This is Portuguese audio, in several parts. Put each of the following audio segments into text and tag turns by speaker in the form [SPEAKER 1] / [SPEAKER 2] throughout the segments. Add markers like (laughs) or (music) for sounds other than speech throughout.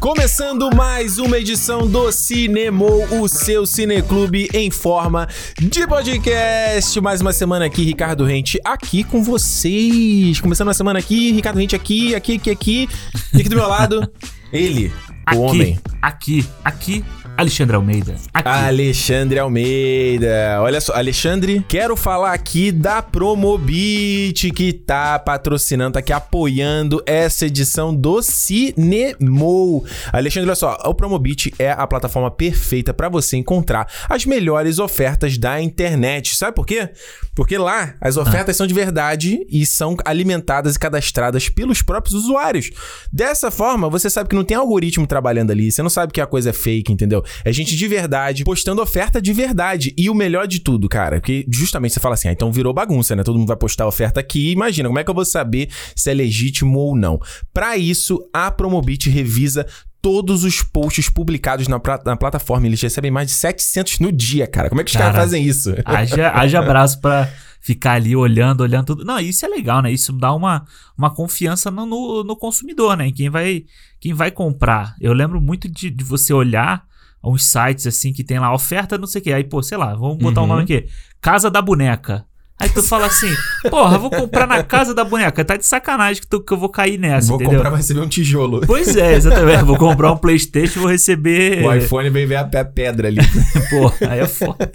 [SPEAKER 1] Começando mais uma edição do Cinemou, o seu cineclube em forma de podcast. Mais uma semana aqui, Ricardo Rente aqui com vocês. Começando a semana aqui, Ricardo Rente aqui, aqui, aqui, aqui. E aqui do meu lado, (laughs) ele,
[SPEAKER 2] Aqui,
[SPEAKER 1] o homem. Ah,
[SPEAKER 2] aqui, aqui, Alexandre Almeida. Aqui.
[SPEAKER 1] Alexandre Almeida. Olha só, Alexandre, quero falar aqui da Promobit que tá patrocinando, tá aqui apoiando essa edição do Cinemou. Alexandre, olha só, o Promobit é a plataforma perfeita para você encontrar as melhores ofertas da internet. Sabe por quê? Porque lá as ofertas são de verdade e são alimentadas e cadastradas pelos próprios usuários. Dessa forma, você sabe que não tem algoritmo trabalhando ali, você não sabe que a coisa é fake, entendeu? É gente de verdade postando oferta de verdade. E o melhor de tudo, cara, porque justamente você fala assim, ah, então virou bagunça, né? Todo mundo vai postar oferta aqui. Imagina, como é que eu vou saber se é legítimo ou não? Para isso, a Promobit revisa todos os posts publicados na, pra- na plataforma. Eles recebem mais de 700 no dia, cara. Como é que os caras
[SPEAKER 2] Caraca.
[SPEAKER 1] fazem isso?
[SPEAKER 2] Haja, haja abraço pra ficar ali olhando, olhando tudo. Não, isso é legal, né? Isso dá uma, uma confiança no, no, no consumidor, né? Em Quem vai, quem vai comprar. Eu lembro muito de, de você olhar uns sites assim que tem lá oferta, não sei o quê. Aí, pô, sei lá, vamos botar
[SPEAKER 1] Uhum.
[SPEAKER 2] um nome aqui. Casa da Boneca. Aí tu fala assim, porra, eu vou comprar na casa da boneca. Tá de sacanagem que, tu, que eu vou cair nessa,
[SPEAKER 1] Vou
[SPEAKER 2] assim, entendeu?
[SPEAKER 1] comprar, vai receber um tijolo.
[SPEAKER 2] Pois é, exatamente. Vou comprar um Playstation e vou receber.
[SPEAKER 1] O iPhone vem ver a pe- pedra ali. (laughs)
[SPEAKER 2] Pô, aí é foda.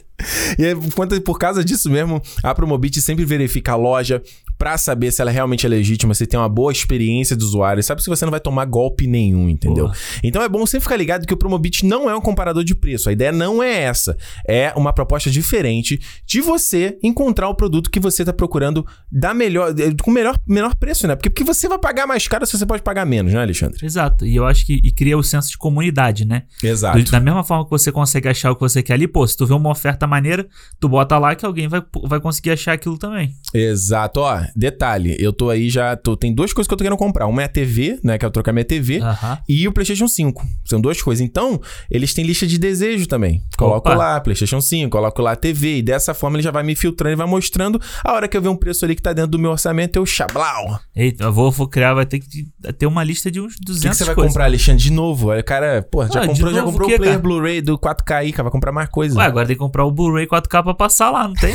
[SPEAKER 1] e é por conta- por causa disso mesmo, a Promobit sempre verifica a loja pra saber se ela realmente é legítima, se tem uma boa experiência do usuário, sabe se você não vai tomar golpe nenhum, entendeu?
[SPEAKER 2] Boa.
[SPEAKER 1] Então é bom sempre ficar ligado que o Promobit não é um comparador de preço. A ideia não é essa. É uma proposta diferente de você encontrar o produto que você tá procurando da melhor, eh, com o melhor, menor preço, né? Porque, porque você vai pagar mais caro se você pode pagar menos, né, Alexandre?
[SPEAKER 2] Exato. E eu acho que e cria o senso de comunidade, né?
[SPEAKER 1] Exato.
[SPEAKER 2] Da mesma forma que você consegue achar o que você quer ali, pô, se tu vê uma oferta maneira, tu bota lá que alguém vai, vai conseguir achar aquilo também.
[SPEAKER 1] Exato, ó, detalhe, eu tô aí já, tô, tem duas coisas que eu tô querendo comprar, uma é a TV, né, que eu trocar minha
[SPEAKER 2] Ah.
[SPEAKER 1] TV,
[SPEAKER 2] Aham.
[SPEAKER 1] e o PlayStation 5, são duas coisas, então, eles têm lista de desejo também, coloco
[SPEAKER 2] Opa.
[SPEAKER 1] lá PlayStation 5, coloco lá a TV, e dessa forma ele já vai me filtrando e vai mostrando, a hora que eu ver um preço ali que tá dentro do meu orçamento, eu xablau,
[SPEAKER 2] Eita, eu vou, vou criar, vai ter que ter uma lista de uns
[SPEAKER 1] o que, que
[SPEAKER 2] 200
[SPEAKER 1] você vai
[SPEAKER 2] coisas.
[SPEAKER 1] comprar, Alexandre, de novo, Aí o cara, pô, já
[SPEAKER 2] Ah, de
[SPEAKER 1] comprou, já
[SPEAKER 2] novo o
[SPEAKER 1] comprou o
[SPEAKER 2] quê,
[SPEAKER 1] player
[SPEAKER 2] cara?
[SPEAKER 1] Blu-ray do 4K, cara, vai comprar mais coisa,
[SPEAKER 2] Ué, agora tem que comprar o Blu-ray 4K pra passar lá, não tem?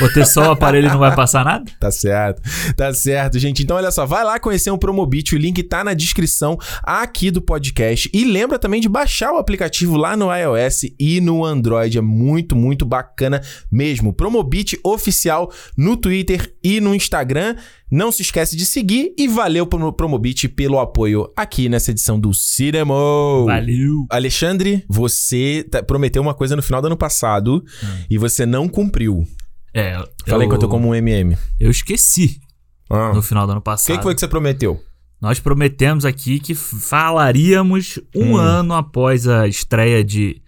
[SPEAKER 2] Vou ter só o aparelho e não vai passar nada?
[SPEAKER 1] Tá certo, tá certo, gente. Então, olha só, vai lá conhecer o Promobit, o link tá na descrição aqui do podcast. E lembra também de baixar o aplicativo lá no iOS e no Android. É muito, muito bacana mesmo. Promobit oficial no Twitter e no Instagram. Não se esquece de seguir e valeu pro Promobit pelo apoio aqui nessa edição do Cinema.
[SPEAKER 2] Valeu.
[SPEAKER 1] Alexandre, você tá- prometeu uma coisa no final do ano passado e você não cumpriu.
[SPEAKER 2] É,
[SPEAKER 1] Falei que eu tô como um MM.
[SPEAKER 2] Eu esqueci
[SPEAKER 1] Ah.
[SPEAKER 2] no final do ano
[SPEAKER 1] O
[SPEAKER 2] passado.
[SPEAKER 1] que, que foi que você prometeu?
[SPEAKER 2] Nós prometemos aqui que falaríamos um
[SPEAKER 1] Hum.
[SPEAKER 2] ano após a estreia de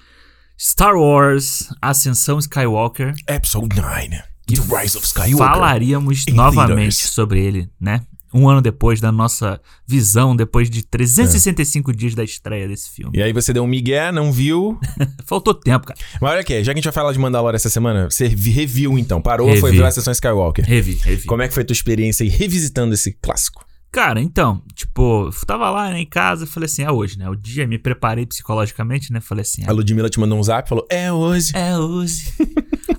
[SPEAKER 2] Star Wars Ascensão Skywalker.
[SPEAKER 1] Episode 9.
[SPEAKER 2] Que
[SPEAKER 1] Rise of
[SPEAKER 2] Falaríamos
[SPEAKER 1] Em
[SPEAKER 2] novamente
[SPEAKER 1] theaters.
[SPEAKER 2] sobre ele, né? Um ano depois da nossa visão, depois de
[SPEAKER 1] É.
[SPEAKER 2] 365 dias da estreia desse filme.
[SPEAKER 1] E aí você deu um migué, não (laughs) viu.
[SPEAKER 2] Faltou tempo, cara.
[SPEAKER 1] Mas olha aqui, já que a gente vai falar de Mandalorian essa semana, você vi- reviu então. Parou, foi
[SPEAKER 2] Revi.
[SPEAKER 1] virar a sessão Skywalker.
[SPEAKER 2] Revi, revi.
[SPEAKER 1] Como é que foi a tua experiência aí revisitando esse clássico?
[SPEAKER 2] Cara, então, tipo, eu tava lá né, em casa, falei assim, é hoje, né? O dia, me preparei psicologicamente, né? Falei assim, é
[SPEAKER 1] A Ludmilla te mandou um zap e falou, é hoje.
[SPEAKER 2] É, use.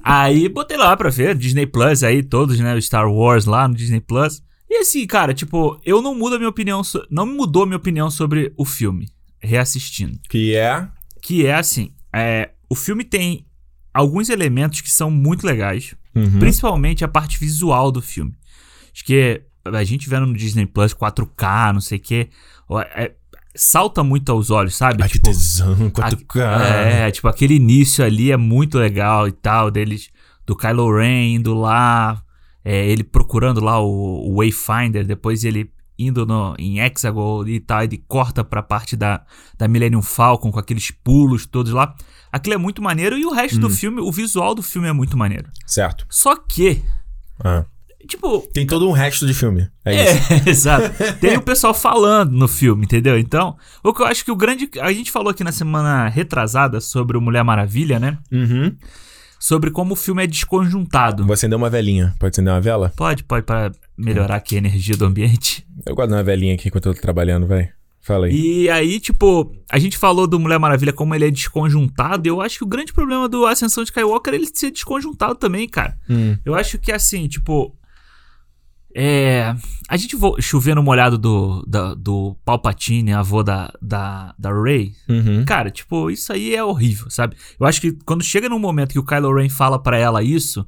[SPEAKER 2] aí botei lá pra ver, Disney Plus, aí todos, né? O Star Wars lá no Disney Plus. E assim, cara, tipo, eu não mudo a minha opinião. so- Não mudou a minha opinião sobre o filme, reassistindo.
[SPEAKER 1] Que é...
[SPEAKER 2] Que é assim: é, o filme tem alguns elementos que são muito legais,
[SPEAKER 1] Uhum.
[SPEAKER 2] principalmente a parte visual do filme. Acho que a gente vendo no Disney Plus 4K, não sei o quê, ó, é- salta muito aos olhos, sabe? Tipo,
[SPEAKER 1] Ai, que tesão, quanto cara.
[SPEAKER 2] É, tipo, aquele início ali é muito legal e tal, deles, do Kylo Ren indo lá, é, ele procurando lá o, o Wayfinder, depois ele indo no, em Hexagon e tal, ele corta pra parte da, da Millennium Falcon com aqueles pulos todos lá. Aquilo é muito maneiro e o resto do filme, o visual do filme é muito maneiro.
[SPEAKER 1] Certo.
[SPEAKER 2] Só que,
[SPEAKER 1] Ah.
[SPEAKER 2] tipo,
[SPEAKER 1] Tem todo um resto de filme. É, isso.
[SPEAKER 2] é, (laughs) exato. Tem o pessoal falando no filme, entendeu? Então, o que eu acho que o grande. A gente falou aqui na semana retrasada sobre o Mulher Maravilha, né?
[SPEAKER 1] Uhum.
[SPEAKER 2] sobre como o filme é desconjuntado.
[SPEAKER 1] Vou acender uma velhinha. Pode acender uma vela?
[SPEAKER 2] Pode, pode, para melhorar aqui a energia do ambiente.
[SPEAKER 1] Eu gosto de uma velhinha aqui enquanto eu tô trabalhando, vai. Falei.
[SPEAKER 2] E aí, tipo, a gente falou do Mulher Maravilha como ele é desconjuntado. Eu acho que o grande problema do Ascensão de Skywalker é ele ser desconjuntado também, cara.
[SPEAKER 1] Hum.
[SPEAKER 2] Eu acho que assim, tipo. É. A gente vo... chovendo molhado do, da- do Palpatine, avô da, da, da Rey.
[SPEAKER 1] Uhum.
[SPEAKER 2] Cara, tipo, isso aí é horrível, sabe? Eu acho que quando chega num momento que o Kylo Ren fala pra ela isso,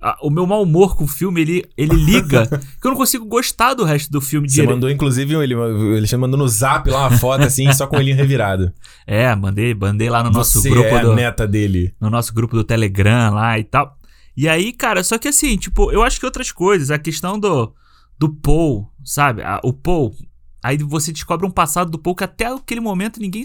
[SPEAKER 2] a- o meu mau humor com o filme, ele,
[SPEAKER 1] (laughs)
[SPEAKER 2] ele liga. que eu não consigo gostar do resto do filme
[SPEAKER 1] Você
[SPEAKER 2] direito.
[SPEAKER 1] mandou, inclusive, um, ele, ele mandou no zap lá uma foto assim, só com o olhinho
[SPEAKER 2] (laughs)
[SPEAKER 1] revirado.
[SPEAKER 2] É, mandei, mandei lá no nosso
[SPEAKER 1] Você
[SPEAKER 2] grupo
[SPEAKER 1] é a
[SPEAKER 2] do.
[SPEAKER 1] neta dele.
[SPEAKER 2] no nosso grupo do Telegram lá e tal. E aí, cara, só que assim, tipo, eu acho que outras coisas, a questão do, do Paul, sabe? A- o Paul, aí você descobre um passado do Paul que até aquele momento ninguém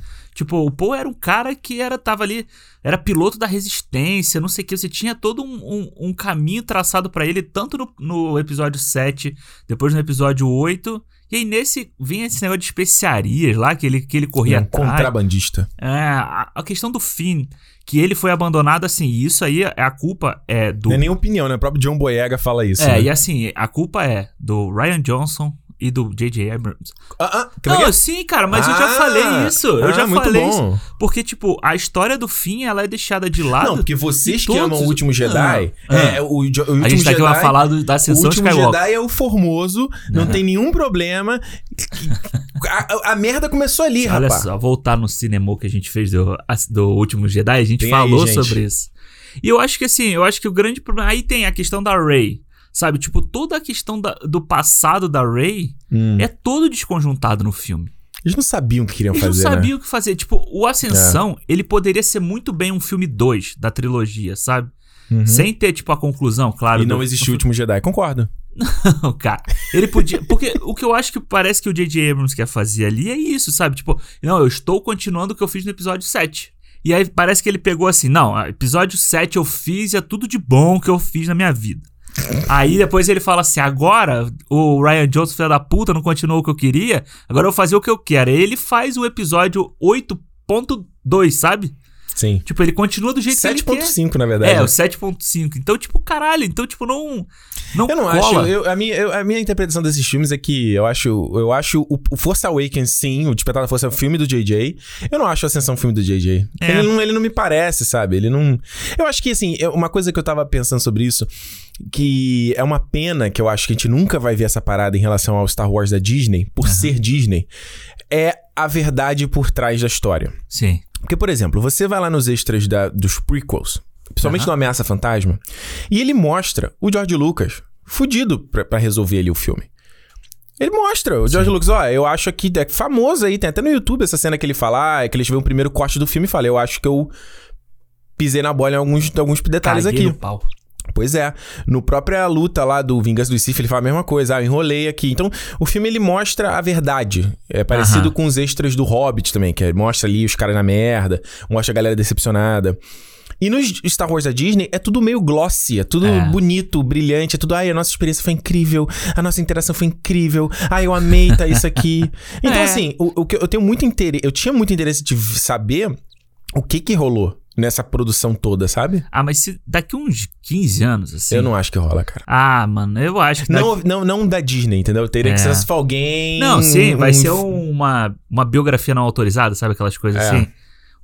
[SPEAKER 1] É.
[SPEAKER 2] Tipo, o Paul era um cara que era tava ali, era piloto da resistência, não sei o que. Você tinha todo um, um- um caminho traçado pra ele, tanto no, no episódio 7, depois no episódio 8. E aí nesse, vinha esse negócio de especiarias lá, que ele, que ele
[SPEAKER 1] É.
[SPEAKER 2] corria
[SPEAKER 1] Um
[SPEAKER 2] atrás.
[SPEAKER 1] contrabandista.
[SPEAKER 2] É, a, a questão do Finn, que ele foi abandonado assim, e isso aí é a culpa é do.
[SPEAKER 1] Não é nem opinião, né? O próprio John Boyega fala isso.
[SPEAKER 2] É,
[SPEAKER 1] né?
[SPEAKER 2] e assim, a culpa é do Ryan Johnson e do J.J. Abrams.
[SPEAKER 1] Ah, ah, como é
[SPEAKER 2] Não,
[SPEAKER 1] que é?
[SPEAKER 2] sim, cara, mas eu
[SPEAKER 1] Ah,
[SPEAKER 2] já falei isso. Eu
[SPEAKER 1] ah,
[SPEAKER 2] já
[SPEAKER 1] muito
[SPEAKER 2] falei isso.
[SPEAKER 1] bom.
[SPEAKER 2] Porque, tipo, a história do Finn, ela é deixada de lado.
[SPEAKER 1] Não, porque vocês
[SPEAKER 2] E
[SPEAKER 1] que
[SPEAKER 2] todos-
[SPEAKER 1] amam o Último Jedi.
[SPEAKER 2] Ah,
[SPEAKER 1] é, o, jo- o Último
[SPEAKER 2] a gente tá aqui pra
[SPEAKER 1] Jedi-
[SPEAKER 2] falar do- da
[SPEAKER 1] O
[SPEAKER 2] ascensão de
[SPEAKER 1] último
[SPEAKER 2] Skywalker.
[SPEAKER 1] Jedi é o formoso, não tem nenhum problema. A, a- a merda começou ali,
[SPEAKER 2] Olha
[SPEAKER 1] rapaz.
[SPEAKER 2] só, voltar no cinema que a gente fez do, do último Jedi, a gente
[SPEAKER 1] Tem aí,
[SPEAKER 2] falou
[SPEAKER 1] gente.
[SPEAKER 2] sobre isso. E eu acho que assim, eu acho que o grande problema. Aí tem a questão da Rey. Sabe, tipo, toda a questão da- do passado da Rey
[SPEAKER 1] Hum.
[SPEAKER 2] é todo desconjuntado no filme.
[SPEAKER 1] Eles não sabiam o que queriam
[SPEAKER 2] Eles
[SPEAKER 1] fazer.
[SPEAKER 2] não
[SPEAKER 1] né? É.
[SPEAKER 2] sabiam o que fazer. Tipo, o Ascensão, ele poderia ser muito bem um filme 2 da trilogia, sabe?
[SPEAKER 1] Uhum.
[SPEAKER 2] Sem ter, tipo, a conclusão, claro.
[SPEAKER 1] E não
[SPEAKER 2] do-
[SPEAKER 1] existiu o último Jedi, concordo.
[SPEAKER 2] Não, cara. Ele podia. Porque o que eu acho que parece que o J.J. Abrams quer fazer ali é isso, sabe? Tipo, não, eu estou continuando o que eu fiz no episódio 7. E aí parece que ele pegou assim: não, ah, episódio 7 eu fiz e é tudo de bom que eu fiz na minha vida. Aí depois ele fala assim: agora o Ryan Jones, filho da puta, não continuou o que eu queria, agora eu vou fazer o que eu quero. Aí ele faz o episódio 8.2, sabe?
[SPEAKER 1] Sim.
[SPEAKER 2] Tipo, ele continua do jeito que ele quer.
[SPEAKER 1] 7.5, na verdade.
[SPEAKER 2] É, o 7.5. Então, tipo, caralho, então, tipo, não. Não
[SPEAKER 1] Eu não acho.
[SPEAKER 2] cola.
[SPEAKER 1] eu- a, minha, eu- a minha interpretação desses filmes é que eu acho, eu acho o, o Force Awakens, sim, o Despertar da Força é um filme do JJ. Eu não acho a Ascensão um filme do JJ.
[SPEAKER 2] É.
[SPEAKER 1] Ele, não, ele não me parece, sabe? Ele não. Eu acho que, assim, eu- uma coisa que eu tava pensando sobre isso, que é uma pena que eu acho que a gente nunca vai ver essa parada em relação ao Star Wars da Disney, por ser Disney, é a verdade por trás da história.
[SPEAKER 2] Sim.
[SPEAKER 1] Porque, por exemplo, você vai lá nos extras da- dos prequels, principalmente no Ameaça Fantasma, e ele mostra o George Lucas fudido pra, pra resolver ali o filme. Ele mostra, o George Lucas, ó, eu acho que é famoso aí, tem até no YouTube essa cena que ele fala, ah, é que eles veem o primeiro corte do filme e fala, eu acho que eu pisei na bola em alguns, alguns detalhes
[SPEAKER 2] Caguei
[SPEAKER 1] Tá aqui.
[SPEAKER 2] no pau.
[SPEAKER 1] Pois é. No própria luta lá do Vingança do Sif, ele fala a mesma coisa. Ah, eu enrolei aqui. Então, o filme ele mostra a verdade. É parecido
[SPEAKER 2] Aham.
[SPEAKER 1] com os extras do Hobbit também, que é- mostra ali os caras na merda, mostra a galera decepcionada. E nos Star Wars da Disney é tudo meio glossy, é tudo
[SPEAKER 2] É.
[SPEAKER 1] bonito, brilhante, é tudo, ai, a nossa experiência foi incrível, a nossa interação foi incrível, ai, eu amei tá isso
[SPEAKER 2] (laughs)
[SPEAKER 1] aqui. Então,
[SPEAKER 2] É.
[SPEAKER 1] assim, o, o que eu eu tenho muito interesse, eu tinha muito interesse de saber o que que rolou nessa produção toda, sabe?
[SPEAKER 2] Ah, mas se daqui uns 15 anos, assim.
[SPEAKER 1] Eu não acho que rola, cara.
[SPEAKER 2] Ah, mano, eu acho que.
[SPEAKER 1] Não, não, não da Disney, entendeu? Teria que
[SPEAKER 2] É.
[SPEAKER 1] ser se for alguém. um-
[SPEAKER 2] daqui... não sim, vai ser uma, uma biografia não autorizada, sabe? Aquelas coisas
[SPEAKER 1] É.
[SPEAKER 2] assim.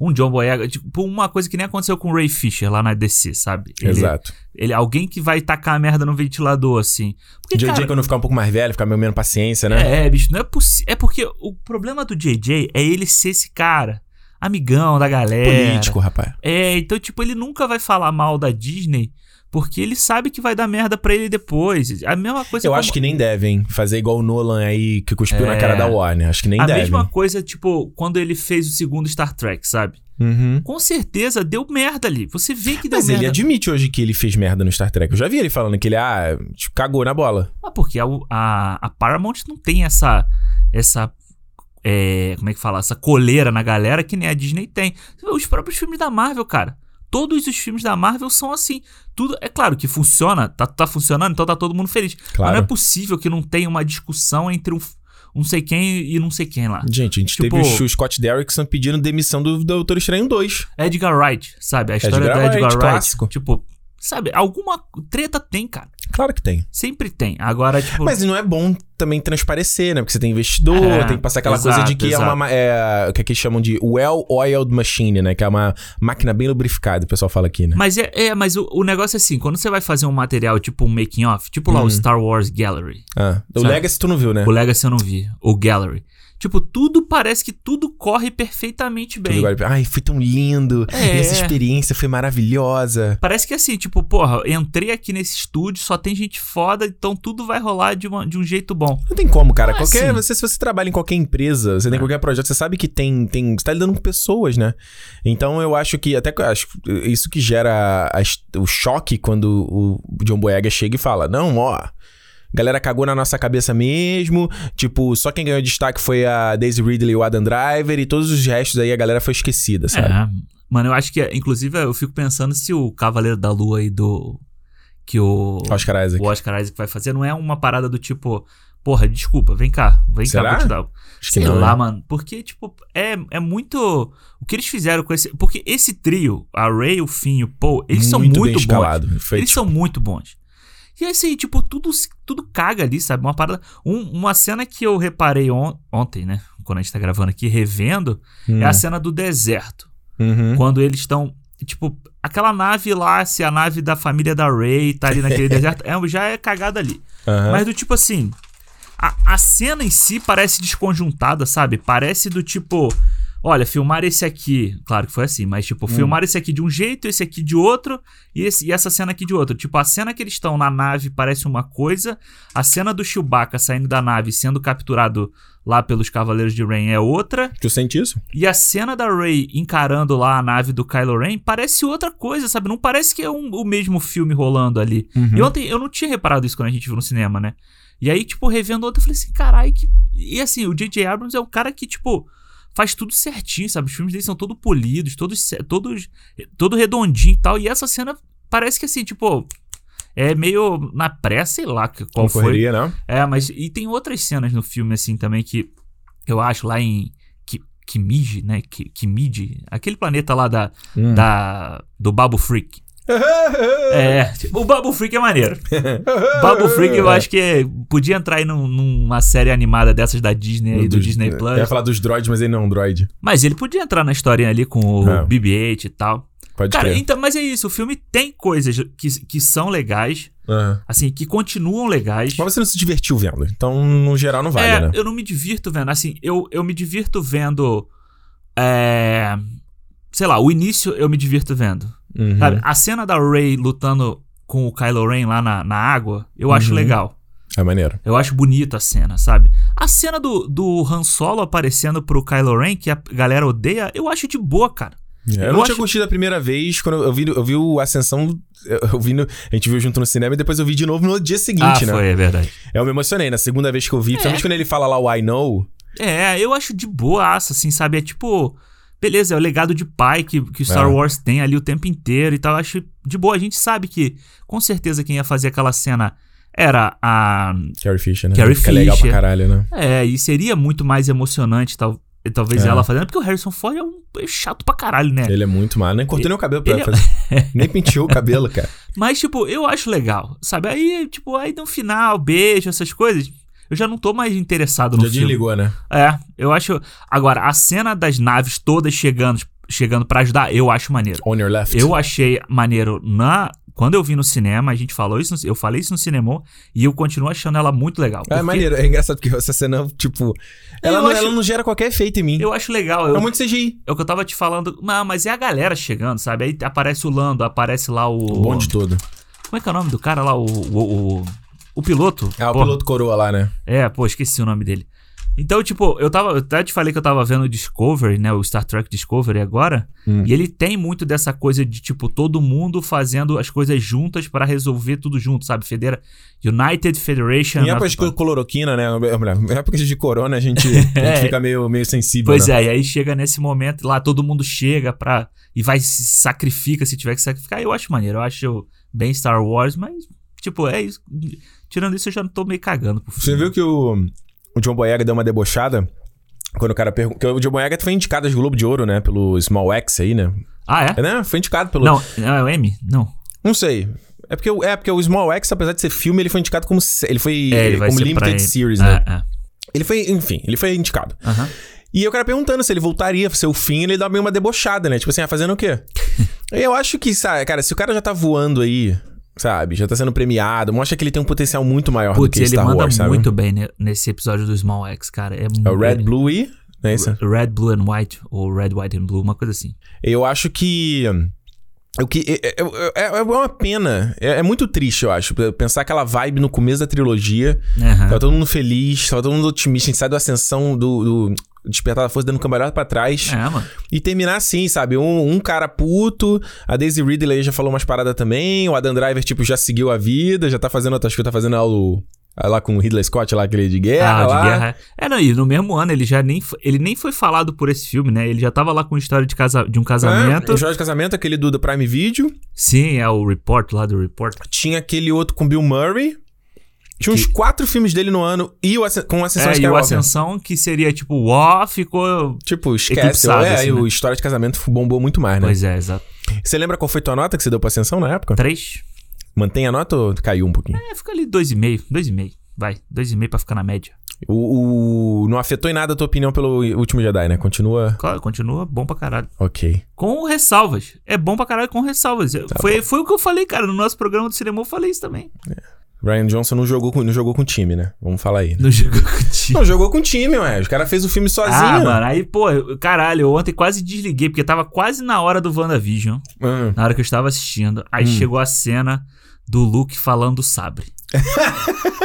[SPEAKER 2] Um John Boyega, tipo, uma coisa que nem aconteceu com o Ray Fisher lá na DC, sabe? Ele,
[SPEAKER 1] Exato.
[SPEAKER 2] Ele, alguém que vai tacar a merda no ventilador, assim. Porque,
[SPEAKER 1] JJ,
[SPEAKER 2] cara,
[SPEAKER 1] quando ficar um pouco mais velho, ficar meio menos paciência, né?
[SPEAKER 2] É, bicho, não é possível. É porque o problema do JJ é ele ser esse cara, amigão da galera.
[SPEAKER 1] Político, rapaz.
[SPEAKER 2] É, então, tipo, ele nunca vai falar mal da Disney, porque ele sabe que vai dar merda pra ele depois. A mesma coisa
[SPEAKER 1] Eu
[SPEAKER 2] como-
[SPEAKER 1] acho que nem devem fazer igual o Nolan aí, que cuspiu na
[SPEAKER 2] É.
[SPEAKER 1] cara da Warner. Acho que nem
[SPEAKER 2] A
[SPEAKER 1] devem.
[SPEAKER 2] mesma coisa, tipo, quando ele fez o segundo Star Trek, sabe?
[SPEAKER 1] Uhum.
[SPEAKER 2] Com certeza deu merda ali. Você vê que deu
[SPEAKER 1] Mas ele é
[SPEAKER 2] merda.
[SPEAKER 1] admite hoje que ele fez merda no Star Trek. Eu já vi ele falando que ele, ah, tipo, cagou na bola.
[SPEAKER 2] Ah, porque a, a- a Paramount não tem essa. essa é, como é que fala? Essa coleira na galera que nem a Disney tem. Os próprios filmes da Marvel, cara. Todos os filmes da Marvel são assim. Tudo, é claro que funciona, tá, tá funcionando, então tá todo mundo feliz. Mas
[SPEAKER 1] Claro.
[SPEAKER 2] não é possível que não tenha uma discussão entre um, f- um sei quem e não sei quem lá.
[SPEAKER 1] Gente, a gente
[SPEAKER 2] Tipo-
[SPEAKER 1] teve o Scott Derrickson pedindo demissão do do Doutor Estranho 2.
[SPEAKER 2] Edgar Wright, sabe? A história
[SPEAKER 1] Edgar
[SPEAKER 2] do Edgar
[SPEAKER 1] Wright,
[SPEAKER 2] Wright.
[SPEAKER 1] clássico.
[SPEAKER 2] Tipo, sabe? Alguma treta tem, cara.
[SPEAKER 1] Claro que tem.
[SPEAKER 2] Sempre tem. Agora, tipo.
[SPEAKER 1] Mas não é bom também transparecer, né? Porque você tem investidor,
[SPEAKER 2] É,
[SPEAKER 1] tem que passar aquela
[SPEAKER 2] exato,
[SPEAKER 1] coisa de que é
[SPEAKER 2] exato.
[SPEAKER 1] uma. ma- É, o que aqui chamam de well-oiled machine, né? Que é uma máquina bem lubrificada, o pessoal fala aqui, né?
[SPEAKER 2] Mas é, é, mas o, o negócio é assim, quando você vai fazer um material tipo um making off, tipo lá o Star Wars Gallery.
[SPEAKER 1] Ah, o
[SPEAKER 2] Sabe?
[SPEAKER 1] Legacy tu não viu, né?
[SPEAKER 2] O Legacy eu não vi, o Gallery. Tipo, tudo parece que tudo corre perfeitamente
[SPEAKER 1] Tu
[SPEAKER 2] bem.
[SPEAKER 1] viu agora? Ai, foi tão lindo.
[SPEAKER 2] É.
[SPEAKER 1] Essa experiência foi maravilhosa.
[SPEAKER 2] Parece que assim, tipo, porra, entrei aqui nesse estúdio, só tem gente foda, então tudo vai rolar de, uma- de um jeito bom.
[SPEAKER 1] Não tem como, cara.
[SPEAKER 2] Ah,
[SPEAKER 1] qualquer,
[SPEAKER 2] sim.
[SPEAKER 1] você, se você trabalha em qualquer empresa,
[SPEAKER 2] É.
[SPEAKER 1] você tem qualquer projeto, você sabe que tem, tem. Você tá lidando com pessoas, né? Então eu acho que. Até que eu acho que isso que gera a es- o choque quando o John Boyega chega e fala: Não, ó. a Galera cagou na nossa cabeça mesmo. Tipo, só quem ganhou destaque foi a Daisy Ridley e o Adam Driver. E todos os restos aí a galera foi esquecida, sabe?
[SPEAKER 2] É. Mano, eu acho que, inclusive, eu fico pensando se o Cavaleiro da Lua aí do. Que o.
[SPEAKER 1] Oscar Isaac.
[SPEAKER 2] o Oscar Isaac vai fazer, não é uma parada do tipo, porra, desculpa, vem cá, vem
[SPEAKER 1] Será?
[SPEAKER 2] cá, vou te dar.
[SPEAKER 1] Acho que
[SPEAKER 2] Sei
[SPEAKER 1] não,
[SPEAKER 2] lá,
[SPEAKER 1] né?
[SPEAKER 2] mano. Porque, tipo, é, é muito. O que eles fizeram com esse. Porque esse trio, a Ray, o Finn e o Paul, eles são
[SPEAKER 1] bem
[SPEAKER 2] muito bons.
[SPEAKER 1] escalado. Foi, tipo
[SPEAKER 2] Eles são muito bons. E é isso aí, tipo, tudo, se- tudo caga ali, sabe? Uma parada. um- uma cena que eu reparei on- ontem, né? Quando a gente tá gravando aqui, revendo,
[SPEAKER 1] Hum.
[SPEAKER 2] é a cena do deserto.
[SPEAKER 1] Uhum.
[SPEAKER 2] Quando eles estão. Tipo, aquela nave lá, se a nave da família da Ray tá ali naquele deserto, é, já é cagada ali.
[SPEAKER 1] Aham.
[SPEAKER 2] Mas do tipo assim. A, a cena em si parece desconjuntada, sabe? Parece do tipo. Olha, filmar esse aqui. Claro que foi assim, mas tipo, filmar esse aqui de um jeito, esse aqui de outro, e, esse- e essa cena aqui de outro. Tipo, a cena que eles estão na nave parece uma coisa, a cena do Chewbacca saindo da nave e sendo capturado lá pelos Cavaleiros de Rain é outra,
[SPEAKER 1] Tu sente isso?
[SPEAKER 2] e a cena da Rey encarando lá a nave do Kylo Ren parece outra coisa, sabe? Não parece que é um- o mesmo filme rolando ali.
[SPEAKER 1] Uhum.
[SPEAKER 2] E ontem eu não tinha reparado isso quando a gente viu no cinema, né? E aí, tipo, revendo ontem, eu falei assim, caralho, que. E assim, o J.J. Abrams é um cara que, tipo, faz tudo certinho, sabe? Os filmes dele são todos polidos, todos, ce- todos todo redondinho e tal. E essa cena parece que assim, tipo. É meio na pressa, sei lá que- qual
[SPEAKER 1] Não
[SPEAKER 2] foi.
[SPEAKER 1] correria, né? não?
[SPEAKER 2] É, mas e tem outras cenas no filme assim também que eu acho lá em Ki- Kimiji, né? Ki- Kimiji, aquele planeta lá da,
[SPEAKER 1] Hum.
[SPEAKER 2] da do Babu Freak. (laughs) É, tipo, o Babu Freak é maneiro. (laughs) Babu Freak eu acho que é- podia entrar aí num- numa série animada dessas da Disney é aí, do, Disney Plus.
[SPEAKER 1] Eu ia falar dos droids, mas ele não é um droid.
[SPEAKER 2] Mas ele podia entrar na historinha ali com o
[SPEAKER 1] É.
[SPEAKER 2] BB-8 e tal.
[SPEAKER 1] Pode
[SPEAKER 2] Cara,
[SPEAKER 1] crer.
[SPEAKER 2] então, mas é isso, o filme tem coisas que, que são legais,
[SPEAKER 1] Aham.
[SPEAKER 2] assim, que continuam legais.
[SPEAKER 1] É. Mas você não se divertiu vendo, então no geral não vale,
[SPEAKER 2] é,
[SPEAKER 1] né?
[SPEAKER 2] eu não me divirto vendo. Assim, eu, eu me divirto vendo. É, sei lá, o início eu me divirto vendo.
[SPEAKER 1] Uhum.
[SPEAKER 2] Sabe? A cena da Ray lutando com o Kylo Ren lá na, na água, eu acho
[SPEAKER 1] Uhum.
[SPEAKER 2] legal.
[SPEAKER 1] É maneiro.
[SPEAKER 2] Eu acho bonita a cena, sabe? A cena do, do Han Solo aparecendo pro Kylo Ren, que a galera odeia, eu acho de boa, cara.
[SPEAKER 1] É, Eu,
[SPEAKER 2] Eu
[SPEAKER 1] não tinha
[SPEAKER 2] acho-
[SPEAKER 1] curtido a primeira vez, quando eu vi, eu vi o Ascensão, eu, eu vi no- a gente viu junto no cinema e depois eu vi de novo no dia seguinte,
[SPEAKER 2] ah,
[SPEAKER 1] né?
[SPEAKER 2] foi, é verdade.
[SPEAKER 1] Eu me emocionei na segunda vez que eu vi, principalmente quando ele fala lá o I know.
[SPEAKER 2] É, eu acho de boaça, assim, sabe? É tipo. Beleza, é o legado de pai que, que o Star
[SPEAKER 1] É.
[SPEAKER 2] Wars tem ali o tempo inteiro e tal. Eu acho de boa. A gente sabe que, com certeza, quem ia fazer aquela cena era a.
[SPEAKER 1] Carrie Fisher, né?
[SPEAKER 2] Carrie
[SPEAKER 1] Fica legal pra
[SPEAKER 2] Fisher.
[SPEAKER 1] caralho, né?
[SPEAKER 2] É, e seria muito mais emocionante, tal, talvez
[SPEAKER 1] É.
[SPEAKER 2] ela fazendo, porque o Harrison Ford é um é chato pra caralho, né?
[SPEAKER 1] Ele é muito mal. Nem cortou nem o cabelo pra
[SPEAKER 2] ele (laughs) é-
[SPEAKER 1] fazer. nem penteou o cabelo,
[SPEAKER 2] (laughs)
[SPEAKER 1] cara.
[SPEAKER 2] Mas, tipo, eu acho legal, sabe? Aí, tipo, aí no final, beijo, essas coisas. Eu já não tô mais interessado no
[SPEAKER 1] Já
[SPEAKER 2] filme.
[SPEAKER 1] desligou, né?
[SPEAKER 2] É, eu acho. Agora, a cena das naves todas chegando, chegando para ajudar, eu acho maneiro.
[SPEAKER 1] On your left.
[SPEAKER 2] Eu achei maneiro na. Quando eu vi no cinema, a gente falou isso, no- eu falei isso no cinema e eu continuo achando ela muito legal.
[SPEAKER 1] É
[SPEAKER 2] porque
[SPEAKER 1] maneiro, é engraçado porque essa cena, tipo. Ela,
[SPEAKER 2] Eu
[SPEAKER 1] não,
[SPEAKER 2] acho-
[SPEAKER 1] ela não gera qualquer efeito em mim.
[SPEAKER 2] Eu acho legal. Eu,
[SPEAKER 1] É muito CGI.
[SPEAKER 2] É o que eu tava te falando. Não, mas é a galera chegando, sabe? Aí aparece o Lando, aparece lá o.
[SPEAKER 1] O bonde todo.
[SPEAKER 2] Como é que é o nome do cara lá? O. O, o, o piloto.
[SPEAKER 1] Ah, o
[SPEAKER 2] Porra.
[SPEAKER 1] piloto coroa lá, né?
[SPEAKER 2] É, pô, esqueci o nome dele. Então, tipo, eu tava. Eu até te falei que eu tava vendo o Discovery, né? O Star Trek Discovery agora.
[SPEAKER 1] Hum.
[SPEAKER 2] E ele tem muito dessa coisa de, tipo, todo mundo fazendo as coisas juntas pra resolver tudo junto, sabe? Federa... United Federation. né,
[SPEAKER 1] Em épocas de cloroquina, né? Ou melhor, Em épocas de corona, a
[SPEAKER 2] (laughs)
[SPEAKER 1] gente, a gente
[SPEAKER 2] É.
[SPEAKER 1] fica meio, meio sensível.
[SPEAKER 2] Pois
[SPEAKER 1] né?
[SPEAKER 2] é, e aí chega nesse momento lá, todo mundo chega pra. e vai se sacrifica se tiver que sacrificar. Eu acho maneiro, eu acho bem Star Wars, mas, tipo, é isso. Tirando isso, eu já não tô meio cagando pro
[SPEAKER 1] Você
[SPEAKER 2] filme.
[SPEAKER 1] viu que o, o John Boyega deu uma debochada? Quando o cara perguntou. O John Boyega foi indicado às Globo de Ouro, né? Pelo Small X aí, né?
[SPEAKER 2] Ah, é?
[SPEAKER 1] É, né? Foi indicado pelo.
[SPEAKER 2] Não, não, é o M? Não.
[SPEAKER 1] Não sei. É porque, o- é porque o Small X, apesar de ser filme, ele foi indicado como. se- Ele foi
[SPEAKER 2] É, ele vai
[SPEAKER 1] como
[SPEAKER 2] ser pra
[SPEAKER 1] Limited
[SPEAKER 2] ele.
[SPEAKER 1] Series, né?
[SPEAKER 2] É, é.
[SPEAKER 1] Ele foi, enfim, ele foi indicado.
[SPEAKER 2] Aham.
[SPEAKER 1] E eu cara perguntando se ele voltaria pro seu fim, ele dá meio uma debochada, né? Tipo assim, ah, fazendo o
[SPEAKER 2] (laughs)
[SPEAKER 1] quê? eu acho que, sabe, cara, se o cara já tá voando aí, sabe, já tá sendo premiado, mostra que ele tem um potencial muito maior do
[SPEAKER 2] Putz,
[SPEAKER 1] que
[SPEAKER 2] ele
[SPEAKER 1] Star
[SPEAKER 2] manda
[SPEAKER 1] Wars, sabe?
[SPEAKER 2] muito bem ne- nesse episódio do Small X, cara. É,
[SPEAKER 1] É o Red,
[SPEAKER 2] ele-
[SPEAKER 1] Blue e. Não é isso?
[SPEAKER 2] Red, Blue and White, ou Red, White and Blue, uma coisa assim.
[SPEAKER 1] Eu acho que. O que é, é- é- é uma pena. É, é muito triste, eu acho. Pensar aquela vibe no começo da trilogia.
[SPEAKER 2] Aham.
[SPEAKER 1] Tava todo mundo feliz, tava todo mundo otimista. A gente sai do Ascensão, do, do Despertar da Força, dando um cambalhota pra trás.
[SPEAKER 2] É, mano.
[SPEAKER 1] E terminar assim, sabe? Um, um cara puto, a Daisy Ridley já falou umas paradas também, o Adam Driver, tipo, já seguiu a vida, já tá fazendo outras coisas, tá fazendo lá, o, lá com o Ridley Scott, lá aquele de guerra.
[SPEAKER 2] ah, o
[SPEAKER 1] lá.
[SPEAKER 2] de guerra. É, não, e no mesmo ano ele já nem foi, ele nem foi falado por esse filme, né? Ele já tava lá com história de, casa, de um casamento.
[SPEAKER 1] É, o Jorge de Casamento, aquele do, do Prime Video.
[SPEAKER 2] Sim, é o Report lá do Report.
[SPEAKER 1] Tinha aquele outro com Bill Murray. Tinha uns
[SPEAKER 2] Que-
[SPEAKER 1] quatro filmes dele no ano e o Ascen- com o Ascensão
[SPEAKER 2] É, e o
[SPEAKER 1] Skywalker.
[SPEAKER 2] Ascensão, que seria tipo o Ó, ficou.
[SPEAKER 1] Tipo, esquece.
[SPEAKER 2] Eclipsado,
[SPEAKER 1] É,
[SPEAKER 2] assim,
[SPEAKER 1] e o
[SPEAKER 2] né?
[SPEAKER 1] História de Casamento bombou muito mais, né?
[SPEAKER 2] Pois é, exato.
[SPEAKER 1] Você lembra qual foi tua nota que você deu pra Ascensão na época?
[SPEAKER 2] Três.
[SPEAKER 1] Mantém a nota ou caiu um pouquinho?
[SPEAKER 2] É, fica ali dois e meio, dois e meio. Vai, dois e meio pra ficar na média.
[SPEAKER 1] O, o- Não afetou em nada a tua opinião pelo Último Jedi, né? Continua...
[SPEAKER 2] Claro, continua bom pra caralho.
[SPEAKER 1] Ok.
[SPEAKER 2] Com ressalvas. É bom pra caralho com ressalvas. foi, foi o que eu falei, cara. No nosso programa do cinema eu falei isso também.
[SPEAKER 1] Ryan Johnson não jogou com, não jogou com time, né? Vamos falar aí. né?
[SPEAKER 2] No jogo contigo.
[SPEAKER 1] Não, jogou com time, ué. Os caras fez o filme sozinho.
[SPEAKER 2] Ah, mano, aí, pô, eu- caralho, eu ontem quase desliguei, porque tava quase na hora do WandaVision,
[SPEAKER 1] Hum.
[SPEAKER 2] na hora que eu estava assistindo. Aí chegou a cena do Luke falando do sabre.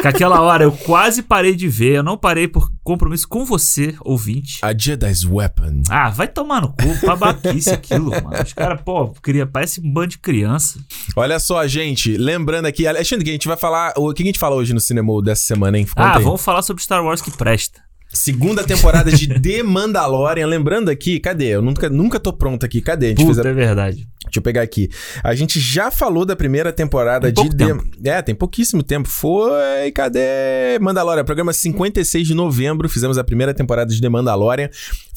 [SPEAKER 2] Com aquela hora eu quase parei de ver, eu não parei por compromisso com você, ouvinte.
[SPEAKER 1] A Jedi's Weapon.
[SPEAKER 2] Ah, vai tomar no cu, babaquice aquilo, mano. Os caras, pô, cria, parece um bando de criança.
[SPEAKER 1] Olha só, gente. Lembrando aqui, Alexandre, que a gente vai falar. O que a gente fala hoje no cinema dessa semana, hein? Conta
[SPEAKER 2] Ah,
[SPEAKER 1] aí.
[SPEAKER 2] vamos falar sobre Star Wars que presta.
[SPEAKER 1] Segunda temporada de The Mandalorian. Lembrando aqui, cadê? Eu nunca, nunca tô pronto aqui. Cadê? A gente fez a-
[SPEAKER 2] Puta, é verdade.
[SPEAKER 1] Deixa eu pegar aqui. A gente já falou da primeira temporada
[SPEAKER 2] Tem
[SPEAKER 1] de
[SPEAKER 2] pouco
[SPEAKER 1] The... É, tem pouquíssimo tempo. Foi, cadê? Mandalorian, programa 56 de novembro, fizemos a primeira temporada de The Mandalorian.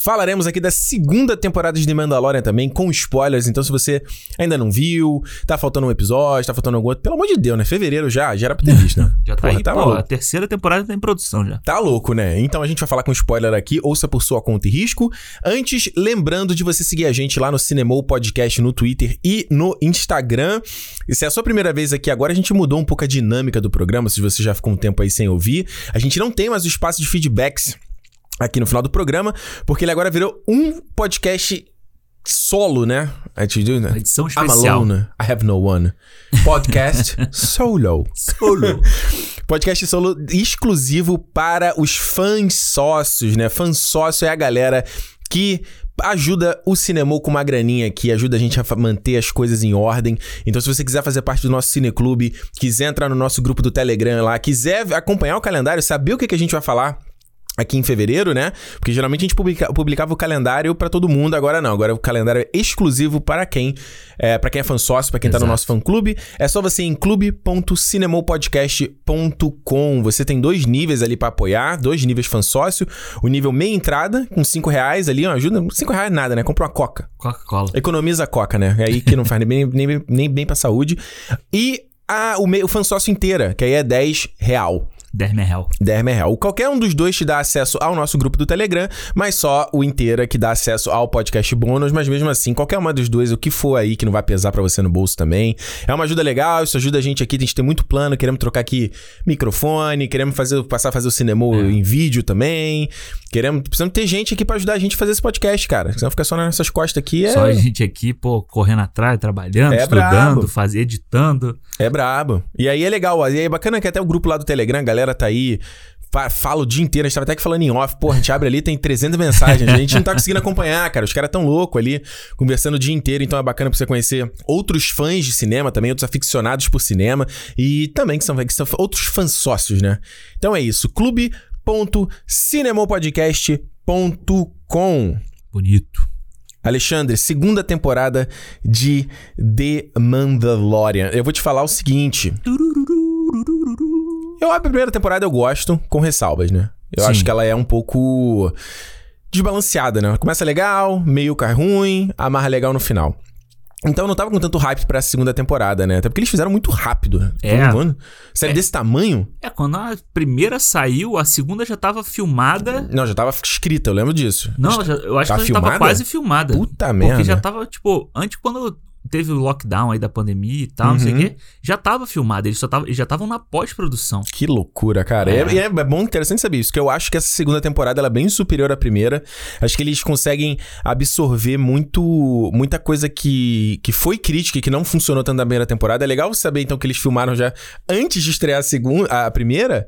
[SPEAKER 1] Falaremos aqui da segunda temporada de The Mandalorian também, com spoilers. Então, se você ainda não viu, tá faltando um episódio, tá faltando algum outro, pelo amor de Deus, né? Fevereiro já, já era pra ter visto,
[SPEAKER 2] (laughs)
[SPEAKER 1] né?
[SPEAKER 2] Já tá
[SPEAKER 1] Porra,
[SPEAKER 2] aí,
[SPEAKER 1] tá
[SPEAKER 2] pô,
[SPEAKER 1] maluco.
[SPEAKER 2] a terceira temporada tá em produção já.
[SPEAKER 1] Tá louco, né? Então a gente vai falar com spoiler aqui, ouça por sua conta e risco. Antes, lembrando de você seguir a gente lá no Cinemou Podcast, no Twitter e no Instagram. E se é a sua primeira vez aqui agora, a gente mudou um pouco a dinâmica do programa, se você já ficou um tempo aí sem ouvir. A gente não tem mais o espaço de feedbacks aqui no final do programa, porque ele agora virou um podcast solo, né? A gente viu, né?
[SPEAKER 2] Edição
[SPEAKER 1] I'm
[SPEAKER 2] especial.
[SPEAKER 1] alone, I have no one. Podcast solo.
[SPEAKER 2] Solo.
[SPEAKER 1] Podcast solo exclusivo para os fãs sócios, né? Fãs sócio é a galera que ajuda o Cinemou com uma graninha aqui, ajuda a gente a fa- manter as coisas em ordem. Então, se você quiser fazer parte do nosso Cineclube, quiser entrar no nosso grupo do Telegram lá, quiser acompanhar o calendário, saber o que, que a gente vai falar. Aqui em fevereiro, né? Porque geralmente a gente publica- publicava o calendário pra todo mundo, agora não. Agora o calendário é exclusivo para quem é para quem é fã sócio, pra quem tá no
[SPEAKER 2] Exato.
[SPEAKER 1] nosso fã clube. É só você ir em clube.cinemopodcast.com. Você tem dois níveis ali pra apoiar, dois níveis fã sócio. O nível meia entrada, com cinco reais ali, ó, ajuda. Cinco reais nada, né? Compra uma coca.
[SPEAKER 2] Coca-Cola.
[SPEAKER 1] Economiza a coca, né? É aí que não faz nem bem, nem, bem- nem bem pra saúde. E a, o, meio- o fã sócio inteira, que aí é 10 real.
[SPEAKER 2] 10 mil real.
[SPEAKER 1] 10 real. Qualquer um dos dois te dá acesso ao nosso grupo do Telegram, mas só o inteira que dá acesso ao podcast bônus, mas mesmo assim, qualquer uma dos dois, o que for aí que não vai pesar pra você no bolso também. É uma ajuda legal, isso ajuda a gente aqui, a gente tem muito plano, queremos trocar aqui microfone, queremos fazer passar a fazer o cinema
[SPEAKER 2] É.
[SPEAKER 1] em vídeo também. Queremos, precisamos ter gente aqui pra ajudar a gente a fazer esse podcast, cara. Senão fica só nas nossas costas aqui, é,
[SPEAKER 2] Só a gente aqui, pô, correndo atrás, trabalhando,
[SPEAKER 1] É brabo.
[SPEAKER 2] estudando, faz, editando.
[SPEAKER 1] É brabo. E aí é legal, ó. E aí é bacana que até o grupo lá do Telegram, a galera tá aí. fa- Fala o dia inteiro, a gente tava até que falando em off, porra, a gente abre ali, tem 300 mensagens, a gente não tá conseguindo acompanhar, cara, os caras tão louco ali, conversando o dia inteiro, então é bacana pra você conhecer outros fãs de cinema também, outros aficionados por cinema, e também que são, que são outros fãs sócios, né? Então é isso, clube.cinemopodcast.com
[SPEAKER 2] Bonito.
[SPEAKER 1] Alexandre, segunda temporada de The Mandalorian. Eu vou te falar o seguinte. Eu a primeira temporada eu gosto, com ressalvas, né? Eu
[SPEAKER 2] Sim.
[SPEAKER 1] acho que ela é um pouco desbalanceada, né? Ela começa legal, meio cai ruim, amarra legal no final. Então eu não tava com tanto hype pra segunda temporada, né? Até porque eles fizeram muito rápido.
[SPEAKER 2] É.
[SPEAKER 1] Tô zoando. Série
[SPEAKER 2] É.
[SPEAKER 1] desse tamanho?
[SPEAKER 2] É, quando a primeira saiu, a segunda já tava filmada.
[SPEAKER 1] Não, já tava escrita, eu lembro disso.
[SPEAKER 2] Não, já- eu acho
[SPEAKER 1] Tá
[SPEAKER 2] que ela já tava
[SPEAKER 1] filmada?
[SPEAKER 2] quase filmada.
[SPEAKER 1] Puta
[SPEAKER 2] porque
[SPEAKER 1] merda.
[SPEAKER 2] já tava, tipo, antes quando teve o lockdown aí da pandemia e tal, não sei o
[SPEAKER 1] Uhum.
[SPEAKER 2] quê, já tava filmada. Eles, só tava, eles já estavam na pós-produção.
[SPEAKER 1] Que loucura, cara.
[SPEAKER 2] É.
[SPEAKER 1] É. é bom, interessante saber isso, que eu acho que essa segunda temporada ela é bem superior à primeira. Acho que eles conseguem absorver muito, muita coisa que, que foi crítica e que não funcionou tanto na primeira temporada. É legal saber, então, que eles filmaram já antes de estrear a, segunda, a primeira,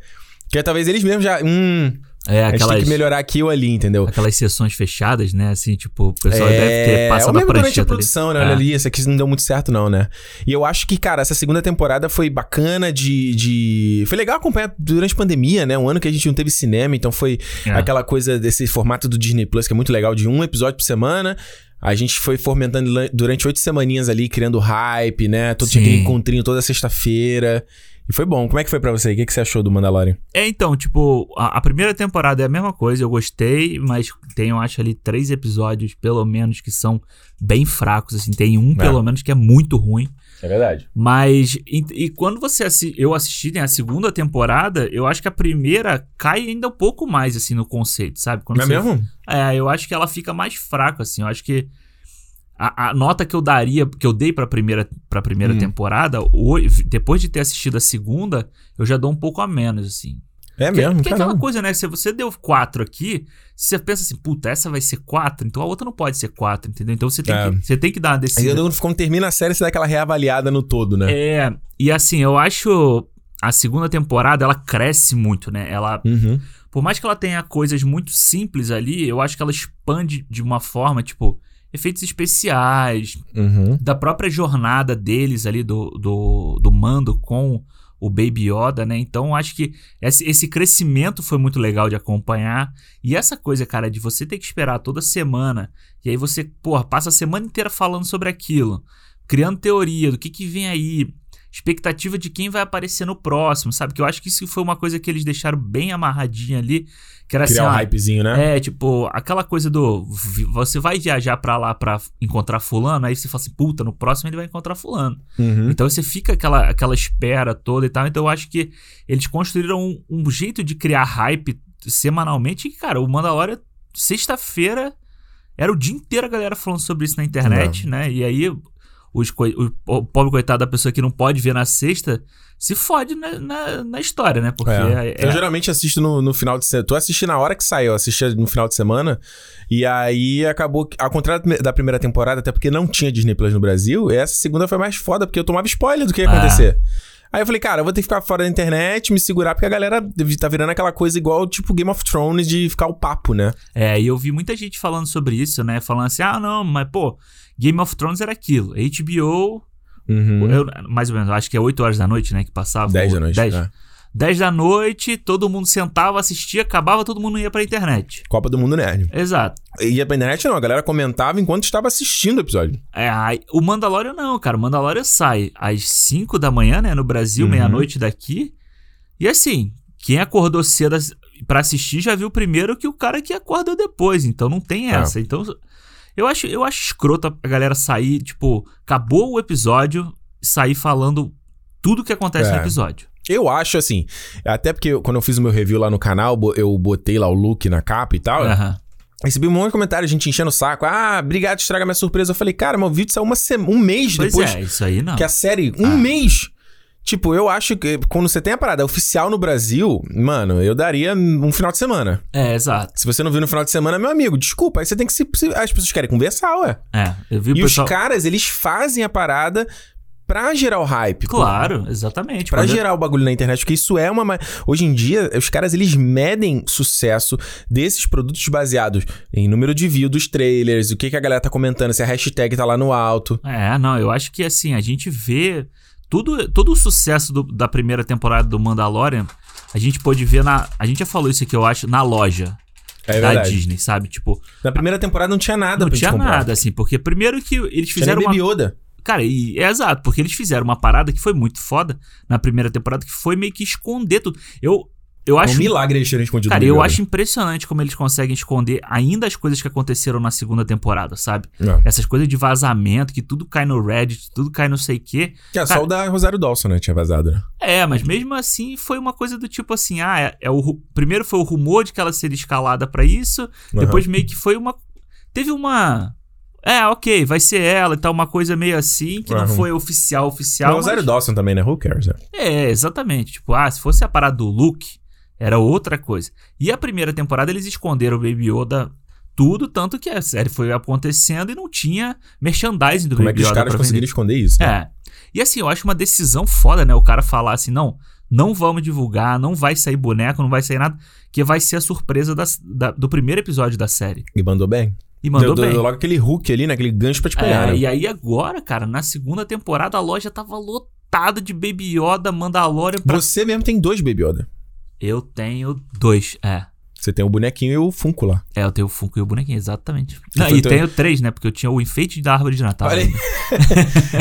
[SPEAKER 1] que é, talvez eles mesmos já... Hum,
[SPEAKER 2] É,
[SPEAKER 1] a gente tem
[SPEAKER 2] aquelas,
[SPEAKER 1] que melhorar aqui ou ali, entendeu?
[SPEAKER 2] Tipo, aquelas sessões fechadas, né? Assim, tipo, o pessoal deve ter
[SPEAKER 1] ou
[SPEAKER 2] passado a
[SPEAKER 1] É, mesmo durante a
[SPEAKER 2] prancheta ali.
[SPEAKER 1] produção, né? Olha
[SPEAKER 2] É.
[SPEAKER 1] ali, essa aqui não deu muito certo, não, né? E eu acho que, cara, essa segunda temporada foi bacana de. de... Foi legal acompanhar durante a pandemia, né? Um ano que a gente não teve cinema, então foi
[SPEAKER 2] É.
[SPEAKER 1] aquela coisa desse formato do Disney Plus, que é muito legal, de um episódio por semana. A gente foi fomentando lan- durante oito semaninhas ali, criando hype, né? Todo tinha
[SPEAKER 2] Sim.
[SPEAKER 1] aquele encontrinho toda sexta-feira. E foi bom. Como é que foi pra você? O que, que você achou do Mandalorian?
[SPEAKER 2] É, então, tipo, a, a primeira temporada é a mesma coisa, eu gostei, mas tem, eu acho, ali três episódios, pelo menos, que são bem fracos, assim, tem um, pelo menos, que é muito ruim.
[SPEAKER 1] É verdade.
[SPEAKER 2] Mas, e, e quando você assi eu assisti, né, a segunda temporada, eu acho que a primeira cai ainda um pouco mais, assim, no conceito, sabe? Quando
[SPEAKER 1] Não é
[SPEAKER 2] você-
[SPEAKER 1] mesmo?
[SPEAKER 2] É, eu acho que ela fica mais fraca, assim, eu acho que... A, a nota que eu daria, que eu dei pra primeira, pra primeira
[SPEAKER 1] Hum.
[SPEAKER 2] temporada, hoje, depois de ter assistido a segunda, eu já dou um pouco a menos, assim.
[SPEAKER 1] É
[SPEAKER 2] Porque,
[SPEAKER 1] mesmo,
[SPEAKER 2] porque é aquela
[SPEAKER 1] caramba.
[SPEAKER 2] coisa, né? Se você deu quatro aqui, se você pensa assim, puta, essa vai ser quatro, então a outra não pode ser quatro, entendeu? Então você tem,
[SPEAKER 1] É.
[SPEAKER 2] que, você tem que dar uma
[SPEAKER 1] Aí
[SPEAKER 2] decisão.
[SPEAKER 1] eu- quando termina a série, você dá aquela reavaliada no todo, né?
[SPEAKER 2] É, e assim, eu acho a segunda temporada, ela cresce muito, né? Ela,
[SPEAKER 1] Uhum.
[SPEAKER 2] por mais que ela tenha coisas muito simples ali, eu acho que ela expande de uma forma, tipo, efeitos especiais,
[SPEAKER 1] Uhum.
[SPEAKER 2] da própria jornada deles ali, do, do, do Mando com o Baby Yoda, né? Então, eu acho que esse, esse crescimento foi muito legal de acompanhar. E essa coisa, cara, de você ter que esperar toda semana, e aí você, porra, passa a semana inteira falando sobre aquilo, criando teoria do que que vem aí, expectativa de quem vai aparecer no próximo, sabe? Que eu acho que isso foi uma coisa que eles deixaram bem amarradinha ali, que era
[SPEAKER 1] Criar
[SPEAKER 2] assim,
[SPEAKER 1] um
[SPEAKER 2] ó,
[SPEAKER 1] hypezinho, né?
[SPEAKER 2] é, tipo, aquela coisa do. vi- Você vai viajar pra lá pra encontrar fulano, aí você fala assim, puta, no próximo ele vai encontrar fulano.
[SPEAKER 1] Uhum.
[SPEAKER 2] Então você fica aquela, aquela espera toda e tal. Então eu acho que eles construíram um, um jeito de criar hype semanalmente. E, cara, o Mandalorian, sexta-feira, era o dia inteiro a galera falando sobre isso na internet, né? E aí. Os coi- o, o pobre coitado da pessoa que não pode ver na sexta se fode na, na- na história, né? Porque
[SPEAKER 1] É.
[SPEAKER 2] é-
[SPEAKER 1] Eu
[SPEAKER 2] é-
[SPEAKER 1] geralmente assisto no, no final de semana. Tu assisti na hora que saiu, eu assisti no final de semana. E aí acabou. que- Ao contrário da primeira temporada, até porque não tinha Disney Plus no Brasil, essa segunda foi mais foda, porque eu tomava spoiler do que ia
[SPEAKER 2] Ah.
[SPEAKER 1] acontecer. Aí eu falei, cara, eu vou ter que ficar fora da internet, me segurar, porque a galera tá virando aquela coisa igual, tipo, Game of Thrones, de ficar o papo, né?
[SPEAKER 2] É, e eu vi muita gente falando sobre isso, né? Falando assim, ah, não, mas pô, Game of Thrones era aquilo. HBO,
[SPEAKER 1] Uhum.
[SPEAKER 2] eu- mais ou menos, acho que é 8 horas da noite, né? Que passava.
[SPEAKER 1] 10 da noite.
[SPEAKER 2] 10,
[SPEAKER 1] é.
[SPEAKER 2] 10 da noite, todo mundo sentava, assistia, acabava, todo mundo ia pra internet.
[SPEAKER 1] Copa do Mundo Nerd.
[SPEAKER 2] Exato.
[SPEAKER 1] Ia pra internet não, a galera comentava enquanto estava assistindo o episódio.
[SPEAKER 2] É, aí- o Mandalorian não, cara. O Mandalorian sai às 5 da manhã, né? No Brasil,
[SPEAKER 1] Uhum.
[SPEAKER 2] meia-noite daqui. E assim, quem acordou cedo as- pra assistir já viu primeiro que o cara que acordou depois. Então não tem
[SPEAKER 1] É.
[SPEAKER 2] essa. Então eu acho, eu acho escroto a galera sair, tipo, acabou o episódio, sair falando tudo que acontece
[SPEAKER 1] É.
[SPEAKER 2] no episódio.
[SPEAKER 1] Eu acho assim, até porque eu- quando eu fiz o meu review lá no canal, bo- eu botei lá o look na capa e tal.
[SPEAKER 2] Aham.
[SPEAKER 1] Recebi um monte de comentário, gente enchendo o saco. Ah, obrigado, estraga minha surpresa. Eu falei, cara, meu vídeo saiu uma sema- um mês
[SPEAKER 2] Pois
[SPEAKER 1] depois
[SPEAKER 2] é, isso aí não.
[SPEAKER 1] que a série. Um
[SPEAKER 2] Ah.
[SPEAKER 1] mês! Tipo, eu acho que quando você tem a parada oficial no Brasil, mano, eu daria um final de semana.
[SPEAKER 2] É, exato.
[SPEAKER 1] Se você não viu no final de semana, meu amigo, desculpa. Aí você tem que se. se- As pessoas querem conversar, ué.
[SPEAKER 2] É, eu vi o
[SPEAKER 1] E
[SPEAKER 2] pessoal.
[SPEAKER 1] os caras, eles fazem a parada pra gerar o hype. pô.
[SPEAKER 2] Claro, exatamente.
[SPEAKER 1] Tipo, Pra
[SPEAKER 2] Quando-
[SPEAKER 1] gerar o bagulho na internet, porque isso é uma. ma- Hoje em dia, os caras eles medem sucesso desses produtos baseados em número de views dos trailers, o que, que a galera tá comentando, se a hashtag tá lá no alto.
[SPEAKER 2] É, não, eu acho que assim, a gente vê tudo, todo o sucesso do- da primeira temporada do Mandalorian, a gente pôde ver na. A gente já falou isso aqui, eu acho, na loja
[SPEAKER 1] É
[SPEAKER 2] da
[SPEAKER 1] verdade.
[SPEAKER 2] Disney, sabe? Tipo,
[SPEAKER 1] Na primeira temporada não tinha nada
[SPEAKER 2] não
[SPEAKER 1] pra gente
[SPEAKER 2] tinha
[SPEAKER 1] comprar.
[SPEAKER 2] nada, assim, porque primeiro que eles
[SPEAKER 1] Tinha nem
[SPEAKER 2] fizeram uma.
[SPEAKER 1] Baby Yoda. um
[SPEAKER 2] Cara, e, é exato, porque eles fizeram uma parada que foi muito foda na primeira temporada, que foi meio que esconder tudo. Eu. Eu
[SPEAKER 1] É um
[SPEAKER 2] acho.
[SPEAKER 1] milagre eles terem escondido
[SPEAKER 2] Cara,
[SPEAKER 1] o
[SPEAKER 2] eu
[SPEAKER 1] Big
[SPEAKER 2] acho impressionante como eles conseguem esconder ainda as coisas que aconteceram na segunda temporada, sabe?
[SPEAKER 1] Brother.
[SPEAKER 2] Essas coisas de vazamento, que tudo cai no Reddit, tudo cai no sei o quê.
[SPEAKER 1] É, é só o da Rosário Dawson, né? Tinha vazado, né?
[SPEAKER 2] É, mas mesmo assim foi uma coisa do tipo assim, ah, é, é o ru- primeiro foi o rumor de que ela seria escalada pra isso, depois meio que foi uma teve uma é, ok, vai ser ela e tal, uma coisa meio assim, que não
[SPEAKER 1] Aham.
[SPEAKER 2] foi oficial,
[SPEAKER 1] Aham.
[SPEAKER 2] oficial.
[SPEAKER 1] O Rosário
[SPEAKER 2] mas-
[SPEAKER 1] Dawson também, né? Who cares, né?
[SPEAKER 2] É, exatamente. Tipo, ah, se fosse a parada do Luke, era outra coisa. E a primeira temporada eles esconderam o Baby Yoda tudo, tanto que a série foi acontecendo e não tinha merchandising do
[SPEAKER 1] Como é
[SPEAKER 2] Baby
[SPEAKER 1] que os
[SPEAKER 2] Yoda
[SPEAKER 1] caras
[SPEAKER 2] pra vender.
[SPEAKER 1] conseguiram esconder isso? né?
[SPEAKER 2] É. E assim, eu acho uma decisão foda, né? O cara falar assim, não, não vamos divulgar, não vai sair boneco, não vai sair nada, que vai ser a surpresa da- da- do primeiro episódio da série.
[SPEAKER 1] E mandou bem.
[SPEAKER 2] E mandou
[SPEAKER 1] Deu- deu
[SPEAKER 2] bem.
[SPEAKER 1] Logo aquele hook ali, né? Aquele gancho pra te pegar.
[SPEAKER 2] É,
[SPEAKER 1] né?
[SPEAKER 2] e aí agora, cara, na segunda temporada a loja tava lotada de Baby Yoda, Mandalorian. Pra...
[SPEAKER 1] Você mesmo tem dois Baby Yoda.
[SPEAKER 2] Eu tenho dois, é.
[SPEAKER 1] Você tem o bonequinho e o Funko lá.
[SPEAKER 2] É, eu tenho o Funko e o bonequinho, exatamente.
[SPEAKER 1] Então,
[SPEAKER 2] Não, e
[SPEAKER 1] então-
[SPEAKER 2] tenho três, né? Porque eu tinha o enfeite da árvore de Natal.
[SPEAKER 1] Olha aí.
[SPEAKER 2] ainda.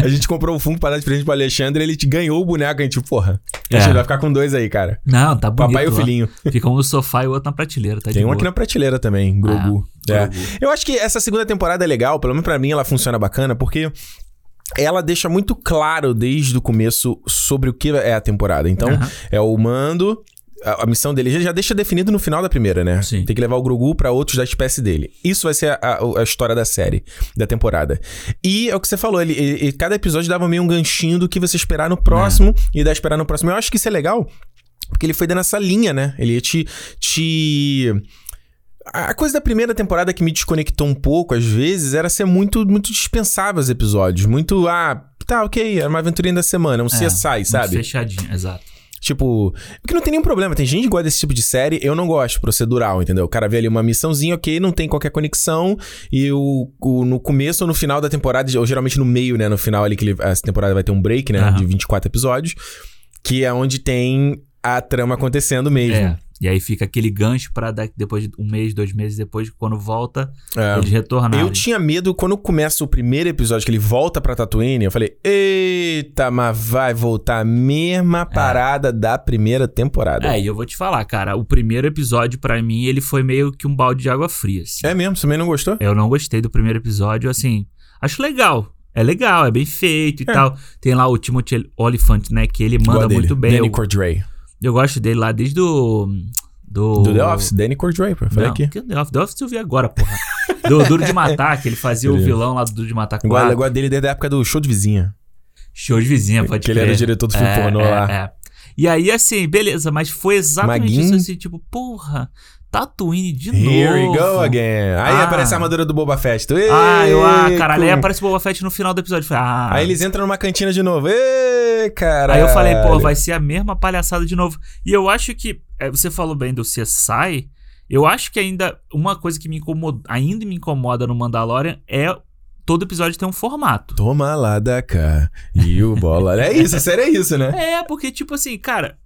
[SPEAKER 1] a gente comprou o Funko para dar de presente pro Alexandre, ele te ganhou o boneco, a gente, porra.
[SPEAKER 2] É.
[SPEAKER 1] Alexandre vai ficar com dois aí, cara.
[SPEAKER 2] Não, tá bonito.
[SPEAKER 1] Papai e o
[SPEAKER 2] lá.
[SPEAKER 1] filhinho.
[SPEAKER 2] Fica um no sofá e o outro na prateleira, tá
[SPEAKER 1] Tem
[SPEAKER 2] de
[SPEAKER 1] um
[SPEAKER 2] boa.
[SPEAKER 1] aqui na prateleira também, Grogu.
[SPEAKER 2] Ah,
[SPEAKER 1] É.
[SPEAKER 2] Grogu.
[SPEAKER 1] Eu acho que essa segunda temporada é legal, pelo menos pra mim ela funciona bacana, porque ela deixa muito claro desde o começo sobre o que é a temporada. Então,
[SPEAKER 2] Aham.
[SPEAKER 1] é o mando. A, a missão dele já- já deixa definido no final da primeira, né?
[SPEAKER 2] Sim.
[SPEAKER 1] Tem que levar o Grogu pra outros da espécie dele. Isso vai ser a, a- a história da série, da temporada. E é o que você falou, ele, ele- ele- cada episódio dava meio um ganchinho do que você esperar no próximo
[SPEAKER 2] É.
[SPEAKER 1] e da esperar no próximo. Eu acho que isso é legal, porque ele foi dando essa linha, né? Ele ia te. te... A a coisa da primeira temporada que me desconectou um pouco, às vezes, era ser muito muito dispensável os episódios. Muito, ah, tá, ok, era uma aventurinha da semana, um CSI,
[SPEAKER 2] É, Muito
[SPEAKER 1] sabe?
[SPEAKER 2] Fechadinho, exato.
[SPEAKER 1] Tipo, que não tem nenhum problema. Tem gente que gosta desse tipo de série, eu não gosto, procedural, entendeu? O cara vê ali uma missãozinha, ok, não tem qualquer conexão. E o, o- no começo ou no final da temporada, ou geralmente no meio, né? No final ali, que ele- essa temporada vai ter um break, né?
[SPEAKER 2] Aham.
[SPEAKER 1] De 24 episódios. Que é onde tem a trama acontecendo mesmo.
[SPEAKER 2] É. E aí fica aquele gancho pra daqui, depois de um mês, dois meses depois, quando volta,
[SPEAKER 1] É.
[SPEAKER 2] eles retornarem.
[SPEAKER 1] Eu tinha medo quando começa o primeiro episódio que ele volta pra Tatooine, eu falei: "Eita, mas vai voltar a mesma parada da primeira temporada".
[SPEAKER 2] É, e eu vou te falar, cara, o primeiro episódio pra mim, ele foi meio que um balde de água fria, assim.
[SPEAKER 1] É mesmo, você também não gostou?
[SPEAKER 2] Eu não gostei do primeiro episódio, assim, acho legal. É legal, é bem feito e
[SPEAKER 1] É.
[SPEAKER 2] tal. Tem lá o Timothy Oliphant, né, que ele manda
[SPEAKER 1] Gosto dele.
[SPEAKER 2] muito bem.
[SPEAKER 1] Danny
[SPEAKER 2] Eu,
[SPEAKER 1] Cordray.
[SPEAKER 2] eu gosto dele lá desde do do,
[SPEAKER 1] Do The Office, Danny Cordray, pô. Falei
[SPEAKER 2] Não,
[SPEAKER 1] aqui.
[SPEAKER 2] que é The Office, The Office eu vi agora, porra. do Duro de Matar, que ele fazia
[SPEAKER 1] (laughs)
[SPEAKER 2] o
[SPEAKER 1] Beleza.
[SPEAKER 2] vilão lá do Duro de Matar
[SPEAKER 1] Eu gosto,
[SPEAKER 2] 4.
[SPEAKER 1] eu gosto dele desde a época do show de vizinha.
[SPEAKER 2] Show de vizinha, pode
[SPEAKER 1] que ele era o
[SPEAKER 2] crer.
[SPEAKER 1] diretor do filme
[SPEAKER 2] É,
[SPEAKER 1] pornô
[SPEAKER 2] é,
[SPEAKER 1] lá.
[SPEAKER 2] é. E aí, assim, beleza, mas foi exatamente
[SPEAKER 1] Maguinho.
[SPEAKER 2] isso, assim, tipo, porra, Tatooine de novo.
[SPEAKER 1] Here we go again. Aí
[SPEAKER 2] Ah.
[SPEAKER 1] aparece a armadura do Boba Fett.
[SPEAKER 2] Ah, eu, ah,
[SPEAKER 1] Ê,
[SPEAKER 2] caralho,
[SPEAKER 1] cum.
[SPEAKER 2] aí aparece o Boba Fett no final do episódio. eu falei, ah.
[SPEAKER 1] Aí eles entram numa cantina de novo. Ê, caralho.
[SPEAKER 2] Aí eu falei, pô, vai ser a mesma palhaçada de novo. E eu acho que, é, você falou bem do CSI, eu acho que ainda, uma coisa que me incomoda, ainda me incomoda no Mandalorian é todo episódio tem um formato.
[SPEAKER 1] Toma lá da cá. E o bola. É isso, a série é isso, né?
[SPEAKER 2] É, porque, tipo assim, cara,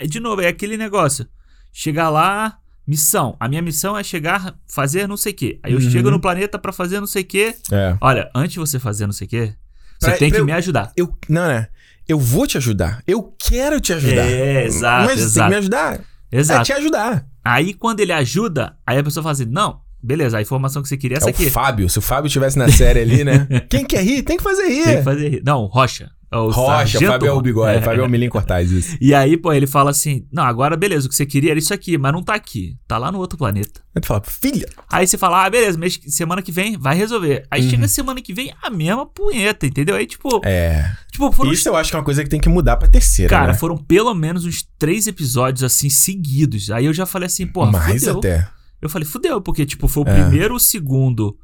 [SPEAKER 2] é, de novo, é aquele negócio. Chegar lá, missão. A minha missão é chegar, fazer não sei o quê. Aí eu
[SPEAKER 1] Uhum.
[SPEAKER 2] chego no planeta pra fazer não sei o quê.
[SPEAKER 1] É.
[SPEAKER 2] Olha, antes de você fazer não sei o quê, você
[SPEAKER 1] Pra-
[SPEAKER 2] tem
[SPEAKER 1] pra
[SPEAKER 2] que
[SPEAKER 1] eu-
[SPEAKER 2] me ajudar.
[SPEAKER 1] Eu, não, né? Eu vou te ajudar. Eu quero te ajudar.
[SPEAKER 2] É, exato,
[SPEAKER 1] Mas você tem que me
[SPEAKER 2] exato.
[SPEAKER 1] ajudar. É
[SPEAKER 2] Exato.
[SPEAKER 1] te ajudar.
[SPEAKER 2] Aí quando ele ajuda, aí a pessoa fala assim: não, beleza, a informação que você queria é
[SPEAKER 1] é
[SPEAKER 2] essa aqui.
[SPEAKER 1] o Fábio. Se o Fábio tivesse na série ali, né? Quem quer rir, tem que fazer rir.
[SPEAKER 2] Tem que fazer. rir. Não, Rocha. É o
[SPEAKER 1] Rocha,
[SPEAKER 2] sargento
[SPEAKER 1] Fábio é o
[SPEAKER 2] Rocha.
[SPEAKER 1] bigode,
[SPEAKER 2] É.
[SPEAKER 1] Fábio é o Milim Cortaz, isso.
[SPEAKER 2] E aí, pô, ele fala assim: não, agora beleza, o que você queria era isso aqui, mas não tá aqui. Tá lá no outro planeta.
[SPEAKER 1] Aí tu fala, filha,
[SPEAKER 2] Aí você fala, ah, beleza, mês- semana que vem vai resolver. Aí
[SPEAKER 1] Uhum.
[SPEAKER 2] chega semana que vem a mesma punheta, entendeu? Aí, tipo,
[SPEAKER 1] É.
[SPEAKER 2] tipo foram uns-
[SPEAKER 1] Isso eu acho que é uma coisa que tem que mudar pra terceira.
[SPEAKER 2] cara,
[SPEAKER 1] né?
[SPEAKER 2] foram pelo menos uns três episódios assim seguidos. Aí eu já falei assim, porra,
[SPEAKER 1] mais
[SPEAKER 2] fudeu.
[SPEAKER 1] até.
[SPEAKER 2] Eu falei, fudeu, porque, tipo, foi o
[SPEAKER 1] É.
[SPEAKER 2] primeiro, o segundo,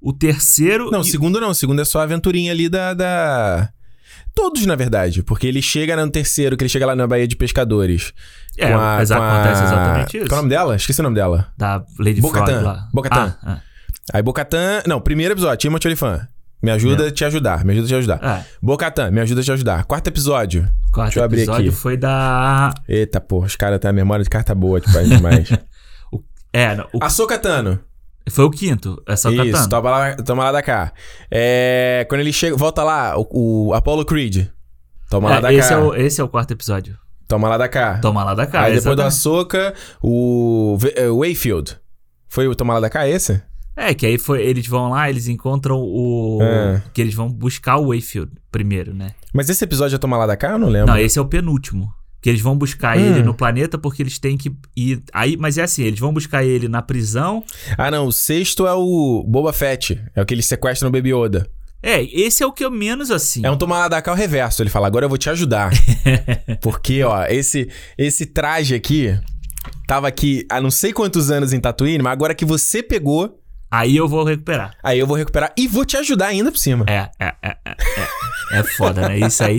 [SPEAKER 2] o terceiro.
[SPEAKER 1] Não,
[SPEAKER 2] e-
[SPEAKER 1] segundo não, segundo é só a aventurinha ali da, da- Todos, na verdade, porque ele chega no terceiro, que ele chega lá na Baía de Pescadores.
[SPEAKER 2] É,
[SPEAKER 1] com a,
[SPEAKER 2] mas
[SPEAKER 1] com a-
[SPEAKER 2] acontece exatamente isso.
[SPEAKER 1] Qual é o nome dela? Esqueci o nome dela.
[SPEAKER 2] Da Lady
[SPEAKER 1] Bo-Katan,
[SPEAKER 2] Frog lá.
[SPEAKER 1] Bo-Katan.
[SPEAKER 2] Ah,
[SPEAKER 1] Aí Bocatan. Não, primeiro episódio, Timothy Olifan. Me ajuda a te ajudar, me ajuda a te ajudar.
[SPEAKER 2] ah, é.
[SPEAKER 1] Bocatan, me ajuda a te ajudar. Quarto episódio.
[SPEAKER 2] Quarto
[SPEAKER 1] Deixa eu abrir
[SPEAKER 2] episódio
[SPEAKER 1] aqui.
[SPEAKER 2] foi da.
[SPEAKER 1] Eita, porra, os caras têm a memória de carta boa, tipo, aí
[SPEAKER 2] (laughs)
[SPEAKER 1] demais.
[SPEAKER 2] É, não, o-
[SPEAKER 1] Ahsoka Tano.
[SPEAKER 2] foi o quinto. É só
[SPEAKER 1] Ah. Isso,
[SPEAKER 2] Catano.
[SPEAKER 1] toma lá, toma lá da cá. É, quando ele chega, volta lá, o, o Apollo Creed. Toma lá da
[SPEAKER 2] É, esse,
[SPEAKER 1] cá.
[SPEAKER 2] é o, esse é o quarto episódio.
[SPEAKER 1] Toma lá da cá.
[SPEAKER 2] Toma lá da cá.
[SPEAKER 1] Aí depois do
[SPEAKER 2] exatamente.
[SPEAKER 1] Açúcar, o Ve- eh, Wayfield. Foi o Toma lá da cá esse?
[SPEAKER 2] É, que aí foi, eles vão lá, eles encontram o.
[SPEAKER 1] É.
[SPEAKER 2] Que eles vão buscar o Wayfield primeiro, né?
[SPEAKER 1] Mas esse episódio é Toma lá da cá? Eu não lembro.
[SPEAKER 2] Não, esse é o penúltimo. Que eles vão buscar
[SPEAKER 1] Hum.
[SPEAKER 2] ele no planeta porque eles têm que ir. Aí, mas é assim, eles vão buscar ele na prisão.
[SPEAKER 1] Ah, não. O sexto é o Boba Fett. É o que ele sequestra no Baby Yoda.
[SPEAKER 2] É, esse é o que eu menos assim.
[SPEAKER 1] É um Toma lá da cá ao reverso. Ele fala, agora eu vou te ajudar. Porque, ó, esse, esse traje aqui... Tava aqui há não sei quantos anos em Tatooine, mas agora que você pegou,
[SPEAKER 2] Aí eu vou recuperar.
[SPEAKER 1] aí eu vou recuperar e vou te ajudar ainda por cima.
[SPEAKER 2] É, é, é, é, é. É foda, né? Isso
[SPEAKER 1] (laughs)
[SPEAKER 2] aí.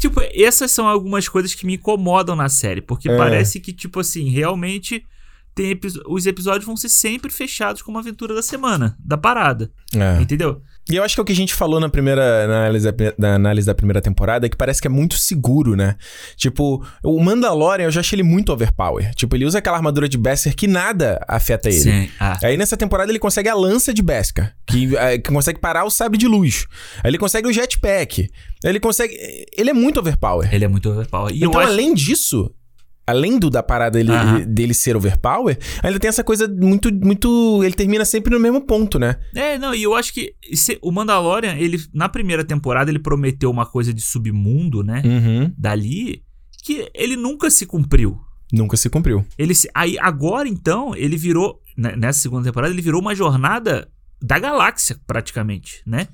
[SPEAKER 2] Tipo, essas são algumas coisas que me incomodam na série, porque
[SPEAKER 1] É.
[SPEAKER 2] parece que, tipo assim, realmente tem episo- os episódios vão ser sempre fechados com uma aventura da semana, da parada.
[SPEAKER 1] É.
[SPEAKER 2] Entendeu?
[SPEAKER 1] E eu acho que o que a gente falou na primeira na análise, da- na análise da primeira temporada é que parece que é muito seguro, né? Tipo, o Mandalorian eu já achei ele muito overpower. Tipo, ele usa aquela armadura de Beskar que nada afeta ele.
[SPEAKER 2] Sim. Ah,
[SPEAKER 1] Aí nessa temporada ele consegue a lança de Beskar, que, eh, que consegue parar o sabre de luz. Aí ele consegue o jetpack. Aí Ele consegue. Ele é muito overpower.
[SPEAKER 2] ele é muito overpower. E eu
[SPEAKER 1] então,
[SPEAKER 2] acho.
[SPEAKER 1] além disso, além do da parada ele-
[SPEAKER 2] Aham.
[SPEAKER 1] dele ser overpower, ainda tem essa coisa muito, muito. Ele termina sempre no mesmo ponto, né?
[SPEAKER 2] É, não, e eu acho que se- o Mandalorian, ele, na primeira temporada, ele prometeu uma coisa de submundo, né?
[SPEAKER 1] Uhum.
[SPEAKER 2] Dali, que ele nunca se cumpriu.
[SPEAKER 1] Nunca se cumpriu.
[SPEAKER 2] Ele se- aí agora então ele virou né, nessa segunda temporada ele virou uma jornada da galáxia praticamente, né?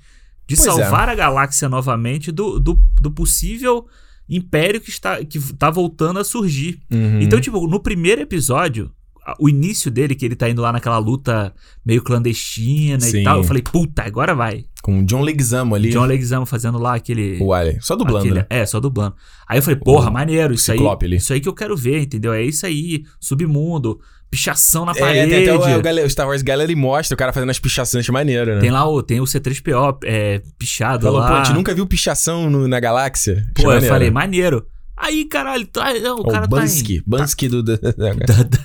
[SPEAKER 2] De
[SPEAKER 1] Pois é.
[SPEAKER 2] salvar a galáxia novamente do, do, do possível império que está que tá voltando a surgir.
[SPEAKER 1] Uhum.
[SPEAKER 2] Então tipo no primeiro episódio a- o início dele, que ele tá indo lá naquela luta meio clandestina
[SPEAKER 1] Sim.
[SPEAKER 2] e tal. Eu falei, puta, agora vai.
[SPEAKER 1] Com o John Leguizamo ali.
[SPEAKER 2] John Leguizamo fazendo lá aquele.
[SPEAKER 1] O Alien. Só dublando,
[SPEAKER 2] Aquele-
[SPEAKER 1] né?
[SPEAKER 2] É, só dublando. Aí eu falei, porra,
[SPEAKER 1] O
[SPEAKER 2] maneiro, isso aí.
[SPEAKER 1] Ciclope ali.
[SPEAKER 2] Isso aí que eu quero ver, entendeu? É isso aí, submundo, pichação na
[SPEAKER 1] É,
[SPEAKER 2] parede.
[SPEAKER 1] tem
[SPEAKER 2] Tem,
[SPEAKER 1] até o, o Gal- o Star Wars Gallery mostra o cara fazendo as pichações de maneiro, né?
[SPEAKER 2] lá o, tem o C3PO é, pichado
[SPEAKER 1] Falou, pô, a
[SPEAKER 2] lá.
[SPEAKER 1] gente nunca né, viu pichação no- na galáxia. Achei
[SPEAKER 2] Pô, eu
[SPEAKER 1] maneiro.
[SPEAKER 2] falei, maneiro. Aí, caralho, tá, o
[SPEAKER 1] Ó,
[SPEAKER 2] cara
[SPEAKER 1] É o
[SPEAKER 2] tá em- (laughs)
[SPEAKER 1] Bansky. Bansky do. (laughs) do-
[SPEAKER 2] tá-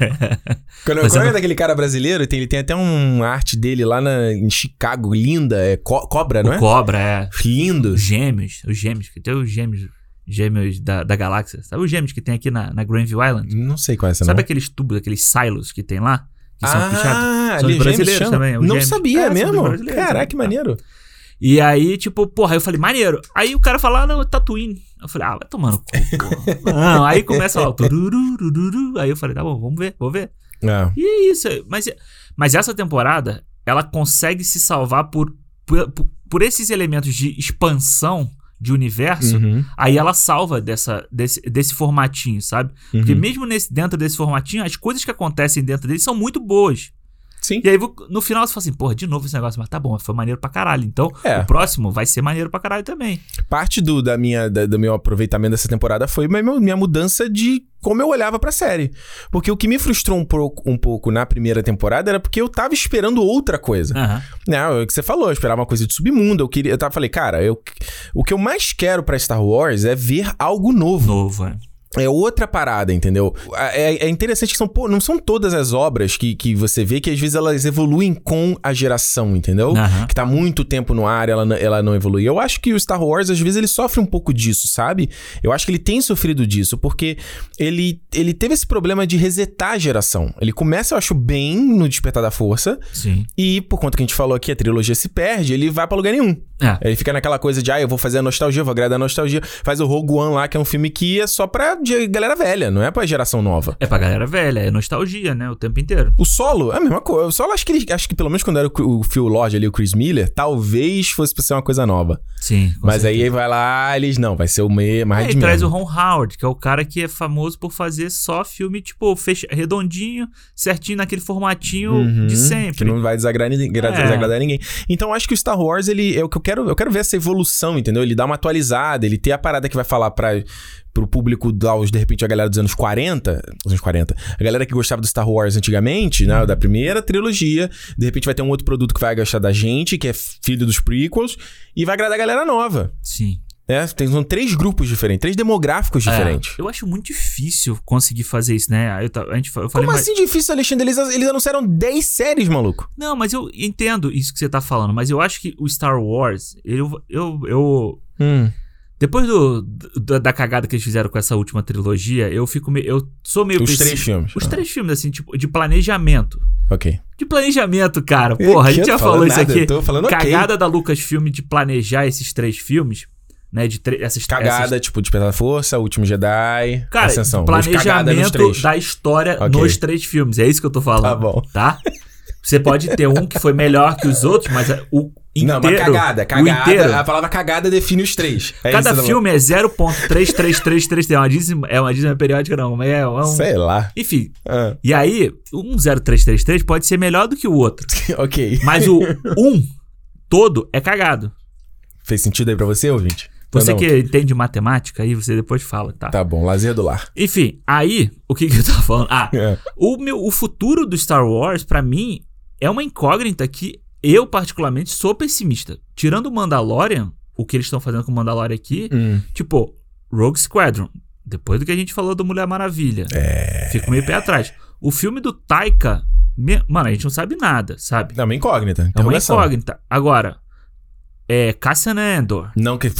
[SPEAKER 1] Quando,
[SPEAKER 2] Fazendo-
[SPEAKER 1] quando é daquele cara brasileiro, tem- ele tem até uma arte dele lá na- em Chicago, linda. É co- cobra, não
[SPEAKER 2] o
[SPEAKER 1] é?
[SPEAKER 2] cobra, é.
[SPEAKER 1] Lindo.
[SPEAKER 2] Os gêmeos, os gêmeos, que tem os gêmeos, gêmeos da, da galáxia. Sabe os gêmeos que tem aqui na, na Granville Island?
[SPEAKER 1] Não sei qual é essa
[SPEAKER 2] Sabe
[SPEAKER 1] não.
[SPEAKER 2] aqueles tubos, aqueles silos que tem lá? Que são pichados?
[SPEAKER 1] ah,
[SPEAKER 2] São
[SPEAKER 1] ali,
[SPEAKER 2] os brasileiros
[SPEAKER 1] chama.
[SPEAKER 2] também, os
[SPEAKER 1] Não
[SPEAKER 2] gêmeos. É,
[SPEAKER 1] sabia
[SPEAKER 2] são dos
[SPEAKER 1] mesmo?
[SPEAKER 2] brasileiros,
[SPEAKER 1] Caraca,
[SPEAKER 2] né?
[SPEAKER 1] que maneiro.
[SPEAKER 2] E aí, tipo, porra, aí eu falei, maneiro. Aí o cara fala, ah, não, é Tatooine. Eu falei, ah, vai
[SPEAKER 1] (laughs)
[SPEAKER 2] tomando cu, porra. Não, aí começa lá, o tururu, tururu. Aí eu falei, tá bom, vamos ver, vamos ver.
[SPEAKER 1] É.
[SPEAKER 2] E é isso. Mas, mas essa temporada, ela consegue se salvar por, por, por esses elementos de expansão de universo.
[SPEAKER 1] Uhum,
[SPEAKER 2] Aí ela salva dessa, desse, desse formatinho, sabe? Porque
[SPEAKER 1] uhum.
[SPEAKER 2] mesmo nesse, dentro desse formatinho, as coisas que acontecem dentro dele são muito boas.
[SPEAKER 1] Sim.
[SPEAKER 2] E aí, vo- no final, você fala assim, porra, de novo esse negócio, mas tá bom, foi maneiro pra caralho. Então,
[SPEAKER 1] É.
[SPEAKER 2] o próximo vai ser maneiro pra caralho também.
[SPEAKER 1] parte do, da minha, da- do meu aproveitamento dessa temporada foi minha, minha mudança de como eu olhava pra série. Porque o que me frustrou um pouco, um pouco na primeira temporada era porque eu tava esperando outra coisa.
[SPEAKER 2] Aham.
[SPEAKER 1] Né, é o que você falou, eu esperava uma coisa de submundo. Eu queria. Eu tava, falei, cara, eu, o que eu mais quero pra Star Wars é ver algo novo.
[SPEAKER 2] Novo, é.
[SPEAKER 1] É outra parada, entendeu? É, é interessante que são, pô, não são todas as obras que, que você vê que às vezes elas evoluem com a geração, entendeu?
[SPEAKER 2] Aham.
[SPEAKER 1] que tá muito tempo no ar, ela, n- ela não evoluiu. Eu acho que o Star Wars, às vezes, ele sofre um pouco disso, sabe? Eu acho que ele tem sofrido disso, porque ele, ele teve esse problema de resetar a geração. Ele começa, eu acho, bem no Despertar da Força,
[SPEAKER 2] Sim.
[SPEAKER 1] e por conta que a gente falou aqui, a trilogia se perde, ele vai pra lugar nenhum.
[SPEAKER 2] É.
[SPEAKER 1] Ele fica naquela coisa de, ah, eu vou fazer a nostalgia, vou agradar a nostalgia. Faz o Rogue One lá, que é um filme que é só pra de- galera velha, não é pra geração nova.
[SPEAKER 2] É pra galera velha, é nostalgia, né? O tempo inteiro.
[SPEAKER 1] O solo é a mesma coisa. O solo, acho que, ele- acho que pelo menos quando era o Cri- o Phil Lord ali, o Chris Miller, talvez fosse pra ser uma coisa nova.
[SPEAKER 2] Sim. com
[SPEAKER 1] Mas
[SPEAKER 2] certeza.
[SPEAKER 1] aí vai lá, eles não, vai ser o me, mais
[SPEAKER 2] É,
[SPEAKER 1] de
[SPEAKER 2] e traz
[SPEAKER 1] menos.
[SPEAKER 2] o Ron Howard, que é o cara que é famoso por fazer só filme, tipo, fecha, redondinho, certinho, naquele formatinho
[SPEAKER 1] Uhum,
[SPEAKER 2] de
[SPEAKER 1] Que
[SPEAKER 2] sempre.
[SPEAKER 1] não vai desagradar, ninguém- gra-
[SPEAKER 2] É.
[SPEAKER 1] desagradar ninguém. Então acho que o Star Wars, ele. É o que eu quero. Eu quero ver essa evolução, entendeu? Ele dá uma atualizada, ele ter a parada que vai falar para pro público da, os- de repente, a galera dos anos 40. Os anos 40. A galera que gostava do Star Wars antigamente,
[SPEAKER 2] Uhum.
[SPEAKER 1] né? Da primeira trilogia. De repente vai ter um outro produto que vai agachar da gente, que é filho dos prequels, e vai agradar a galera nova.
[SPEAKER 2] Sim.
[SPEAKER 1] Né? Tem, são três grupos diferentes, três demográficos diferentes.
[SPEAKER 2] É, eu acho muito difícil conseguir fazer isso, né? Aí Eu, ta- a gente, fa- eu falei,
[SPEAKER 1] Como
[SPEAKER 2] mas-
[SPEAKER 1] assim difícil, Alexandre? Eles, eles anunciaram 10 séries, maluco.
[SPEAKER 2] Não, mas eu entendo isso que você tá falando, mas eu acho que o Star Wars, eu, eu, eu Depois do, do- da cagada que eles fizeram com essa última trilogia, eu fico meio. Eu sou meio
[SPEAKER 1] Os
[SPEAKER 2] pessi-
[SPEAKER 1] três filmes. tá.
[SPEAKER 2] Os três filmes, assim, tipo, de planejamento.
[SPEAKER 1] Ok.
[SPEAKER 2] De planejamento, cara. Porra, a gente
[SPEAKER 1] Que eu
[SPEAKER 2] já
[SPEAKER 1] tô falando
[SPEAKER 2] falou isso
[SPEAKER 1] nada,
[SPEAKER 2] aqui.
[SPEAKER 1] eu Tô falando ok.
[SPEAKER 2] Cagada da Lucasfilm de planejar esses três filmes, né? De tre- essas
[SPEAKER 1] Cagada,
[SPEAKER 2] essas-
[SPEAKER 1] tipo, Despertar da Força, Último Jedi,
[SPEAKER 2] Cara,
[SPEAKER 1] Ascensão.
[SPEAKER 2] de
[SPEAKER 1] Mas cagada é nos
[SPEAKER 2] planejamento
[SPEAKER 1] três.
[SPEAKER 2] da história
[SPEAKER 1] Ok.
[SPEAKER 2] nos três filmes. É isso que eu tô falando.
[SPEAKER 1] Tá bom.
[SPEAKER 2] Tá? Você pode ter um que foi melhor que os outros, mas é o inteiro.
[SPEAKER 1] Não, mas cagada,
[SPEAKER 2] o inteiro.
[SPEAKER 1] cagada. A palavra cagada define os três. É
[SPEAKER 2] Cada
[SPEAKER 1] isso, tá bom?
[SPEAKER 2] filme é 0.3333. É uma dízima, é uma dízima periódica, não. mas É, é um...
[SPEAKER 1] Sei lá.
[SPEAKER 2] Enfim.
[SPEAKER 1] Ah, (laughs)
[SPEAKER 2] E aí, um 0333 pode ser melhor do que o outro.
[SPEAKER 1] ok. (laughs)
[SPEAKER 2] Mas o um todo é cagado.
[SPEAKER 1] Fez sentido aí pra você, ouvinte? Ou
[SPEAKER 2] Você
[SPEAKER 1] não?
[SPEAKER 2] que entende matemática, aí você depois fala, tá?
[SPEAKER 1] Tá bom, lazer do lar.
[SPEAKER 2] Enfim, aí, o que, que eu tava falando? Ah,
[SPEAKER 1] É.
[SPEAKER 2] o, meu, o futuro do Star Wars, pra mim, é uma incógnita que eu, particularmente, sou pessimista. Tirando o Mandalorian, o que eles estão fazendo com o
[SPEAKER 1] (laughs)
[SPEAKER 2] Mandalorian aqui,
[SPEAKER 1] Hum.
[SPEAKER 2] tipo, Rogue Squadron. Depois do que a gente falou do Mulher Maravilha. É. Fico meio pé atrás. O filme do Taika, me- mano, a gente não sabe nada, sabe?
[SPEAKER 1] É uma incógnita.
[SPEAKER 2] É uma
[SPEAKER 1] interrogação.
[SPEAKER 2] incógnita. Agora, é Cassian Andor.
[SPEAKER 1] Não que.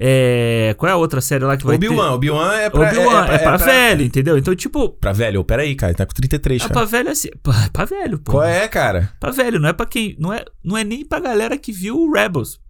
[SPEAKER 2] É. Qual é a outra série lá que vai ter?
[SPEAKER 1] Obi-Wan. Obi-Wan é pra.
[SPEAKER 2] Obi-Wan. É, pra
[SPEAKER 1] pra-
[SPEAKER 2] velho, entendeu? Então, tipo,
[SPEAKER 1] Pra velho? Peraí, cara. Tá com 33,
[SPEAKER 2] é
[SPEAKER 1] cara.
[SPEAKER 2] pra velho assim. Pra, pra velho, pô.
[SPEAKER 1] Qual é, cara?
[SPEAKER 2] Pra velho, não é pra quem. Não é, não é nem pra galera que viu o Rebels.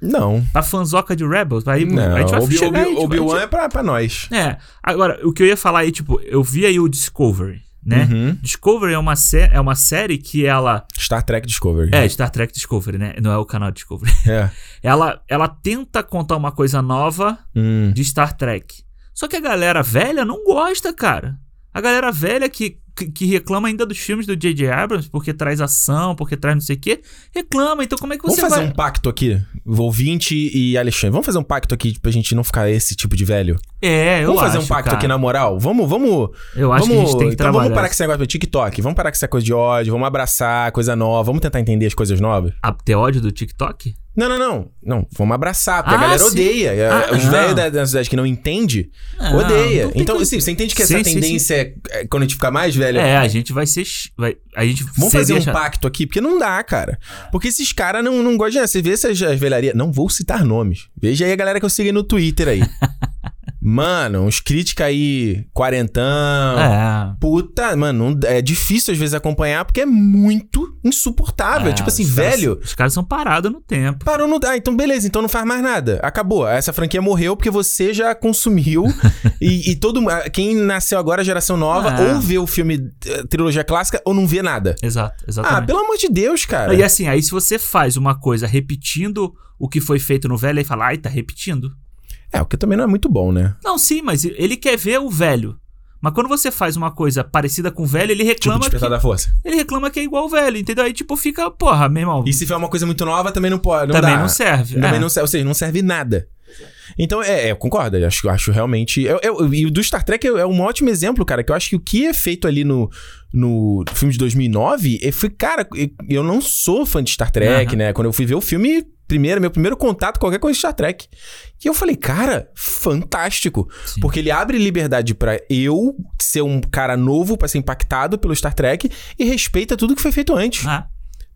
[SPEAKER 1] Não.
[SPEAKER 2] Pra fanzoca de Rebels. Aí,
[SPEAKER 1] Não.
[SPEAKER 2] a gente vai
[SPEAKER 1] Obi-
[SPEAKER 2] chegar aí,
[SPEAKER 1] Obi-
[SPEAKER 2] tipo, a gente-
[SPEAKER 1] Obi-Wan é pra, pra nós.
[SPEAKER 2] É. Agora, o que eu ia falar aí, tipo, eu vi aí o Discovery, né?
[SPEAKER 1] Uhum.
[SPEAKER 2] Discovery é uma, sé- é uma série que ela.
[SPEAKER 1] Star Trek Discovery.
[SPEAKER 2] É, Star Trek Discovery, né? Não é o canal Discovery.
[SPEAKER 1] (laughs)
[SPEAKER 2] (laughs)
[SPEAKER 1] É.
[SPEAKER 2] Ela, ela tenta contar uma coisa nova
[SPEAKER 1] Hum.
[SPEAKER 2] de Star Trek. Só que a galera velha não gosta, cara. A galera velha que, que, que reclama ainda dos filmes do J.J. Abrams, porque traz ação, porque traz não sei o quê, reclama. Então como é que
[SPEAKER 1] Vamos
[SPEAKER 2] você
[SPEAKER 1] fazer
[SPEAKER 2] vai...
[SPEAKER 1] um pacto aqui, ouvinte e Alexandre. Vamos fazer um pacto aqui pra gente não ficar esse tipo de velho?
[SPEAKER 2] É, eu
[SPEAKER 1] vamos fazer
[SPEAKER 2] acho,
[SPEAKER 1] um pacto
[SPEAKER 2] cara.
[SPEAKER 1] aqui na moral? Vamos, vamos.
[SPEAKER 2] Eu
[SPEAKER 1] vamos,
[SPEAKER 2] acho que a gente tem que
[SPEAKER 1] então
[SPEAKER 2] trabalhar.
[SPEAKER 1] vamos parar com esse negócio do TikTok. Vamos parar com essa coisa de ódio, vamos abraçar coisa nova, vamos tentar entender as coisas novas.
[SPEAKER 2] Ah, ter ódio do TikTok?
[SPEAKER 1] Não, não, não. Não, vamos abraçar, porque
[SPEAKER 2] Ah,
[SPEAKER 1] a galera
[SPEAKER 2] sim.
[SPEAKER 1] odeia. É,
[SPEAKER 2] Ah,
[SPEAKER 1] Os
[SPEAKER 2] não.
[SPEAKER 1] velhos da, da cidade que não entende,
[SPEAKER 2] Não,
[SPEAKER 1] odeia.
[SPEAKER 2] Ah, não tem
[SPEAKER 1] Então,
[SPEAKER 2] como-
[SPEAKER 1] assim, você entende que essa
[SPEAKER 2] Sim, sim,
[SPEAKER 1] tendência é é quando a gente ficar mais velho,
[SPEAKER 2] É, a gente vai ser... ch- Vai... A gente
[SPEAKER 1] Vamos
[SPEAKER 2] seria
[SPEAKER 1] fazer um
[SPEAKER 2] chato.
[SPEAKER 1] pacto aqui, porque não dá, cara. Porque esses caras não, não gostam de. Você vê essas as velharias. Não vou citar nomes. Veja aí a galera que eu sigo no Twitter
[SPEAKER 2] (laughs)
[SPEAKER 1] aí. mano, uns críticos aí, quarentão.
[SPEAKER 2] É.
[SPEAKER 1] Puta, mano, não- é difícil às vezes acompanhar porque é muito insuportável.
[SPEAKER 2] É,
[SPEAKER 1] tipo assim,
[SPEAKER 2] os caras-
[SPEAKER 1] velho,
[SPEAKER 2] os caras são parados no tempo.
[SPEAKER 1] parou, não dá. Então, beleza, então não faz mais nada. Acabou. Essa franquia morreu porque você já
[SPEAKER 2] (laughs)
[SPEAKER 1] consumiu. e, e todo mu- Quem nasceu agora, geração nova,
[SPEAKER 2] É.
[SPEAKER 1] ou vê o filme eh, trilogia clássica ou não vê nada.
[SPEAKER 2] Exato,
[SPEAKER 1] Ah,
[SPEAKER 2] exatamente.
[SPEAKER 1] pelo amor de Deus, cara.
[SPEAKER 2] E assim, aí se você faz uma coisa repetindo o que foi feito no velho, aí fala, ai, tá repetindo.
[SPEAKER 1] É, o que também não é muito bom, né?
[SPEAKER 2] Não, sim, mas ele quer ver o velho. Mas quando você faz uma coisa parecida com o velho, ele
[SPEAKER 1] Tipo,
[SPEAKER 2] reclama,
[SPEAKER 1] despertar
[SPEAKER 2] que,
[SPEAKER 1] da força.
[SPEAKER 2] ele reclama que é igual o velho, entendeu? Aí, tipo, fica, porra, meu irmão,
[SPEAKER 1] E se for uma coisa muito nova, também não pode. Não
[SPEAKER 2] também
[SPEAKER 1] dá.
[SPEAKER 2] não serve.
[SPEAKER 1] Também
[SPEAKER 2] É.
[SPEAKER 1] não serve. Ou seja, não serve nada. Então, é, é, eu concordo. Eu acho, eu acho realmente. eu- eu- e o do Star Trek é, é um ótimo exemplo, cara. Que eu acho que o que é feito ali no, no filme de 2009 é, foi, cara, eu- eu não sou fã de Star Trek,
[SPEAKER 2] Aham.
[SPEAKER 1] né? Quando eu fui ver o filme. Primeiro, meu primeiro contato com qualquer coisa de Star Trek. E eu falei, cara, fantástico.
[SPEAKER 2] Sim.
[SPEAKER 1] Porque ele abre liberdade pra eu ser um cara novo, pra ser impactado pelo Star Trek e respeita tudo que foi feito antes.
[SPEAKER 2] Ah,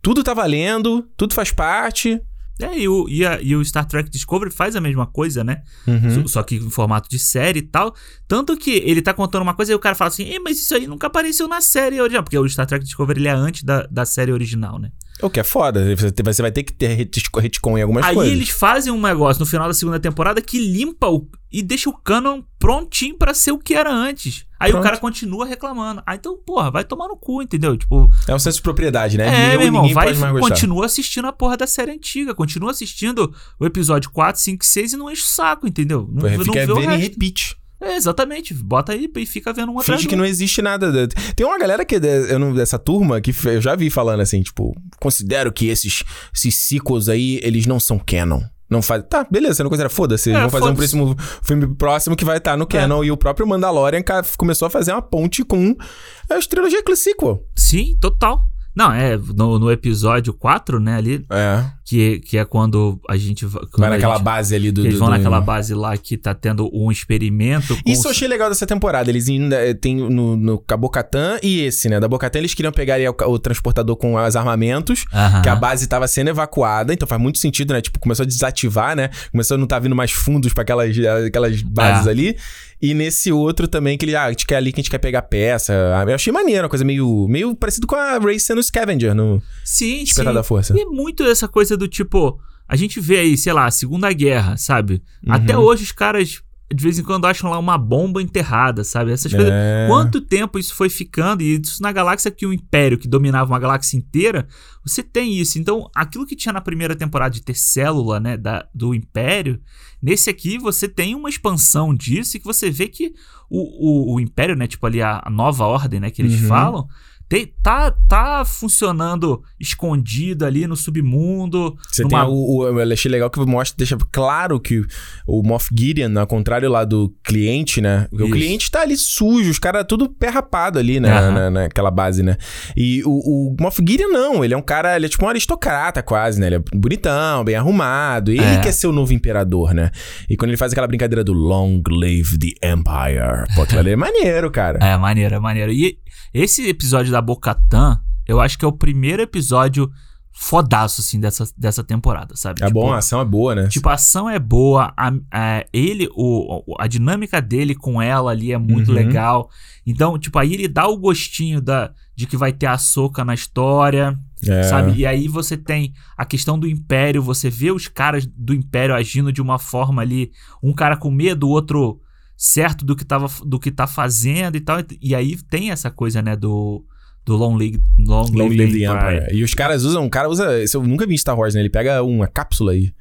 [SPEAKER 1] Tudo tá valendo, tudo faz parte.
[SPEAKER 2] é, e, o, e, a- e o Star Trek Discovery faz a mesma coisa, né?
[SPEAKER 1] Uhum.
[SPEAKER 2] Só- Só que em formato de série e tal. Tanto que ele tá contando uma coisa e o cara fala assim, "Ih, mas isso aí nunca apareceu na série original. Porque o Star Trek Discovery ele é antes da, da série original, né?
[SPEAKER 1] O que é foda, você te- você vai ter que ter retisco- retcon em algumas
[SPEAKER 2] aí
[SPEAKER 1] coisas.
[SPEAKER 2] eles fazem um negócio no final da segunda temporada que limpa o, e deixa o canon prontinho pra ser o que era antes. Aí
[SPEAKER 1] Pronto.
[SPEAKER 2] o cara continua reclamando. Ah, então, porra, vai tomar no cu, entendeu? Tipo,
[SPEAKER 1] É um senso de propriedade, né?
[SPEAKER 2] é,
[SPEAKER 1] Ninguém-
[SPEAKER 2] meu irmão,
[SPEAKER 1] ninguém
[SPEAKER 2] vai
[SPEAKER 1] pode mais gostar.
[SPEAKER 2] continua assistindo a porra da série antiga, continua assistindo o episódio 4, 5, 6 e não enche o saco, entendeu? Não, não
[SPEAKER 1] Fica
[SPEAKER 2] vê o
[SPEAKER 1] vendo e
[SPEAKER 2] resto.
[SPEAKER 1] repeat.
[SPEAKER 2] É, exatamente. Bota aí e fica vendo um atrás
[SPEAKER 1] Finge
[SPEAKER 2] do
[SPEAKER 1] que não existe nada. Tem uma galera que é de- eu não- dessa turma que fe- eu já vi falando assim, tipo, considero que esses, esses sequels aí, eles não são canon. Não faz. Tá, beleza, você não considera foda-se. Eles
[SPEAKER 2] É,
[SPEAKER 1] vão fazer um
[SPEAKER 2] foda-se. É.
[SPEAKER 1] próximo filme próximo que vai estar no canon. E o próprio Mandalorian ca- começou a fazer uma ponte com as trilogias sequel.
[SPEAKER 2] Sim, total. Não, é, no, no episódio 4, né, ali,
[SPEAKER 1] É.
[SPEAKER 2] Que, que é quando a gente va- quando
[SPEAKER 1] Vai
[SPEAKER 2] a
[SPEAKER 1] naquela
[SPEAKER 2] gente-
[SPEAKER 1] base ali do.
[SPEAKER 2] que eles
[SPEAKER 1] do-
[SPEAKER 2] vão
[SPEAKER 1] do-
[SPEAKER 2] naquela base lá que tá tendo um experimento. com
[SPEAKER 1] Isso eu achei legal dessa temporada. Eles ainda eh, tem no, no Cabocatã e esse, né? Da Bocatã eles queriam pegar ali o, ca- o transportador com os armamentos.
[SPEAKER 2] Aham.
[SPEAKER 1] Que a base tava sendo evacuada, então faz muito sentido, né? Tipo, começou a desativar, né? Começou a não tá vindo mais fundos pra aquelas, eh, aquelas bases
[SPEAKER 2] É.
[SPEAKER 1] ali. E nesse outro também, que ele, ah, a gente quer ali que a gente quer pegar peça. Ah, Eu achei maneiro, uma coisa meio, meio parecido com a Ray sendo scavenger no
[SPEAKER 2] Sim, sim.
[SPEAKER 1] Despertar da Força.
[SPEAKER 2] E é muito essa coisa do tipo, a gente vê aí, sei lá, a Segunda Guerra, sabe?
[SPEAKER 1] Uhum.
[SPEAKER 2] Até hoje os caras de vez em quando acham lá uma bomba enterrada, sabe? Essas coisas.
[SPEAKER 1] É.
[SPEAKER 2] Quanto tempo isso foi ficando? E isso na galáxia que o Império, que dominava uma galáxia inteira, você tem isso. Então, aquilo que tinha na primeira temporada de ter célula, né, da- do Império, nesse aqui você tem uma expansão disso e que você vê que o, o, o Império, né, tipo ali a, a nova ordem, né, que eles
[SPEAKER 1] Uhum.
[SPEAKER 2] falam, tem- tá, tá funcionando escondido ali no submundo.
[SPEAKER 1] Você
[SPEAKER 2] numa-
[SPEAKER 1] tem o, o- eu achei legal que mostra, deixa claro que o Moff Gideon, ao contrário lá do cliente, né? O
[SPEAKER 2] Isso.
[SPEAKER 1] cliente tá ali sujo, os caras tudo pé rapado ali né,
[SPEAKER 2] Aham.
[SPEAKER 1] na, naquela base, né? E o, o Moff Gideon não, ele é um cara, ele é tipo um aristocrata quase, né? Ele é bonitão, bem arrumado, ele
[SPEAKER 2] É.
[SPEAKER 1] quer ser o novo imperador, né? E quando ele faz aquela brincadeira do Long Live the Empire, pô, aquilo ali é maneiro, cara.
[SPEAKER 2] É, maneiro, é maneiro. E esse episódio da Bocatã, eu acho que é o primeiro episódio fodaço, assim, dessa, dessa temporada, sabe?
[SPEAKER 1] É
[SPEAKER 2] Tipo,
[SPEAKER 1] bom, a ação é boa, né?
[SPEAKER 2] Tipo, a ação é boa, a, a- ele, o, o- a dinâmica dele com ela ali é muito
[SPEAKER 1] Uhum.
[SPEAKER 2] legal. Então, tipo, aí ele dá o gostinho da, de que vai ter a soca na história,
[SPEAKER 1] É.
[SPEAKER 2] sabe? E aí você tem a questão do império, você vê os caras do império agindo de uma forma ali, um cara com medo, o outro certo do que, tava, do que tá fazendo e tal. E aí tem essa coisa, né, do, do Long League. Long,
[SPEAKER 1] Long
[SPEAKER 2] Live
[SPEAKER 1] Live the Empire. E os caras usam, um cara usa. Isso eu nunca vi em Star Wars, né? Ele pega uma cápsula e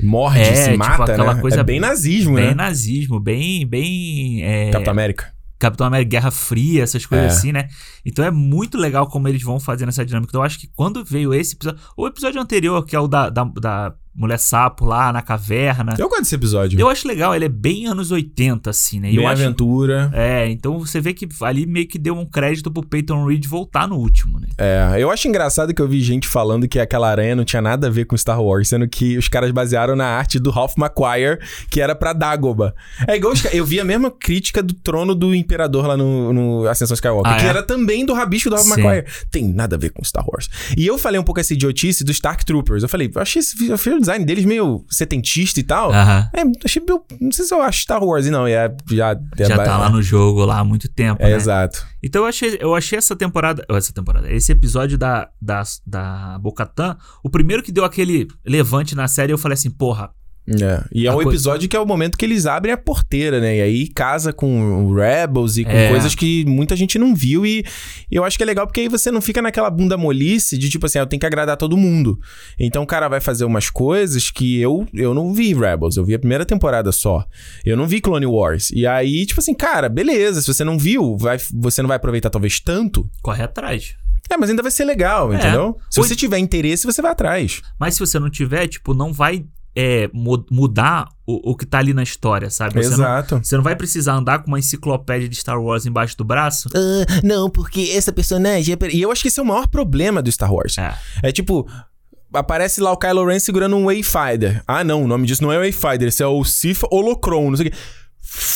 [SPEAKER 1] morde,
[SPEAKER 2] É,
[SPEAKER 1] se
[SPEAKER 2] tipo,
[SPEAKER 1] mata,
[SPEAKER 2] aquela
[SPEAKER 1] né?
[SPEAKER 2] coisa
[SPEAKER 1] é bem nazismo,
[SPEAKER 2] Bem
[SPEAKER 1] né?
[SPEAKER 2] nazismo, bem, bem. é,
[SPEAKER 1] Capitão América.
[SPEAKER 2] Capitão América, Guerra Fria, essas coisas
[SPEAKER 1] É.
[SPEAKER 2] assim, né? Então é muito legal como eles vão fazendo essa dinâmica. Então eu acho que quando veio esse episódio. O episódio anterior, que é o da, da, da mulher sapo lá na caverna.
[SPEAKER 1] Eu gosto desse episódio.
[SPEAKER 2] Eu acho legal, ele é bem anos 80, assim, né? E
[SPEAKER 1] bem
[SPEAKER 2] eu acho.
[SPEAKER 1] aventura.
[SPEAKER 2] É, então você vê que ali meio que deu um crédito pro Peyton Reed voltar no último, né?
[SPEAKER 1] É, eu acho engraçado que eu vi gente falando que aquela aranha não tinha nada a ver com Star Wars, sendo que os caras basearam na arte do Ralph McQuire, que era pra Dagoba. É igual os ca- Eu vi a mesma crítica do trono do Imperador lá no, no Ascensão Skywalker,
[SPEAKER 2] Ah,
[SPEAKER 1] que
[SPEAKER 2] é?
[SPEAKER 1] era também do rabicho do Ralph
[SPEAKER 2] Sim.
[SPEAKER 1] McQuire. Tem nada a ver com Star Wars. E eu falei um pouco essa idiotice dos Stark Troopers. Eu falei, eu achei, esse, eu achei o design deles meio setentista e tal.
[SPEAKER 2] Aham.
[SPEAKER 1] É, achei meio, não sei se eu acho Star Wars, não. É, já, é
[SPEAKER 2] Já
[SPEAKER 1] ba-
[SPEAKER 2] tá lá no jogo lá há muito tempo,
[SPEAKER 1] É,
[SPEAKER 2] né?
[SPEAKER 1] exato.
[SPEAKER 2] Então eu achei, eu achei essa temporada. oh, Essa temporada, esse episódio da, da, da Bocatã, o primeiro que deu aquele levante na série, eu falei assim, porra,
[SPEAKER 1] É, E é
[SPEAKER 2] A
[SPEAKER 1] um
[SPEAKER 2] coi-
[SPEAKER 1] episódio que é o momento que eles abrem a porteira, né? E aí casa com o Rebels e com
[SPEAKER 2] É.
[SPEAKER 1] coisas que muita gente não viu. E eu acho que é legal porque aí você não fica naquela bunda molice de tipo assim, ah, eu tenho que agradar todo mundo. Então o cara vai fazer umas coisas que eu, eu não vi Rebels. Eu vi a primeira temporada só. Eu não vi Clone Wars. E aí, tipo assim, cara, beleza. Se você não viu, vai, você não vai aproveitar talvez tanto.
[SPEAKER 2] corre atrás.
[SPEAKER 1] É, mas ainda vai ser legal,
[SPEAKER 2] É.
[SPEAKER 1] entendeu? Se
[SPEAKER 2] O-
[SPEAKER 1] você tiver interesse, você vai atrás.
[SPEAKER 2] Mas se você não tiver, tipo, não vai é, mu- mudar o, o que tá ali na história, sabe? Você não,
[SPEAKER 1] Exato.
[SPEAKER 2] você não vai precisar andar com uma enciclopédia de Star Wars embaixo do braço.
[SPEAKER 1] Ah, não, porque essa personagem. é per- E eu acho que esse é o maior problema do Star Wars.
[SPEAKER 2] É.
[SPEAKER 1] É tipo. Aparece lá o Kylo Ren segurando um Wayfinder. Ah, não, o nome disso não é Wayfinder, esse é o Sif Holocron, não sei o quê.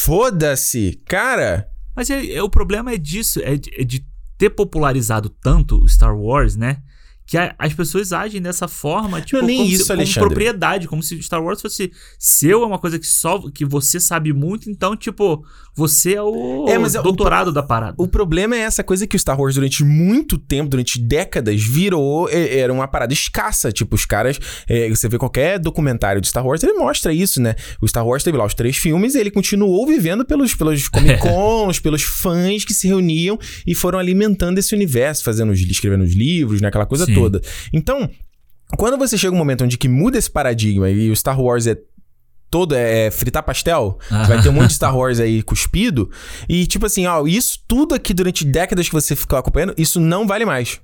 [SPEAKER 1] Foda-se! Cara,
[SPEAKER 2] Mas é- é- o problema é disso, é de, é de ter popularizado tanto o Star Wars, né? Que a- as pessoas agem dessa forma, tipo,
[SPEAKER 1] nem
[SPEAKER 2] como, se-
[SPEAKER 1] isso,
[SPEAKER 2] como
[SPEAKER 1] Alexandre.
[SPEAKER 2] propriedade, como se Star Wars fosse seu, é uma coisa que só que você sabe muito, então, tipo, você é o
[SPEAKER 1] É, mas é o-
[SPEAKER 2] doutorado da parada.
[SPEAKER 1] o problema é essa coisa que o Star Wars durante muito tempo, durante décadas, virou. é, Era uma parada escassa. Tipo, os caras. é, você vê qualquer documentário de Star Wars, ele mostra isso, né? O Star Wars teve lá os três filmes e ele continuou vivendo pelos, pelos Comic Cons, pelos fãs que se reuniam e foram alimentando esse universo, fazendo os, escrevendo os livros, né? Aquela coisa
[SPEAKER 2] Sim.
[SPEAKER 1] toda. Então, quando você chega um momento onde que muda esse paradigma e o Star Wars é todo é, é fritar pastel,
[SPEAKER 2] Aham.
[SPEAKER 1] vai ter um monte
[SPEAKER 2] (laughs)
[SPEAKER 1] de Star Wars aí cuspido e tipo assim, ó, isso tudo aqui durante décadas que você ficou acompanhando, isso não vale mais.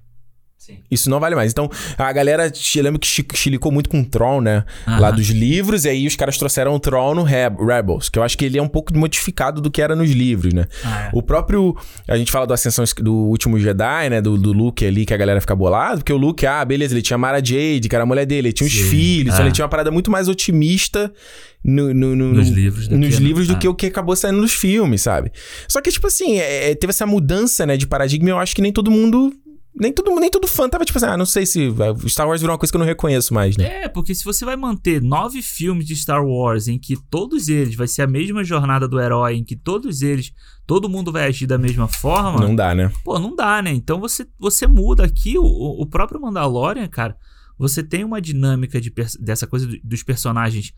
[SPEAKER 2] Sim.
[SPEAKER 1] Isso não vale mais. Então, a galera, eu lembro que chi- chilicou muito com o Tron, né?
[SPEAKER 2] Aham.
[SPEAKER 1] Lá dos livros, e aí os caras trouxeram o Tron no Reb- Rebels, que eu acho que ele é um pouco modificado do que era nos livros, né?
[SPEAKER 2] Ah, é.
[SPEAKER 1] O próprio. A gente fala do Ascensão do último Jedi, né? Do, do Luke ali, que a galera fica bolada, porque o Luke, ah, beleza, ele tinha a Mara Jade, que era a mulher dele, ele tinha os
[SPEAKER 2] Sim,
[SPEAKER 1] filhos, então
[SPEAKER 2] é.
[SPEAKER 1] ele tinha uma parada muito mais otimista no, no, no-
[SPEAKER 2] Nos livros do
[SPEAKER 1] nos
[SPEAKER 2] que-
[SPEAKER 1] livros do
[SPEAKER 2] ah.
[SPEAKER 1] que o que acabou saindo nos filmes, sabe? Só que, tipo assim, é- é, teve essa mudança, né, de paradigma, e eu acho que nem todo mundo. Nem todo, mundo- nem todo fã tava tipo assim, ah, não sei se. vai- Star Wars virou uma coisa que eu não reconheço mais, né?
[SPEAKER 2] É, porque se você vai manter nove filmes de Star Wars em que todos eles vai ser a mesma jornada do herói, em que todos eles, todo mundo vai agir da mesma forma,
[SPEAKER 1] Não dá, né?
[SPEAKER 2] pô, não dá, né? Então você, você muda aqui o, o o próprio Mandalorian, cara. Você tem uma dinâmica de pers- dessa coisa do- dos personagens.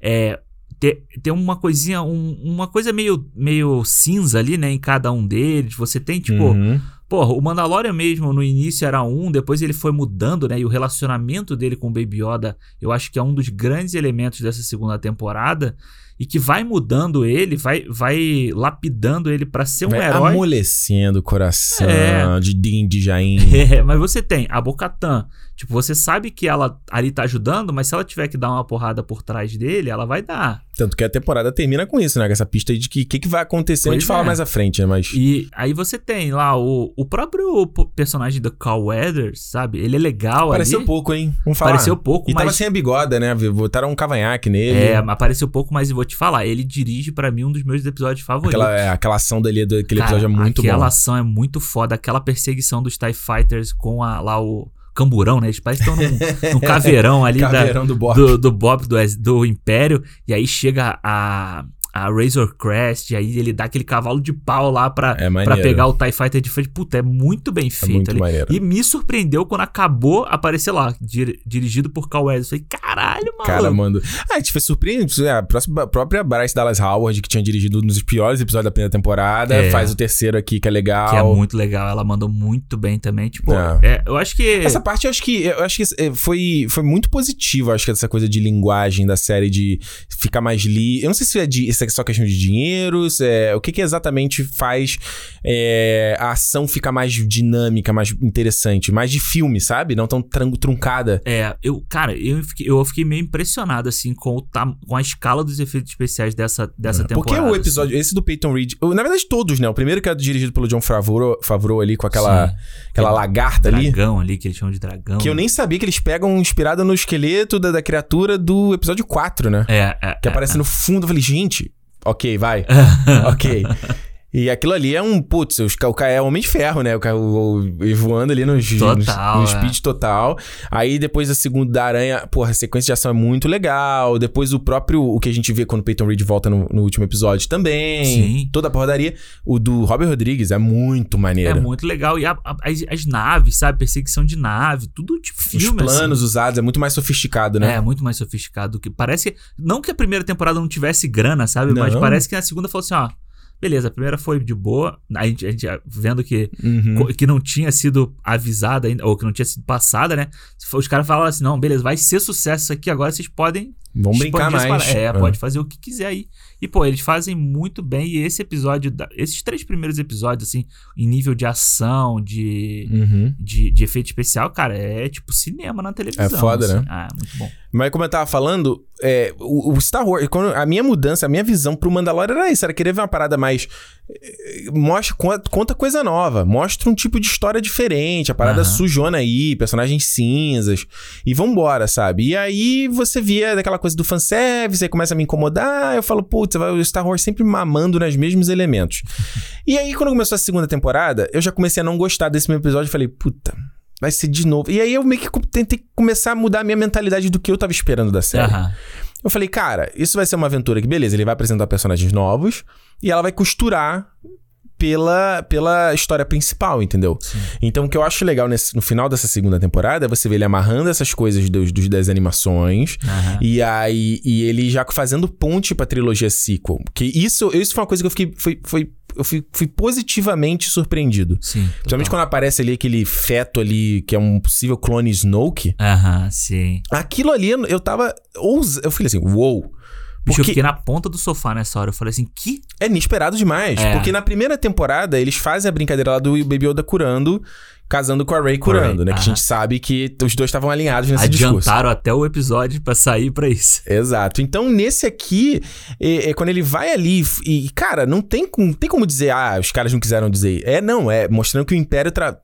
[SPEAKER 2] É, ter, ter uma coisinha, um- uma coisa meio, meio cinza ali, né? Em cada um deles. Você tem, tipo,
[SPEAKER 1] Uhum.
[SPEAKER 2] Porra, o Mandalorian mesmo no início era um, depois ele foi mudando, né? E o relacionamento dele com o Baby Yoda, eu acho que é um dos grandes elementos dessa segunda temporada e que vai mudando ele, vai vai lapidando ele pra ser um
[SPEAKER 1] Vai
[SPEAKER 2] herói.
[SPEAKER 1] amolecendo o coração
[SPEAKER 2] É.
[SPEAKER 1] de Din de Jain.
[SPEAKER 2] É, (laughs) mas você tem a Bocatan. Tipo, você sabe que ela ali tá ajudando, mas se ela tiver que dar uma porrada por trás dele, ela vai dar.
[SPEAKER 1] Tanto que a temporada termina com isso, né? Com essa pista aí de que, que, que vai acontecer. a
[SPEAKER 2] Pois
[SPEAKER 1] gente fala
[SPEAKER 2] é.
[SPEAKER 1] mais à frente, né? Mas.
[SPEAKER 2] E aí você tem lá o, o próprio po- personagem do Carl Weathers, sabe? Ele é legal
[SPEAKER 1] Pareceu
[SPEAKER 2] ali.
[SPEAKER 1] pouco, hein? Vamos falar.
[SPEAKER 2] Pareceu pouco,
[SPEAKER 1] E
[SPEAKER 2] mas
[SPEAKER 1] tava sem a bigoda, né? Botaram um cavanhaque nele.
[SPEAKER 2] É, apareceu pouco, mas eu vou te falar. Ele dirige pra mim um dos meus episódios favoritos.
[SPEAKER 1] Aquela, é, aquela ação dele, do- aquele
[SPEAKER 2] Cara,
[SPEAKER 1] episódio é muito
[SPEAKER 2] aquela
[SPEAKER 1] bom.
[SPEAKER 2] ação é muito foda. Aquela perseguição dos TIE Fighters com a- lá o camburão, né? Eles parecem que estão num,
[SPEAKER 1] (laughs)
[SPEAKER 2] num caveirão ali da-
[SPEAKER 1] Caveirão do Bob.
[SPEAKER 2] do, do Bob do, ex- do Império. E aí chega a, a Razor Crest. E aí ele dá aquele cavalo de pau lá pra,
[SPEAKER 1] É
[SPEAKER 2] pra
[SPEAKER 1] maneiro.
[SPEAKER 2] pegar o TIE Fighter de frente. Puta, é muito bem
[SPEAKER 1] É
[SPEAKER 2] feito
[SPEAKER 1] muito
[SPEAKER 2] ali.
[SPEAKER 1] maneiro.
[SPEAKER 2] E me surpreendeu quando acabou aparecer lá, dir- dirigido por Cal Weathers. Eu Falei, caralho, mano.
[SPEAKER 1] Cara, mano. Ah, a gente foi surpreendido. É, a próxima- a própria Bryce Dallas Howard, que tinha dirigido nos piores episódios da primeira temporada,
[SPEAKER 2] É.
[SPEAKER 1] faz o terceiro aqui, que é legal.
[SPEAKER 2] Que é muito legal, ela mandou muito bem também. Tipo,
[SPEAKER 1] É.
[SPEAKER 2] é, eu acho que.
[SPEAKER 1] Essa parte eu acho que eu acho que eh, foi, foi muito positiva, acho que essa coisa de linguagem da série de ficar mais li. Eu não sei se é, de, se é só questão de dinheiro, se é- o que, que exatamente faz eh, a ação ficar mais dinâmica, mais interessante, mais de filme, sabe? Não tão tran- truncada.
[SPEAKER 2] É, eu, cara, eu fiquei, eu fiquei meio impressionado, assim, com, o tam- com a escala dos efeitos especiais dessa, dessa
[SPEAKER 1] Uhum. Porque
[SPEAKER 2] temporada. assim,
[SPEAKER 1] o episódio, esse do Peyton Reed, o- na verdade todos, né? O primeiro que é dirigido pelo John Favreau, Favreau ali com aquela,
[SPEAKER 2] Sim. É
[SPEAKER 1] aquela lagarta ali.
[SPEAKER 2] dragão ali, que eles chamam de dragão.
[SPEAKER 1] Que eu nem sabia que eles pegam inspirada no esqueleto da, da criatura do episódio 4, né?
[SPEAKER 2] É, é.
[SPEAKER 1] que aparece no fundo. Eu falei, gente, ok,
[SPEAKER 2] (laughs)
[SPEAKER 1] vai, ok. E aquilo ali é um, putz, os, ca- o cara é homem de ferro, né? O, ca- o, o- voando ali nos,
[SPEAKER 2] Total,
[SPEAKER 1] nos-
[SPEAKER 2] é.
[SPEAKER 1] no speed total. Aí depois a segunda da aranha, porra, a sequência de ação é muito legal. Depois o próprio, o que a gente vê quando o Peyton Reed volta no, no último episódio também.
[SPEAKER 2] Sim.
[SPEAKER 1] Toda a porradaria. O do Robert Rodrigues é muito
[SPEAKER 2] É
[SPEAKER 1] maneiro.
[SPEAKER 2] muito legal. E a- a- as, as naves, sabe? Perseguição de nave, tudo de
[SPEAKER 1] Os
[SPEAKER 2] filme, assim.
[SPEAKER 1] planos usados é muito mais sofisticado, né?
[SPEAKER 2] É, muito mais sofisticado do que. Parece que. Não que a primeira temporada não tivesse grana, sabe? Mas
[SPEAKER 1] Não.
[SPEAKER 2] parece que na segunda falou assim, ó. Beleza, a primeira foi de boa. A gente, a gente vendo que
[SPEAKER 1] Uhum.
[SPEAKER 2] co- que não tinha sido avisada ainda, ou que não tinha sido passada, né? Se for- Os caras falaram assim: não, beleza, vai ser sucesso isso aqui, agora vocês podem.
[SPEAKER 1] Vamos brincar
[SPEAKER 2] expandir essa
[SPEAKER 1] mais.
[SPEAKER 2] parada. É,
[SPEAKER 1] Ah.
[SPEAKER 2] pode fazer o que quiser aí. E, pô, eles fazem muito bem. E esse episódio, da- esses três primeiros episódios, assim, em nível de ação, de.
[SPEAKER 1] Uhum.
[SPEAKER 2] De, de efeito especial, cara, é tipo cinema na televisão.
[SPEAKER 1] foda, né?
[SPEAKER 2] Ah, muito bom.
[SPEAKER 1] Mas como eu tava falando, é, o, o Star Wars, quando- a minha mudança, a minha visão pro Mandalorian era isso, era querer ver uma parada mais. eh, Mostra, con- conta coisa nova, mostra um tipo de história diferente, a parada
[SPEAKER 2] Aham.
[SPEAKER 1] sujona aí, personagens cinzas, e vambora, sabe? E aí você via daquela coisa do fanservice, aí começa a me incomodar, eu falo, putz, vai- o Star Wars sempre mamando nos mesmos elementos. e aí, quando começou a segunda temporada, eu já comecei a não gostar desse meu episódio, eu falei, puta. Vai ser de novo. E aí eu meio que co- tentei começar a mudar a minha mentalidade do que eu tava esperando da série.
[SPEAKER 2] Aham.
[SPEAKER 1] Eu falei, cara, isso vai ser uma aventura que, beleza, ele vai apresentar personagens novos e ela vai costurar pela, pela história principal, entendeu?
[SPEAKER 2] Sim.
[SPEAKER 1] Então, o que eu acho legal nesse- no final dessa segunda temporada é você ver ele amarrando essas coisas dos, dos- das animações
[SPEAKER 2] Aham.
[SPEAKER 1] e aí e ele já fazendo ponte pra trilogia sequel. Que isso, isso foi uma coisa que eu fiquei. Foi, foi, eu fui, fui positivamente surpreendido.
[SPEAKER 2] Sim.
[SPEAKER 1] Principalmente
[SPEAKER 2] total.
[SPEAKER 1] quando aparece ali aquele feto ali, que é um possível clone Snoke.
[SPEAKER 2] Aham, sim.
[SPEAKER 1] Aquilo ali, eu tava. ouse- Eu falei assim, uou.
[SPEAKER 2] O bicho,
[SPEAKER 1] Porque-
[SPEAKER 2] eu fiquei na ponta do sofá nessa hora. Eu falei assim, que?
[SPEAKER 1] É inesperado demais.
[SPEAKER 2] É.
[SPEAKER 1] Porque na primeira temporada, eles fazem a brincadeira lá do Baby Yoda curando, casando com a Ray curando,
[SPEAKER 2] Ray,
[SPEAKER 1] né? Que a gente
[SPEAKER 2] aham.
[SPEAKER 1] sabe que os dois estavam alinhados nesse discurso.
[SPEAKER 2] Adiantaram até o episódio pra sair pra isso.
[SPEAKER 1] Exato. Então, nesse aqui, é, é quando ele vai ali f- e, e, cara, não tem, com- não tem como dizer, ah, os caras não quiseram dizer. É, não, é mostrando que o Império tra-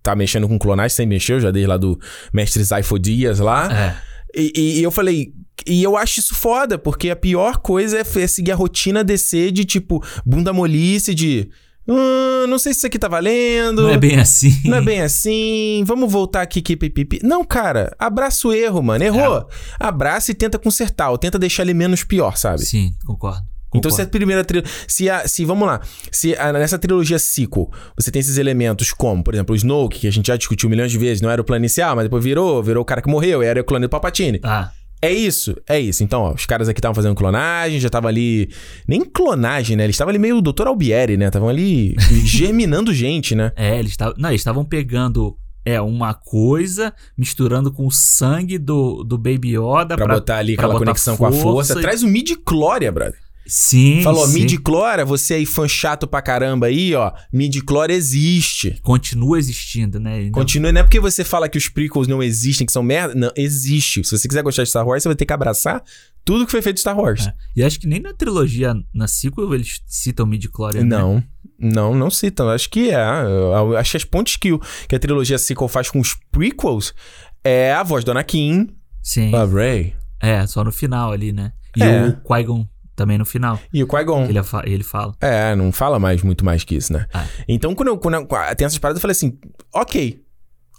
[SPEAKER 1] tá mexendo com clonagem, sem mexeu, já desde lá do mestre Zaifo Dias lá.
[SPEAKER 2] É.
[SPEAKER 1] E, e- e eu falei... E eu acho isso foda, porque a pior coisa é, f- é seguir a rotina DC de, tipo, bunda molice, de... "Hum, não sei se isso aqui tá valendo...
[SPEAKER 2] Não é bem assim.
[SPEAKER 1] Não é bem assim, vamos voltar aqui que pipipi. Não, cara, abraça o erro, mano. Errou. Abraça e tenta consertar, ou tenta deixar ele menos pior, sabe?
[SPEAKER 2] Sim, concordo.
[SPEAKER 1] Então, se a
[SPEAKER 2] concordo.
[SPEAKER 1] primeira trilogia. Se, a- se, vamos lá. Se a- nessa trilogia sequel, você tem esses elementos como, por exemplo, o Snoke, que a gente já discutiu milhões de vezes, não era o plano inicial, mas depois virou, virou o cara que morreu, era o clone do Palpatine.
[SPEAKER 2] Ah,
[SPEAKER 1] É isso, é isso. Então, ó, os caras aqui estavam fazendo clonagem, já estavam ali. Nem clonagem, né? Eles estavam ali meio Dr. Albieri, né? Estavam ali (laughs) germinando gente, né?
[SPEAKER 2] é, eles estavam. Não, eles estavam pegando é, uma coisa, misturando com o sangue do, do Baby Yoda
[SPEAKER 1] Pra
[SPEAKER 2] pra.
[SPEAKER 1] botar ali
[SPEAKER 2] pra
[SPEAKER 1] aquela
[SPEAKER 2] botar
[SPEAKER 1] conexão com a
[SPEAKER 2] força
[SPEAKER 1] força.
[SPEAKER 2] e-
[SPEAKER 1] Traz o midi-clória, brother.
[SPEAKER 2] Sim.
[SPEAKER 1] Falou,
[SPEAKER 2] sim.
[SPEAKER 1] midi-clória, você aí fã chato pra caramba aí, ó. Midi-clória existe.
[SPEAKER 2] Continua existindo, né? Então,
[SPEAKER 1] Continua, não é porque você fala que os prequels não existem, que são merda. Não, existe. Se você quiser gostar de Star Wars, você vai ter que abraçar tudo que foi feito de Star Wars.
[SPEAKER 2] É. E acho que nem na trilogia, na sequel, eles citam midi-chlorian. né?
[SPEAKER 1] Não, não, não citam. Acho que é. Eu Acho que as pontes que, o- que a trilogia sequel faz com os prequels é a voz do Anakin,
[SPEAKER 2] Sim.
[SPEAKER 1] a Rey
[SPEAKER 2] É, só no final ali, né? E
[SPEAKER 1] Ah. É.
[SPEAKER 2] o Qui-Gon também no final.
[SPEAKER 1] e o Qui-Gon.
[SPEAKER 2] Ele, fa- ele fala.
[SPEAKER 1] É, não fala mais muito mais que isso, né?
[SPEAKER 2] Ah.
[SPEAKER 1] Então, quando eu, quando eu- tem essas paradas, eu falei assim: ok,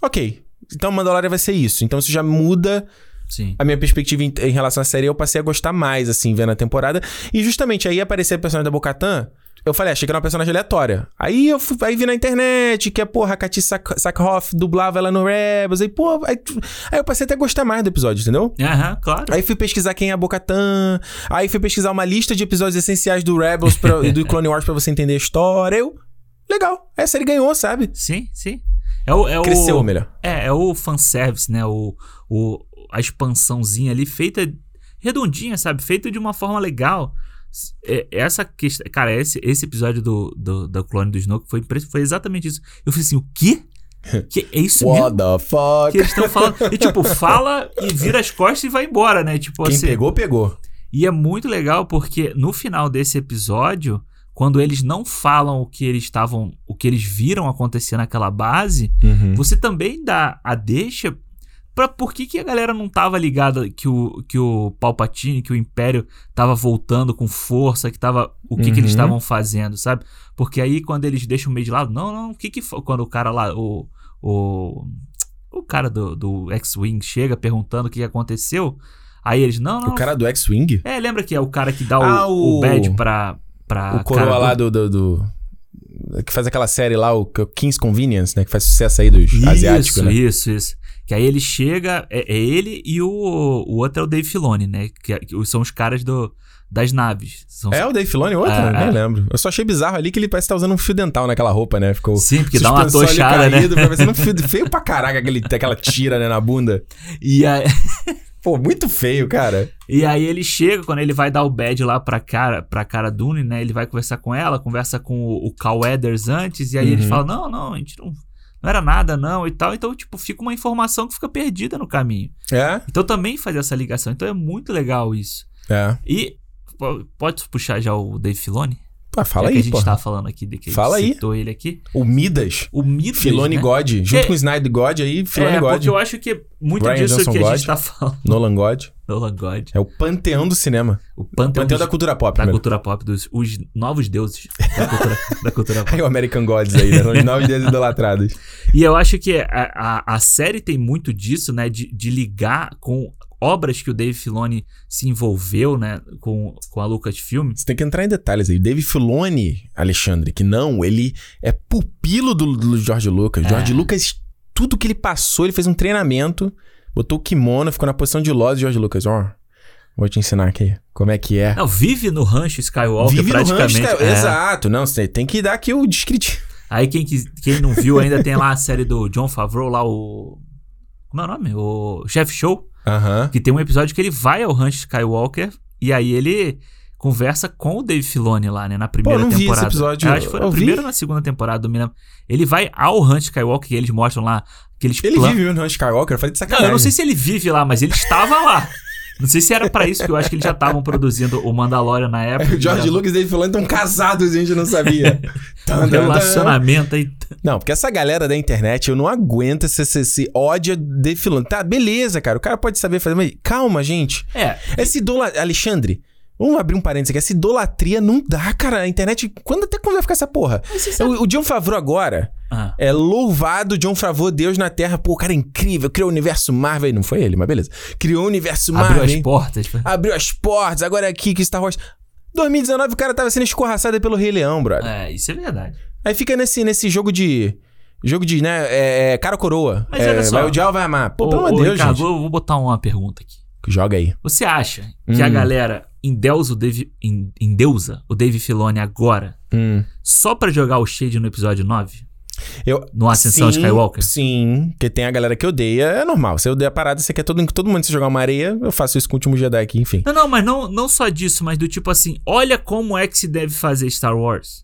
[SPEAKER 1] ok. Então, Mandalorian vai ser isso. Então, isso já muda
[SPEAKER 2] Sim.
[SPEAKER 1] a minha perspectiva em, em relação à série. Eu passei a gostar mais, assim, vendo a temporada. E, justamente, aí aparecer a personagem da Bocatan. Eu falei, "Ah, achei que era uma personagem aleatória. Aí eu fui, aí vi na internet que a porra, a Katy Sak- Sackhoff dublava ela no Rebels. Aí, pô, aí, aí eu passei até a gostar mais do episódio, entendeu?
[SPEAKER 2] Aham, claro.
[SPEAKER 1] Aí fui pesquisar quem é a Bocatan. Aí fui pesquisar uma lista de episódios essenciais do Rebels
[SPEAKER 2] (laughs)
[SPEAKER 1] pra- e do Clone Wars pra você entender a história. Eu. Legal. Essa ele ganhou, sabe?
[SPEAKER 2] Sim, sim. É o, é o-
[SPEAKER 1] Cresceu, melhor.
[SPEAKER 2] É, é o fanservice, né? O, o, a expansãozinha ali feita redondinha, sabe? Feita de uma forma legal. S- é- Essa questão. Cara, esse, esse episódio do, do, do clone do Snoke foi, impre- foi exatamente isso. Eu falei assim: o
[SPEAKER 1] (laughs)
[SPEAKER 2] quê? Que, é isso mesmo?
[SPEAKER 1] What the fuck?
[SPEAKER 2] que eles estão falando. E tipo, fala e vira as costas e vai embora, né? Tipo
[SPEAKER 1] Quem
[SPEAKER 2] assim.
[SPEAKER 1] pegou, pegou.
[SPEAKER 2] E é muito legal porque no final desse episódio, quando eles não falam o que eles estavam, o que eles viram acontecer naquela base,
[SPEAKER 1] Uhum.
[SPEAKER 2] você também dá a deixa pra por que, que a galera não tava ligada que o, que o Palpatine, que o Império tava voltando com força, que tava o que, que eles
[SPEAKER 1] Uhum.
[SPEAKER 2] estavam fazendo, sabe? Porque aí quando eles deixam meio de lado, não, não, o que que foi? Quando o cara lá, o. o o cara do, do X-Wing chega perguntando o que que aconteceu. Aí eles, não, não,
[SPEAKER 1] O cara do X-Wing?
[SPEAKER 2] é, lembra que é o cara que dá o,
[SPEAKER 1] Ah,
[SPEAKER 2] o...
[SPEAKER 1] o-
[SPEAKER 2] badge pra. pra
[SPEAKER 1] o coroa
[SPEAKER 2] Ah, cara do-
[SPEAKER 1] lá do, do, do- Que faz aquela série lá, o King's Convenience, né? Que faz sucesso aí dos asiáticos,
[SPEAKER 2] isso,
[SPEAKER 1] né?
[SPEAKER 2] isso, isso. Que aí ele chega, é, é ele e o, o outro é o Dave Filoni, né? Que, que são os caras do, das naves. São-
[SPEAKER 1] É o Dave Filoni, outro?
[SPEAKER 2] Ah,
[SPEAKER 1] Nem
[SPEAKER 2] é.
[SPEAKER 1] lembro. Eu só achei bizarro ali que ele parece que tá usando um fio dental naquela roupa, né? Ficou.
[SPEAKER 2] Sim, porque dá uma
[SPEAKER 1] suspensório
[SPEAKER 2] tochada, né?
[SPEAKER 1] caído, parecendo um fio- (laughs) feio pra caraca aquele, aquela tira, né, na bunda.
[SPEAKER 2] E aí,
[SPEAKER 1] Pô, muito feio, cara.
[SPEAKER 2] e aí ele chega, quando ele vai dar o badge lá pra cara, pra cara Dune, né? Ele vai conversar com ela, conversa com o, o Cal Weathers antes, e aí ele
[SPEAKER 1] Uhum.
[SPEAKER 2] fala: não, não, a gente não. Não era nada, não, e tal. Então, tipo, fica uma informação que fica perdida no caminho.
[SPEAKER 1] É?
[SPEAKER 2] Então, também faz essa ligação. Então, é muito legal isso.
[SPEAKER 1] É.
[SPEAKER 2] E po- pode puxar já o Dave Filoni?
[SPEAKER 1] Pô, fala
[SPEAKER 2] já que a
[SPEAKER 1] aí,
[SPEAKER 2] gente
[SPEAKER 1] pô.
[SPEAKER 2] tá falando aqui de que
[SPEAKER 1] Fala aí.
[SPEAKER 2] citou ele aqui.
[SPEAKER 1] O Midas.
[SPEAKER 2] O Midas,
[SPEAKER 1] Filone
[SPEAKER 2] né?
[SPEAKER 1] God. Junto
[SPEAKER 2] É.
[SPEAKER 1] com o Snyder God aí, Filone
[SPEAKER 2] É,
[SPEAKER 1] God.
[SPEAKER 2] porque eu acho que muito
[SPEAKER 1] Ryan
[SPEAKER 2] disso
[SPEAKER 1] Johnson
[SPEAKER 2] que a
[SPEAKER 1] God.
[SPEAKER 2] gente tá (laughs) falando.
[SPEAKER 1] Nolan God.
[SPEAKER 2] Nolan God.
[SPEAKER 1] É o panteão do cinema.
[SPEAKER 2] O panteão,
[SPEAKER 1] Panteão
[SPEAKER 2] dos-
[SPEAKER 1] da cultura pop,
[SPEAKER 2] da
[SPEAKER 1] primeiro.
[SPEAKER 2] cultura pop, dos os novos deuses da cultura, (laughs) da cultura pop.
[SPEAKER 1] (laughs) Aí o American Gods aí, né? São Os nove deuses idolatrados.
[SPEAKER 2] E eu acho que a, a, a série tem muito disso, né? De, de ligar com obras que o Dave Filoni se envolveu, né? Com, com a Lucasfilm.
[SPEAKER 1] Você tem que entrar em detalhes aí. O Dave Filoni, Alexandre, que não, ele é pupilo do, do George Lucas.
[SPEAKER 2] É.
[SPEAKER 1] George Lucas, tudo que ele passou, ele fez um treinamento, botou o kimono, ficou na posição de Loz, George Lucas. Ó, vou te ensinar aqui como é que é.
[SPEAKER 2] Não, vive no rancho Skywalker
[SPEAKER 1] Vive no
[SPEAKER 2] praticamente.
[SPEAKER 1] rancho, cara.
[SPEAKER 2] É.
[SPEAKER 1] Exato. Não, você tem que dar aqui o descritivo.
[SPEAKER 2] Aí quem, quis- quem não viu ainda tem lá a série do John Favreau, lá o. Como é o nome? O Chef Show.
[SPEAKER 1] Aham.
[SPEAKER 2] Que tem um episódio que ele vai ao Rancho Skywalker E aí ele conversa com o Dave Filoni lá, né? Na primeira
[SPEAKER 1] não vi
[SPEAKER 2] temporada.
[SPEAKER 1] esse episódio.
[SPEAKER 2] Eu acho que foi
[SPEAKER 1] Eu
[SPEAKER 2] na
[SPEAKER 1] vi.
[SPEAKER 2] primeira ou na segunda temporada, do lembro. Ele vai ao Hunt Skywalker e eles mostram lá aqueles
[SPEAKER 1] Ele
[SPEAKER 2] planos.
[SPEAKER 1] vive no Skywalker, eu falei de
[SPEAKER 2] Não,
[SPEAKER 1] sacanagem.
[SPEAKER 2] eu não sei se ele vive lá, mas ele estava lá. Não sei se era pra isso, que eu acho que eles já estavam produzindo o Mandalorian
[SPEAKER 1] (laughs)
[SPEAKER 2] na época. né,
[SPEAKER 1] O George
[SPEAKER 2] Já-
[SPEAKER 1] Lucas e Dave Filoni estão casados e a gente não
[SPEAKER 2] (laughs)
[SPEAKER 1] sabia. Tan, tan,
[SPEAKER 2] Um
[SPEAKER 1] tan.
[SPEAKER 2] relacionamento aí.
[SPEAKER 1] Não, porque essa galera da internet, eu não aguento esse, esse, esse ódio de Filoni. Tá, beleza, cara. O cara pode saber fazer, mas calma, gente.
[SPEAKER 2] É,
[SPEAKER 1] Esse idolatria... Alexandre, vamos abrir um parênteses aqui. Essa idolatria não dá, cara. A internet... Quando, até quando vai ficar essa porra? O, o John Favreau agora...
[SPEAKER 2] Ah,
[SPEAKER 1] É louvado John Favreau, Deus na Terra. Pô, o cara é incrível, criou o universo Marvel. Não foi ele, mas beleza. Criou o universo
[SPEAKER 2] abriu
[SPEAKER 1] Marvel.
[SPEAKER 2] as portas.
[SPEAKER 1] abriu as portas, agora é aqui que Star Wars. 2019 o cara tava sendo escorraçado pelo Rei Leão, brother.
[SPEAKER 2] É, isso é verdade.
[SPEAKER 1] Aí fica nesse, nesse jogo de. Jogo de, né? É, é, cara ou coroa.
[SPEAKER 2] Mas
[SPEAKER 1] é,
[SPEAKER 2] olha só.
[SPEAKER 1] Vai odiar ou vai amar. Pô,
[SPEAKER 2] Ô,
[SPEAKER 1] pelo amor
[SPEAKER 2] ô,
[SPEAKER 1] de Deus,
[SPEAKER 2] Ricardo,
[SPEAKER 1] gente.
[SPEAKER 2] eu vou botar uma pergunta aqui.
[SPEAKER 1] Joga aí.
[SPEAKER 2] Você acha que a
[SPEAKER 1] Hum.
[SPEAKER 2] galera endeusa o Dave, en- endeusa o Dave Filoni agora
[SPEAKER 1] Hum.
[SPEAKER 2] só pra jogar o Shade no episódio 9?
[SPEAKER 1] Eu-
[SPEAKER 2] No Ascensão
[SPEAKER 1] sim,
[SPEAKER 2] Skywalker?
[SPEAKER 1] Sim, porque tem a galera que odeia. É normal. Você odeia a parada, você quer todo, todo mundo se jogar uma areia. Eu faço isso com o último Jedi aqui, enfim.
[SPEAKER 2] Não, não, mas não, não só disso, mas do tipo assim, olha como é que se deve fazer Star Wars.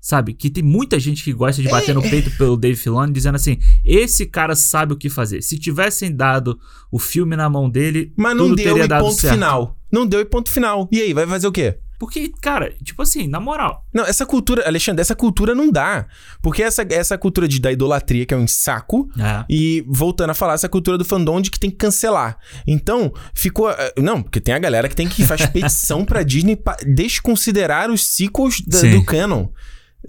[SPEAKER 2] Sabe? Que tem muita gente que gosta de bater no
[SPEAKER 1] É.
[SPEAKER 2] peito pelo Dave Filoni dizendo assim: esse cara sabe o que fazer. Se tivessem dado o filme na mão dele,
[SPEAKER 1] Mas não
[SPEAKER 2] tudo
[SPEAKER 1] deu
[SPEAKER 2] teria
[SPEAKER 1] e
[SPEAKER 2] dado
[SPEAKER 1] ponto
[SPEAKER 2] certo.
[SPEAKER 1] final. Não deu e ponto final. E aí, vai fazer o quê?
[SPEAKER 2] Porque, cara, tipo assim, na moral.
[SPEAKER 1] Não, essa cultura, Alexandre, essa cultura não dá. Porque essa, essa cultura de, da idolatria, que é um saco,
[SPEAKER 2] É.
[SPEAKER 1] e voltando a falar, essa cultura do fandom de que tem que cancelar. Então, ficou. eh, Não, porque tem a galera que tem que faz petição pra Disney pra desconsiderar os sequels da-
[SPEAKER 2] Sim.
[SPEAKER 1] do canon.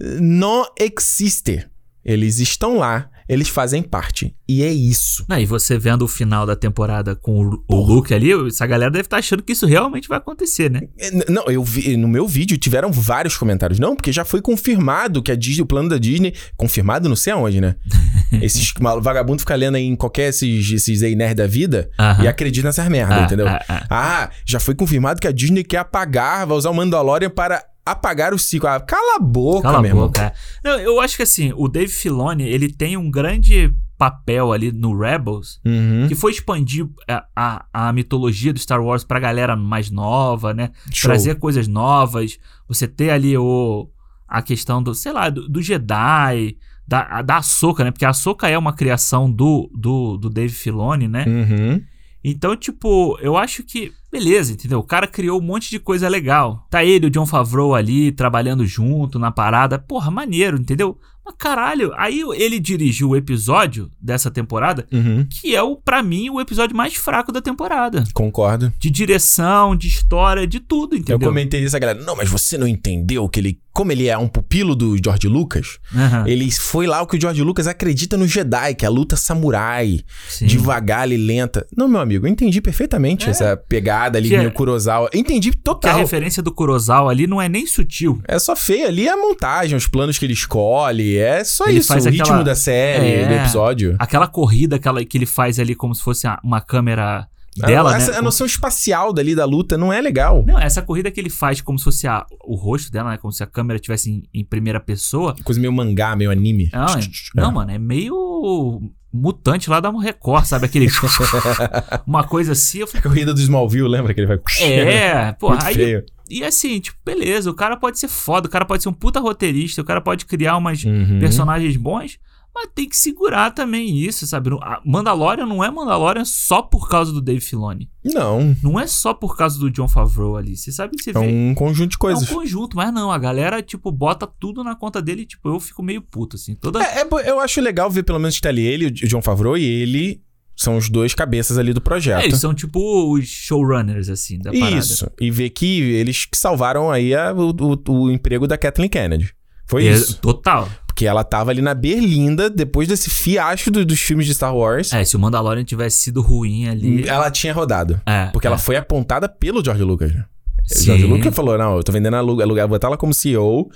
[SPEAKER 1] Eh, Não existe. Eles estão lá, eles fazem parte. E é isso.
[SPEAKER 2] Não, e você vendo o final da temporada com o, o Luke ali, essa galera deve estar achando que isso realmente vai acontecer, né?
[SPEAKER 1] Eh, n- Não, eu vi no meu vídeo tiveram vários comentários. Não, porque já foi confirmado que a Disney, o plano da Disney, confirmado não sei aonde,
[SPEAKER 2] (laughs)
[SPEAKER 1] né? Esses mal- vagabundo fica lendo aí em qualquer esses, esses aí nerd da vida
[SPEAKER 2] Aham.
[SPEAKER 1] e acredita nessas merda,
[SPEAKER 2] Ah,
[SPEAKER 1] entendeu?
[SPEAKER 2] ah, ah.
[SPEAKER 1] Ah, já foi confirmado que a Disney quer apagar, vai usar o Mandalorian para apagar o ciclo. Ah, cala a boca,
[SPEAKER 2] Cala
[SPEAKER 1] meu
[SPEAKER 2] a
[SPEAKER 1] irmão.
[SPEAKER 2] boca. é. Não, eu acho que assim, o Dave Filoni, ele tem um grande papel ali no Rebels,
[SPEAKER 1] Uhum.
[SPEAKER 2] que foi expandir a, a, a mitologia do Star Wars pra galera mais nova, né?
[SPEAKER 1] Show.
[SPEAKER 2] Trazer coisas novas, você ter ali o, a questão do, sei lá, do, do Jedi, da, a- da Ahsoka, né? Porque a Ahsoka é uma criação do, do, do Dave Filoni, né?
[SPEAKER 1] Uhum.
[SPEAKER 2] Então, tipo, eu acho que. Beleza, entendeu? O cara criou um monte de coisa legal. Tá ele, o John Favreau ali, trabalhando junto na parada. Porra, maneiro, entendeu? Mas caralho, aí ele dirigiu o episódio dessa temporada,
[SPEAKER 1] Uhum.
[SPEAKER 2] que é, o para mim, o episódio mais fraco da temporada.
[SPEAKER 1] Concordo.
[SPEAKER 2] De direção, de história, de tudo,
[SPEAKER 1] Eu
[SPEAKER 2] entendeu?
[SPEAKER 1] comentei isso, a galera. Não, mas você não entendeu que ele, como ele é um pupilo do George Lucas,
[SPEAKER 2] Aham,
[SPEAKER 1] ele foi lá o que o George Lucas acredita no Jedi, que é a luta samurai,
[SPEAKER 2] sim.
[SPEAKER 1] devagar e lenta. Não, meu amigo, eu entendi perfeitamente
[SPEAKER 2] É.
[SPEAKER 1] essa pegada ali
[SPEAKER 2] Que é-
[SPEAKER 1] meio Kurosawa. Entendi
[SPEAKER 2] Que é a
[SPEAKER 1] total.
[SPEAKER 2] referência do Kurosawa ali não é nem sutil.
[SPEAKER 1] É só feio ali a montagem, os planos que ele escolhe, é só
[SPEAKER 2] Ele
[SPEAKER 1] isso, o
[SPEAKER 2] faz aquela-
[SPEAKER 1] ritmo da série,
[SPEAKER 2] É.
[SPEAKER 1] do episódio.
[SPEAKER 2] Aquela corrida aquela, que ele faz ali como se fosse a- uma câmera dela,
[SPEAKER 1] a, Ah, essa-
[SPEAKER 2] né?
[SPEAKER 1] a noção espacial dali da luta não é legal.
[SPEAKER 2] Não, essa corrida que ele faz como se fosse a- o rosto dela, né? Como se a câmera estivesse em, em primeira pessoa.
[SPEAKER 1] Coisa meio mangá, meio anime.
[SPEAKER 2] Não, é- não, mano, é meio mutante lá da Record, sabe?
[SPEAKER 1] (laughs)
[SPEAKER 2] Aquele. uma coisa assim. Eu
[SPEAKER 1] (laughs)
[SPEAKER 2] falei,
[SPEAKER 1] Corrida do Smallville, lembra que ele vai...
[SPEAKER 2] é, porra.
[SPEAKER 1] (laughs) né? Muito
[SPEAKER 2] Aí,
[SPEAKER 1] feio.
[SPEAKER 2] e assim, tipo, beleza, o cara pode ser foda, o cara pode ser um puta roteirista, o cara pode criar umas
[SPEAKER 1] Uhum.
[SPEAKER 2] personagens bons. Mas tem que segurar também isso, sabe? Não- a Mandalorian não é Mandalorian só por causa do Dave Filoni.
[SPEAKER 1] Não,
[SPEAKER 2] Não é só por causa do John Favreau ali. Você sabe que você
[SPEAKER 1] é
[SPEAKER 2] vê.
[SPEAKER 1] um conjunto de coisas.
[SPEAKER 2] É um conjunto, mas não, a galera, tipo, bota tudo na conta dele, tipo, eu fico meio puto, assim. Toda.
[SPEAKER 1] É, é bo- eu acho legal ver pelo menos que tá ali ele, o John Favreau e ele são os dois cabeças ali do projeto.
[SPEAKER 2] É, eles são tipo os showrunners, assim, da parada.
[SPEAKER 1] Isso. E ver que eles que salvaram aí a- o, o- o emprego da Kathleen Kennedy. Foi
[SPEAKER 2] É,
[SPEAKER 1] isso.
[SPEAKER 2] Total.
[SPEAKER 1] Porque ela tava ali na berlinda depois desse fiasco do- dos filmes de Star Wars. Hum,
[SPEAKER 2] É, se o Mandalorian tivesse sido ruim ali.
[SPEAKER 1] Ela tinha rodado.
[SPEAKER 2] É,
[SPEAKER 1] Hum, Porque ela
[SPEAKER 2] é.
[SPEAKER 1] foi apontada pelo George Lucas. né? O
[SPEAKER 2] Sim.
[SPEAKER 1] George Lucas falou: não, eu tô vendendo a lu- lugar, vou botar ela como CEO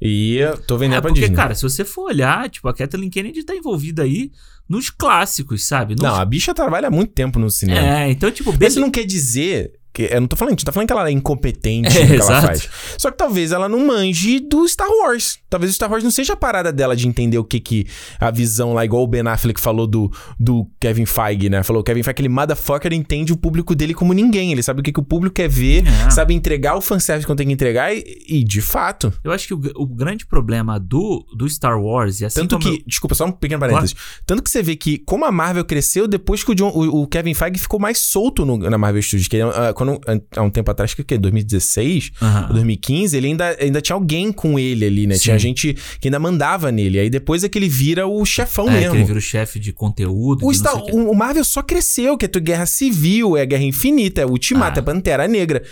[SPEAKER 1] e eu tô vendendo
[SPEAKER 2] É,
[SPEAKER 1] né, pra
[SPEAKER 2] porque,
[SPEAKER 1] Disney.
[SPEAKER 2] cara, se você for olhar, tipo, a Kathleen Kennedy tá envolvida aí nos clássicos, sabe? Nos-
[SPEAKER 1] não, a bicha trabalha há muito tempo no cinema.
[SPEAKER 2] É, então, tipo,
[SPEAKER 1] Mas
[SPEAKER 2] beleza.
[SPEAKER 1] isso não quer dizer que que eu não tô falando, a gente tá falando que ela é
[SPEAKER 2] (laughs)
[SPEAKER 1] incompetente
[SPEAKER 2] É,
[SPEAKER 1] no que ela
[SPEAKER 2] exato.
[SPEAKER 1] faz. Só que talvez ela não manje do Star Wars. Talvez o Star Wars não seja a parada dela de entender o que que a visão lá, igual o Ben Affleck falou do, do Kevin Feige, né? Falou, o Kevin Feige, ele motherfucker, entende o público dele como ninguém. Ele sabe o que, que o público quer ver,
[SPEAKER 2] É.
[SPEAKER 1] sabe entregar o fanservice quando tem que entregar e, e, de fato.
[SPEAKER 2] Eu acho que o, gr- o grande problema do, do Star Wars, e assim
[SPEAKER 1] Tanto
[SPEAKER 2] como
[SPEAKER 1] que, desculpa, só um pequeno parênteses. Tanto que você vê que como a Marvel cresceu depois que o, John- o- o Kevin Feige ficou mais solto no- na Marvel Studios. Que ele, ah, quando, há um tempo atrás, que que é 2016,
[SPEAKER 2] eu... Aham.
[SPEAKER 1] 2015, ele ainda, ainda tinha alguém com ele ali, né?
[SPEAKER 2] Ah. Sim.
[SPEAKER 1] Tinha gente que ainda mandava nele. Aí depois é que ele vira o chefão
[SPEAKER 2] É, que ele
[SPEAKER 1] mesmo.
[SPEAKER 2] vira o chefe de conteúdo.
[SPEAKER 1] O,
[SPEAKER 2] de não
[SPEAKER 1] Star-
[SPEAKER 2] sei o quê.
[SPEAKER 1] o- o Marvel só cresceu, que é tu Guerra Civil, é Guerra Infinita, é Ultimato,
[SPEAKER 2] Ah.
[SPEAKER 1] é Pantera Negra.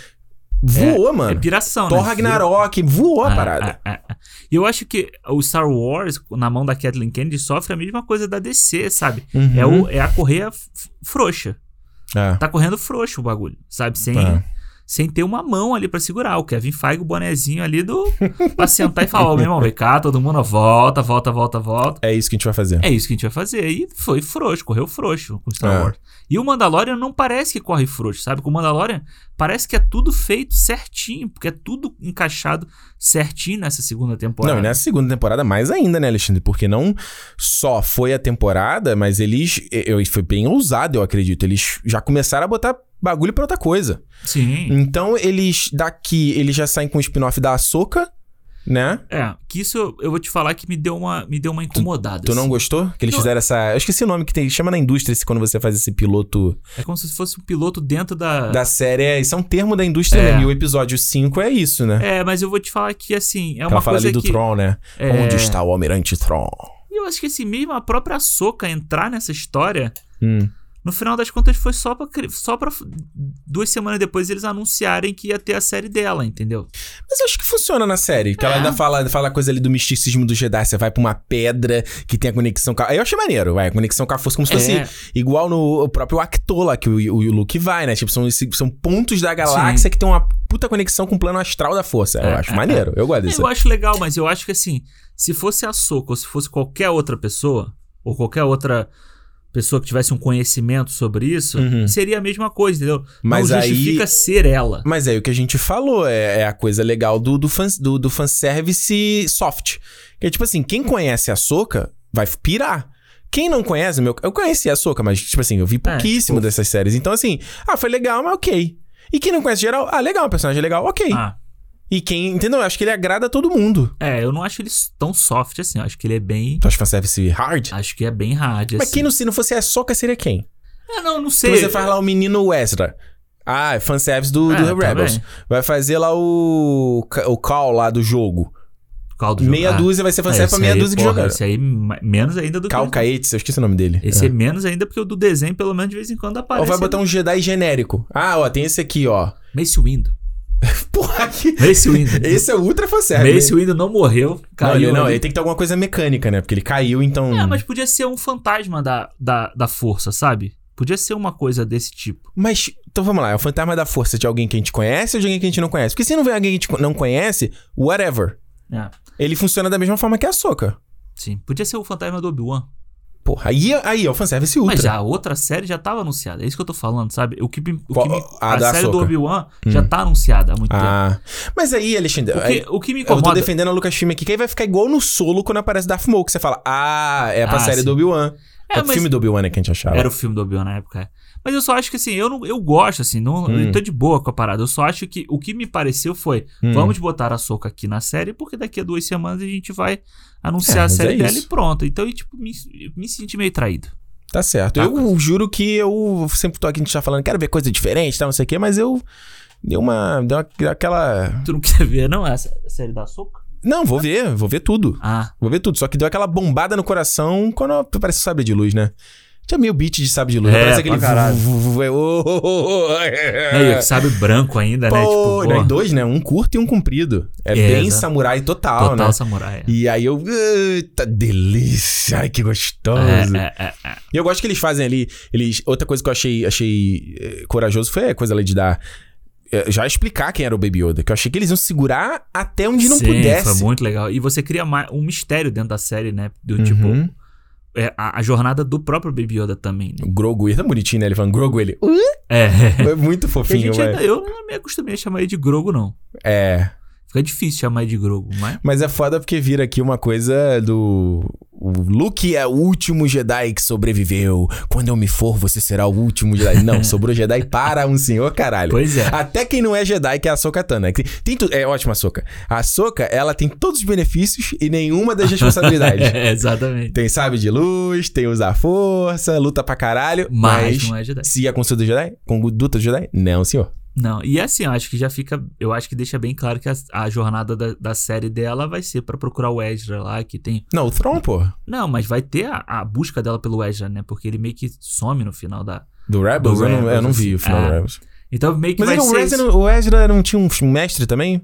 [SPEAKER 1] Voou,
[SPEAKER 2] É
[SPEAKER 1] mano.
[SPEAKER 2] piração,
[SPEAKER 1] Thor
[SPEAKER 2] né?
[SPEAKER 1] Ragnarok, voou a
[SPEAKER 2] É,
[SPEAKER 1] parada.
[SPEAKER 2] é, é, é. E eu acho que o Star Wars, na mão da Kathleen Kennedy, sofre a mesma coisa da DC, sabe? É,
[SPEAKER 1] Uhum.
[SPEAKER 2] o, é a correia f- frouxa.
[SPEAKER 1] É.
[SPEAKER 2] Tá correndo frouxo o bagulho, sabe? Sem,
[SPEAKER 1] Tá.
[SPEAKER 2] sem ter uma mão ali pra segurar. O Kevin Feige, o bonezinho ali do... pra sentar e falar, ó, meu irmão, vem cá, todo mundo ó, volta, volta, volta, volta.
[SPEAKER 1] É isso que a gente vai fazer.
[SPEAKER 2] É isso que a gente vai fazer. E foi frouxo, correu frouxo com Star
[SPEAKER 1] É.
[SPEAKER 2] Wars. E o Mandalorian não parece que corre frouxo, sabe? Com o Mandalorian parece que é tudo feito certinho, porque é tudo encaixado certinho nessa segunda temporada.
[SPEAKER 1] Não, e nessa segunda temporada mais ainda, né, Alexandre? Porque não só foi a temporada, mas eles. Eu, foi bem ousado, eu acredito. Eles já começaram a botar bagulho pra outra coisa.
[SPEAKER 2] Sim.
[SPEAKER 1] Então, eles daqui, eles já saem com o spin-off da Ahsoka, né?
[SPEAKER 2] É, que isso eu- eu vou te falar que me deu uma, me deu uma incomodada.
[SPEAKER 1] Tu não
[SPEAKER 2] assim.
[SPEAKER 1] gostou? Que eles
[SPEAKER 2] Não.
[SPEAKER 1] fizeram essa. Eu esqueci o nome que tem. Chama na indústria esse, quando você faz esse piloto
[SPEAKER 2] É como se fosse um piloto dentro da.
[SPEAKER 1] da série. É, isso é um termo da indústria,
[SPEAKER 2] Ah. É.
[SPEAKER 1] né? E o episódio 5 é isso, né?
[SPEAKER 2] É, mas eu vou te falar que assim, é
[SPEAKER 1] Que Ela
[SPEAKER 2] uma
[SPEAKER 1] fala
[SPEAKER 2] coisa
[SPEAKER 1] ali do
[SPEAKER 2] que.
[SPEAKER 1] Tron, né?
[SPEAKER 2] é,
[SPEAKER 1] Onde está o Almirante Tron?
[SPEAKER 2] E eu acho que assim, mesmo a própria Soca entrar nessa história,
[SPEAKER 1] Hum.
[SPEAKER 2] no final das contas foi só pra, cri- só pra f- duas semanas depois eles anunciarem que ia ter a série dela, entendeu? Tipo
[SPEAKER 1] Mas eu acho que funciona na série. Que ela
[SPEAKER 2] É.
[SPEAKER 1] ainda fala, fala coisa ali do misticismo do Jedi. Você vai pra uma pedra que tem a conexão com a... Aí eu achei maneiro, vai. A conexão com a força. Como se fosse
[SPEAKER 2] É.
[SPEAKER 1] igual no o próprio Acto lá que o, o Luke vai, né? Tipo, são, esse- são pontos da galáxia que tem uma puta conexão com o plano astral da força. eu
[SPEAKER 2] É,
[SPEAKER 1] acho
[SPEAKER 2] é,
[SPEAKER 1] maneiro. Eu gosto disso.
[SPEAKER 2] Eu acho legal, mas eu acho que assim, se fosse a Soca ou se fosse qualquer outra pessoa, ou qualquer outra pessoa que tivesse um conhecimento sobre isso,
[SPEAKER 1] Uhum.
[SPEAKER 2] seria a mesma coisa, entendeu?
[SPEAKER 1] Mas
[SPEAKER 2] não
[SPEAKER 1] aí...
[SPEAKER 2] justifica ser ela.
[SPEAKER 1] Mas aí o que a gente falou é, é a coisa legal do, do, fans, do, do fanservice soft. Que é tipo assim, quem conhece a Soca vai pirar. Quem não conhece, meu. Eu conheci a Soca, mas, tipo assim, eu
[SPEAKER 2] É,
[SPEAKER 1] vi pouquíssimo dessas séries. Então, assim, ah, foi legal, mas ok. E quem não conhece geral, ah, legal, um personagem legal, ok.
[SPEAKER 2] Ah,
[SPEAKER 1] E quem. Entendeu? Eu acho que ele agrada a todo mundo.
[SPEAKER 2] é, eu não acho ele tão soft assim, eu acho que ele é bem.
[SPEAKER 1] Tu acha fanservice hard?
[SPEAKER 2] Acho que é bem hard,
[SPEAKER 1] mas
[SPEAKER 2] assim.
[SPEAKER 1] quem não, se não fosse a Soca, seria quem?
[SPEAKER 2] Ah, não, não sei.
[SPEAKER 1] Então você faz lá o menino Westra. Ah, é fanservice do,
[SPEAKER 2] É,
[SPEAKER 1] do Rebels.
[SPEAKER 2] também.
[SPEAKER 1] Vai fazer lá o. O call lá do jogo.
[SPEAKER 2] Por causa do
[SPEAKER 1] Meia
[SPEAKER 2] jogo.
[SPEAKER 1] dúzia vai ser
[SPEAKER 2] Ah,
[SPEAKER 1] fanservice
[SPEAKER 2] esse
[SPEAKER 1] pra meia
[SPEAKER 2] aí,
[SPEAKER 1] dúzia que
[SPEAKER 2] porra,
[SPEAKER 1] jogaram.
[SPEAKER 2] Esse aí ma- menos ainda do que.
[SPEAKER 1] Cal Caetes, eu esqueci o nome dele.
[SPEAKER 2] Esse
[SPEAKER 1] É.
[SPEAKER 2] é. menos ainda porque o do desenho, pelo menos de vez em quando,
[SPEAKER 1] Ou
[SPEAKER 2] aparece.
[SPEAKER 1] vai botar um Jedi genérico. Ah, ó, tem esse aqui, ó.
[SPEAKER 2] Mace Windu.
[SPEAKER 1] (laughs) Porra, que...
[SPEAKER 2] Mace Windu.
[SPEAKER 1] (laughs) esse é ultra fanservice.
[SPEAKER 2] Mace Windu não morreu.
[SPEAKER 1] não,
[SPEAKER 2] Caiu.
[SPEAKER 1] ele, não,
[SPEAKER 2] ali.
[SPEAKER 1] ele tem que ter alguma coisa mecânica, né? Porque ele caiu, então...
[SPEAKER 2] É, mas
[SPEAKER 1] mas...
[SPEAKER 2] podia ser um fantasma da, da, da força, sabe? Podia ser uma coisa desse tipo.
[SPEAKER 1] então vamos lá. É o fantasma da força de alguém que a gente conhece ou de alguém que a gente não conhece? Porque se não vem alguém que a gente não conhece, whatever.
[SPEAKER 2] É,
[SPEAKER 1] Ele funciona da mesma forma que a Soca.
[SPEAKER 2] sim. Podia ser o fantasma do Obi-Wan.
[SPEAKER 1] Porra, aí, aí é o fanservice ultra.
[SPEAKER 2] Mas a outra série já tava anunciada. É isso que eu tô falando, sabe? O que, me- o
[SPEAKER 1] Qual-
[SPEAKER 2] que me-
[SPEAKER 1] a
[SPEAKER 2] a
[SPEAKER 1] da
[SPEAKER 2] série
[SPEAKER 1] Ahsoka.
[SPEAKER 2] do
[SPEAKER 1] Hum.
[SPEAKER 2] Obi-Wan já tá anunciada há muito
[SPEAKER 1] Ah, mas aí, Alexandre...
[SPEAKER 2] tempo. O
[SPEAKER 1] aí-
[SPEAKER 2] que, o que me
[SPEAKER 1] Eu tô
[SPEAKER 2] incomoda.
[SPEAKER 1] defendendo a Lucasfilm aqui, que aí vai ficar igual no solo quando aparece Darth Maul, que você fala, ah, é pra
[SPEAKER 2] Ah,
[SPEAKER 1] série
[SPEAKER 2] sim.
[SPEAKER 1] do Obi-Wan. É,
[SPEAKER 2] É,
[SPEAKER 1] o
[SPEAKER 2] mas
[SPEAKER 1] filme do Obi-Wan né, que a gente achava.
[SPEAKER 2] era o filme do Obi-Wan na época. é. Mas eu só acho que assim, eu, não, eu gosto, assim, não,
[SPEAKER 1] Hum.
[SPEAKER 2] eu tô de boa com a parada. Eu só acho que o que me pareceu foi:
[SPEAKER 1] Hum.
[SPEAKER 2] vamos botar a soca aqui na série, porque daqui a duas semanas a gente vai anunciar
[SPEAKER 1] É,
[SPEAKER 2] a
[SPEAKER 1] mas
[SPEAKER 2] série
[SPEAKER 1] é
[SPEAKER 2] dela
[SPEAKER 1] isso.
[SPEAKER 2] e pronto. Então, eu, tipo, me, me senti meio traído.
[SPEAKER 1] Tá certo.
[SPEAKER 2] Tá.
[SPEAKER 1] Eu juro que eu sempre tô aqui, a gente tá falando, quero ver coisa diferente, tal, não sei o quê, mas eu... Deu uma... Deu uma- aquela...
[SPEAKER 2] Tu não quer ver, não? Essa série da soca?
[SPEAKER 1] Não, vou ver, vou ver tudo.
[SPEAKER 2] Ah,
[SPEAKER 1] Vou ver tudo, só que deu aquela bombada no coração quando aparece o Sabre de Luz, né? Tinha meio beat de Sabre de Luz,
[SPEAKER 2] É,
[SPEAKER 1] aparece
[SPEAKER 2] pra
[SPEAKER 1] aquele...
[SPEAKER 2] caralho.
[SPEAKER 1] vu- vu- vu- é, ô, ô, ô, ô,
[SPEAKER 2] né, e
[SPEAKER 1] é.
[SPEAKER 2] sabe branco ainda, né? Tipo,
[SPEAKER 1] Pô, né,
[SPEAKER 2] porra,
[SPEAKER 1] e dois, né? Um curto e um comprido. É,
[SPEAKER 2] É,
[SPEAKER 1] bem
[SPEAKER 2] exato.
[SPEAKER 1] samurai total,
[SPEAKER 2] total
[SPEAKER 1] né?
[SPEAKER 2] samurai.
[SPEAKER 1] E aí eu. Eita, delícia! Ai, que gostoso!
[SPEAKER 2] É, é, é, é.
[SPEAKER 1] E eu gosto que eles fazem ali. Eles, outra coisa que eu achei, achei eh, corajoso foi a coisa ali de dar. eh, Já explicar quem era o Baby Yoda, que eu achei que eles iam segurar até onde não
[SPEAKER 2] Sim,
[SPEAKER 1] pudesse.
[SPEAKER 2] Foi muito legal. E você cria mais um mistério dentro da série, né? Do
[SPEAKER 1] Uhum.
[SPEAKER 2] tipo, é, a, a jornada do próprio Baby Yoda também, né?
[SPEAKER 1] O Grogu, ele tá bonitinho, né? Ele falando Grogu, ele...
[SPEAKER 2] (laughs) É.
[SPEAKER 1] É muito
[SPEAKER 2] Porque a
[SPEAKER 1] fofinho,
[SPEAKER 2] gente
[SPEAKER 1] velho.
[SPEAKER 2] ainda, eu não me acostumei a chamar ele de Grogo, não.
[SPEAKER 1] É.
[SPEAKER 2] Fica difícil chamar ele de Grogo, mas...
[SPEAKER 1] Mas é foda porque vira aqui uma coisa do... O Luke é o último Jedi que sobreviveu. Quando eu me for, você será o último Jedi.
[SPEAKER 2] (laughs)
[SPEAKER 1] Não, sobrou Jedi para um senhor, caralho.
[SPEAKER 2] Pois é.
[SPEAKER 1] Até quem não é Jedi, que é a Soka Tana. Tem, tem tu- é ótima a Soka. A Soka, ela tem todos os benefícios e nenhuma das responsabilidades.
[SPEAKER 2] (laughs) É, exatamente.
[SPEAKER 1] tem sabe de luz, tem usar força, luta pra caralho.
[SPEAKER 2] Mas,
[SPEAKER 1] Mas,
[SPEAKER 2] não é Jedi.
[SPEAKER 1] se é conduta do Jedi? Conduta do Jedi? Não, senhor.
[SPEAKER 2] Não, e assim, eu acho que já fica. Eu acho que deixa bem claro que a, a jornada da, da série dela vai ser pra procurar o Ezra lá, que tem.
[SPEAKER 1] Não, o Tron, pô.
[SPEAKER 2] Não, mas vai ter a, a busca dela pelo Ezra, né? Porque ele meio que some no final da.
[SPEAKER 1] Do Rebels?
[SPEAKER 2] Do
[SPEAKER 1] eu, não, eu
[SPEAKER 2] Rebels,
[SPEAKER 1] não vi o final
[SPEAKER 2] assim.
[SPEAKER 1] do
[SPEAKER 2] Ah,
[SPEAKER 1] Rebels.
[SPEAKER 2] Então meio que
[SPEAKER 1] Mas
[SPEAKER 2] vai
[SPEAKER 1] ele- o,
[SPEAKER 2] ser.
[SPEAKER 1] Ezra,
[SPEAKER 2] isso.
[SPEAKER 1] não- o Ezra não tinha um f- um mestre também?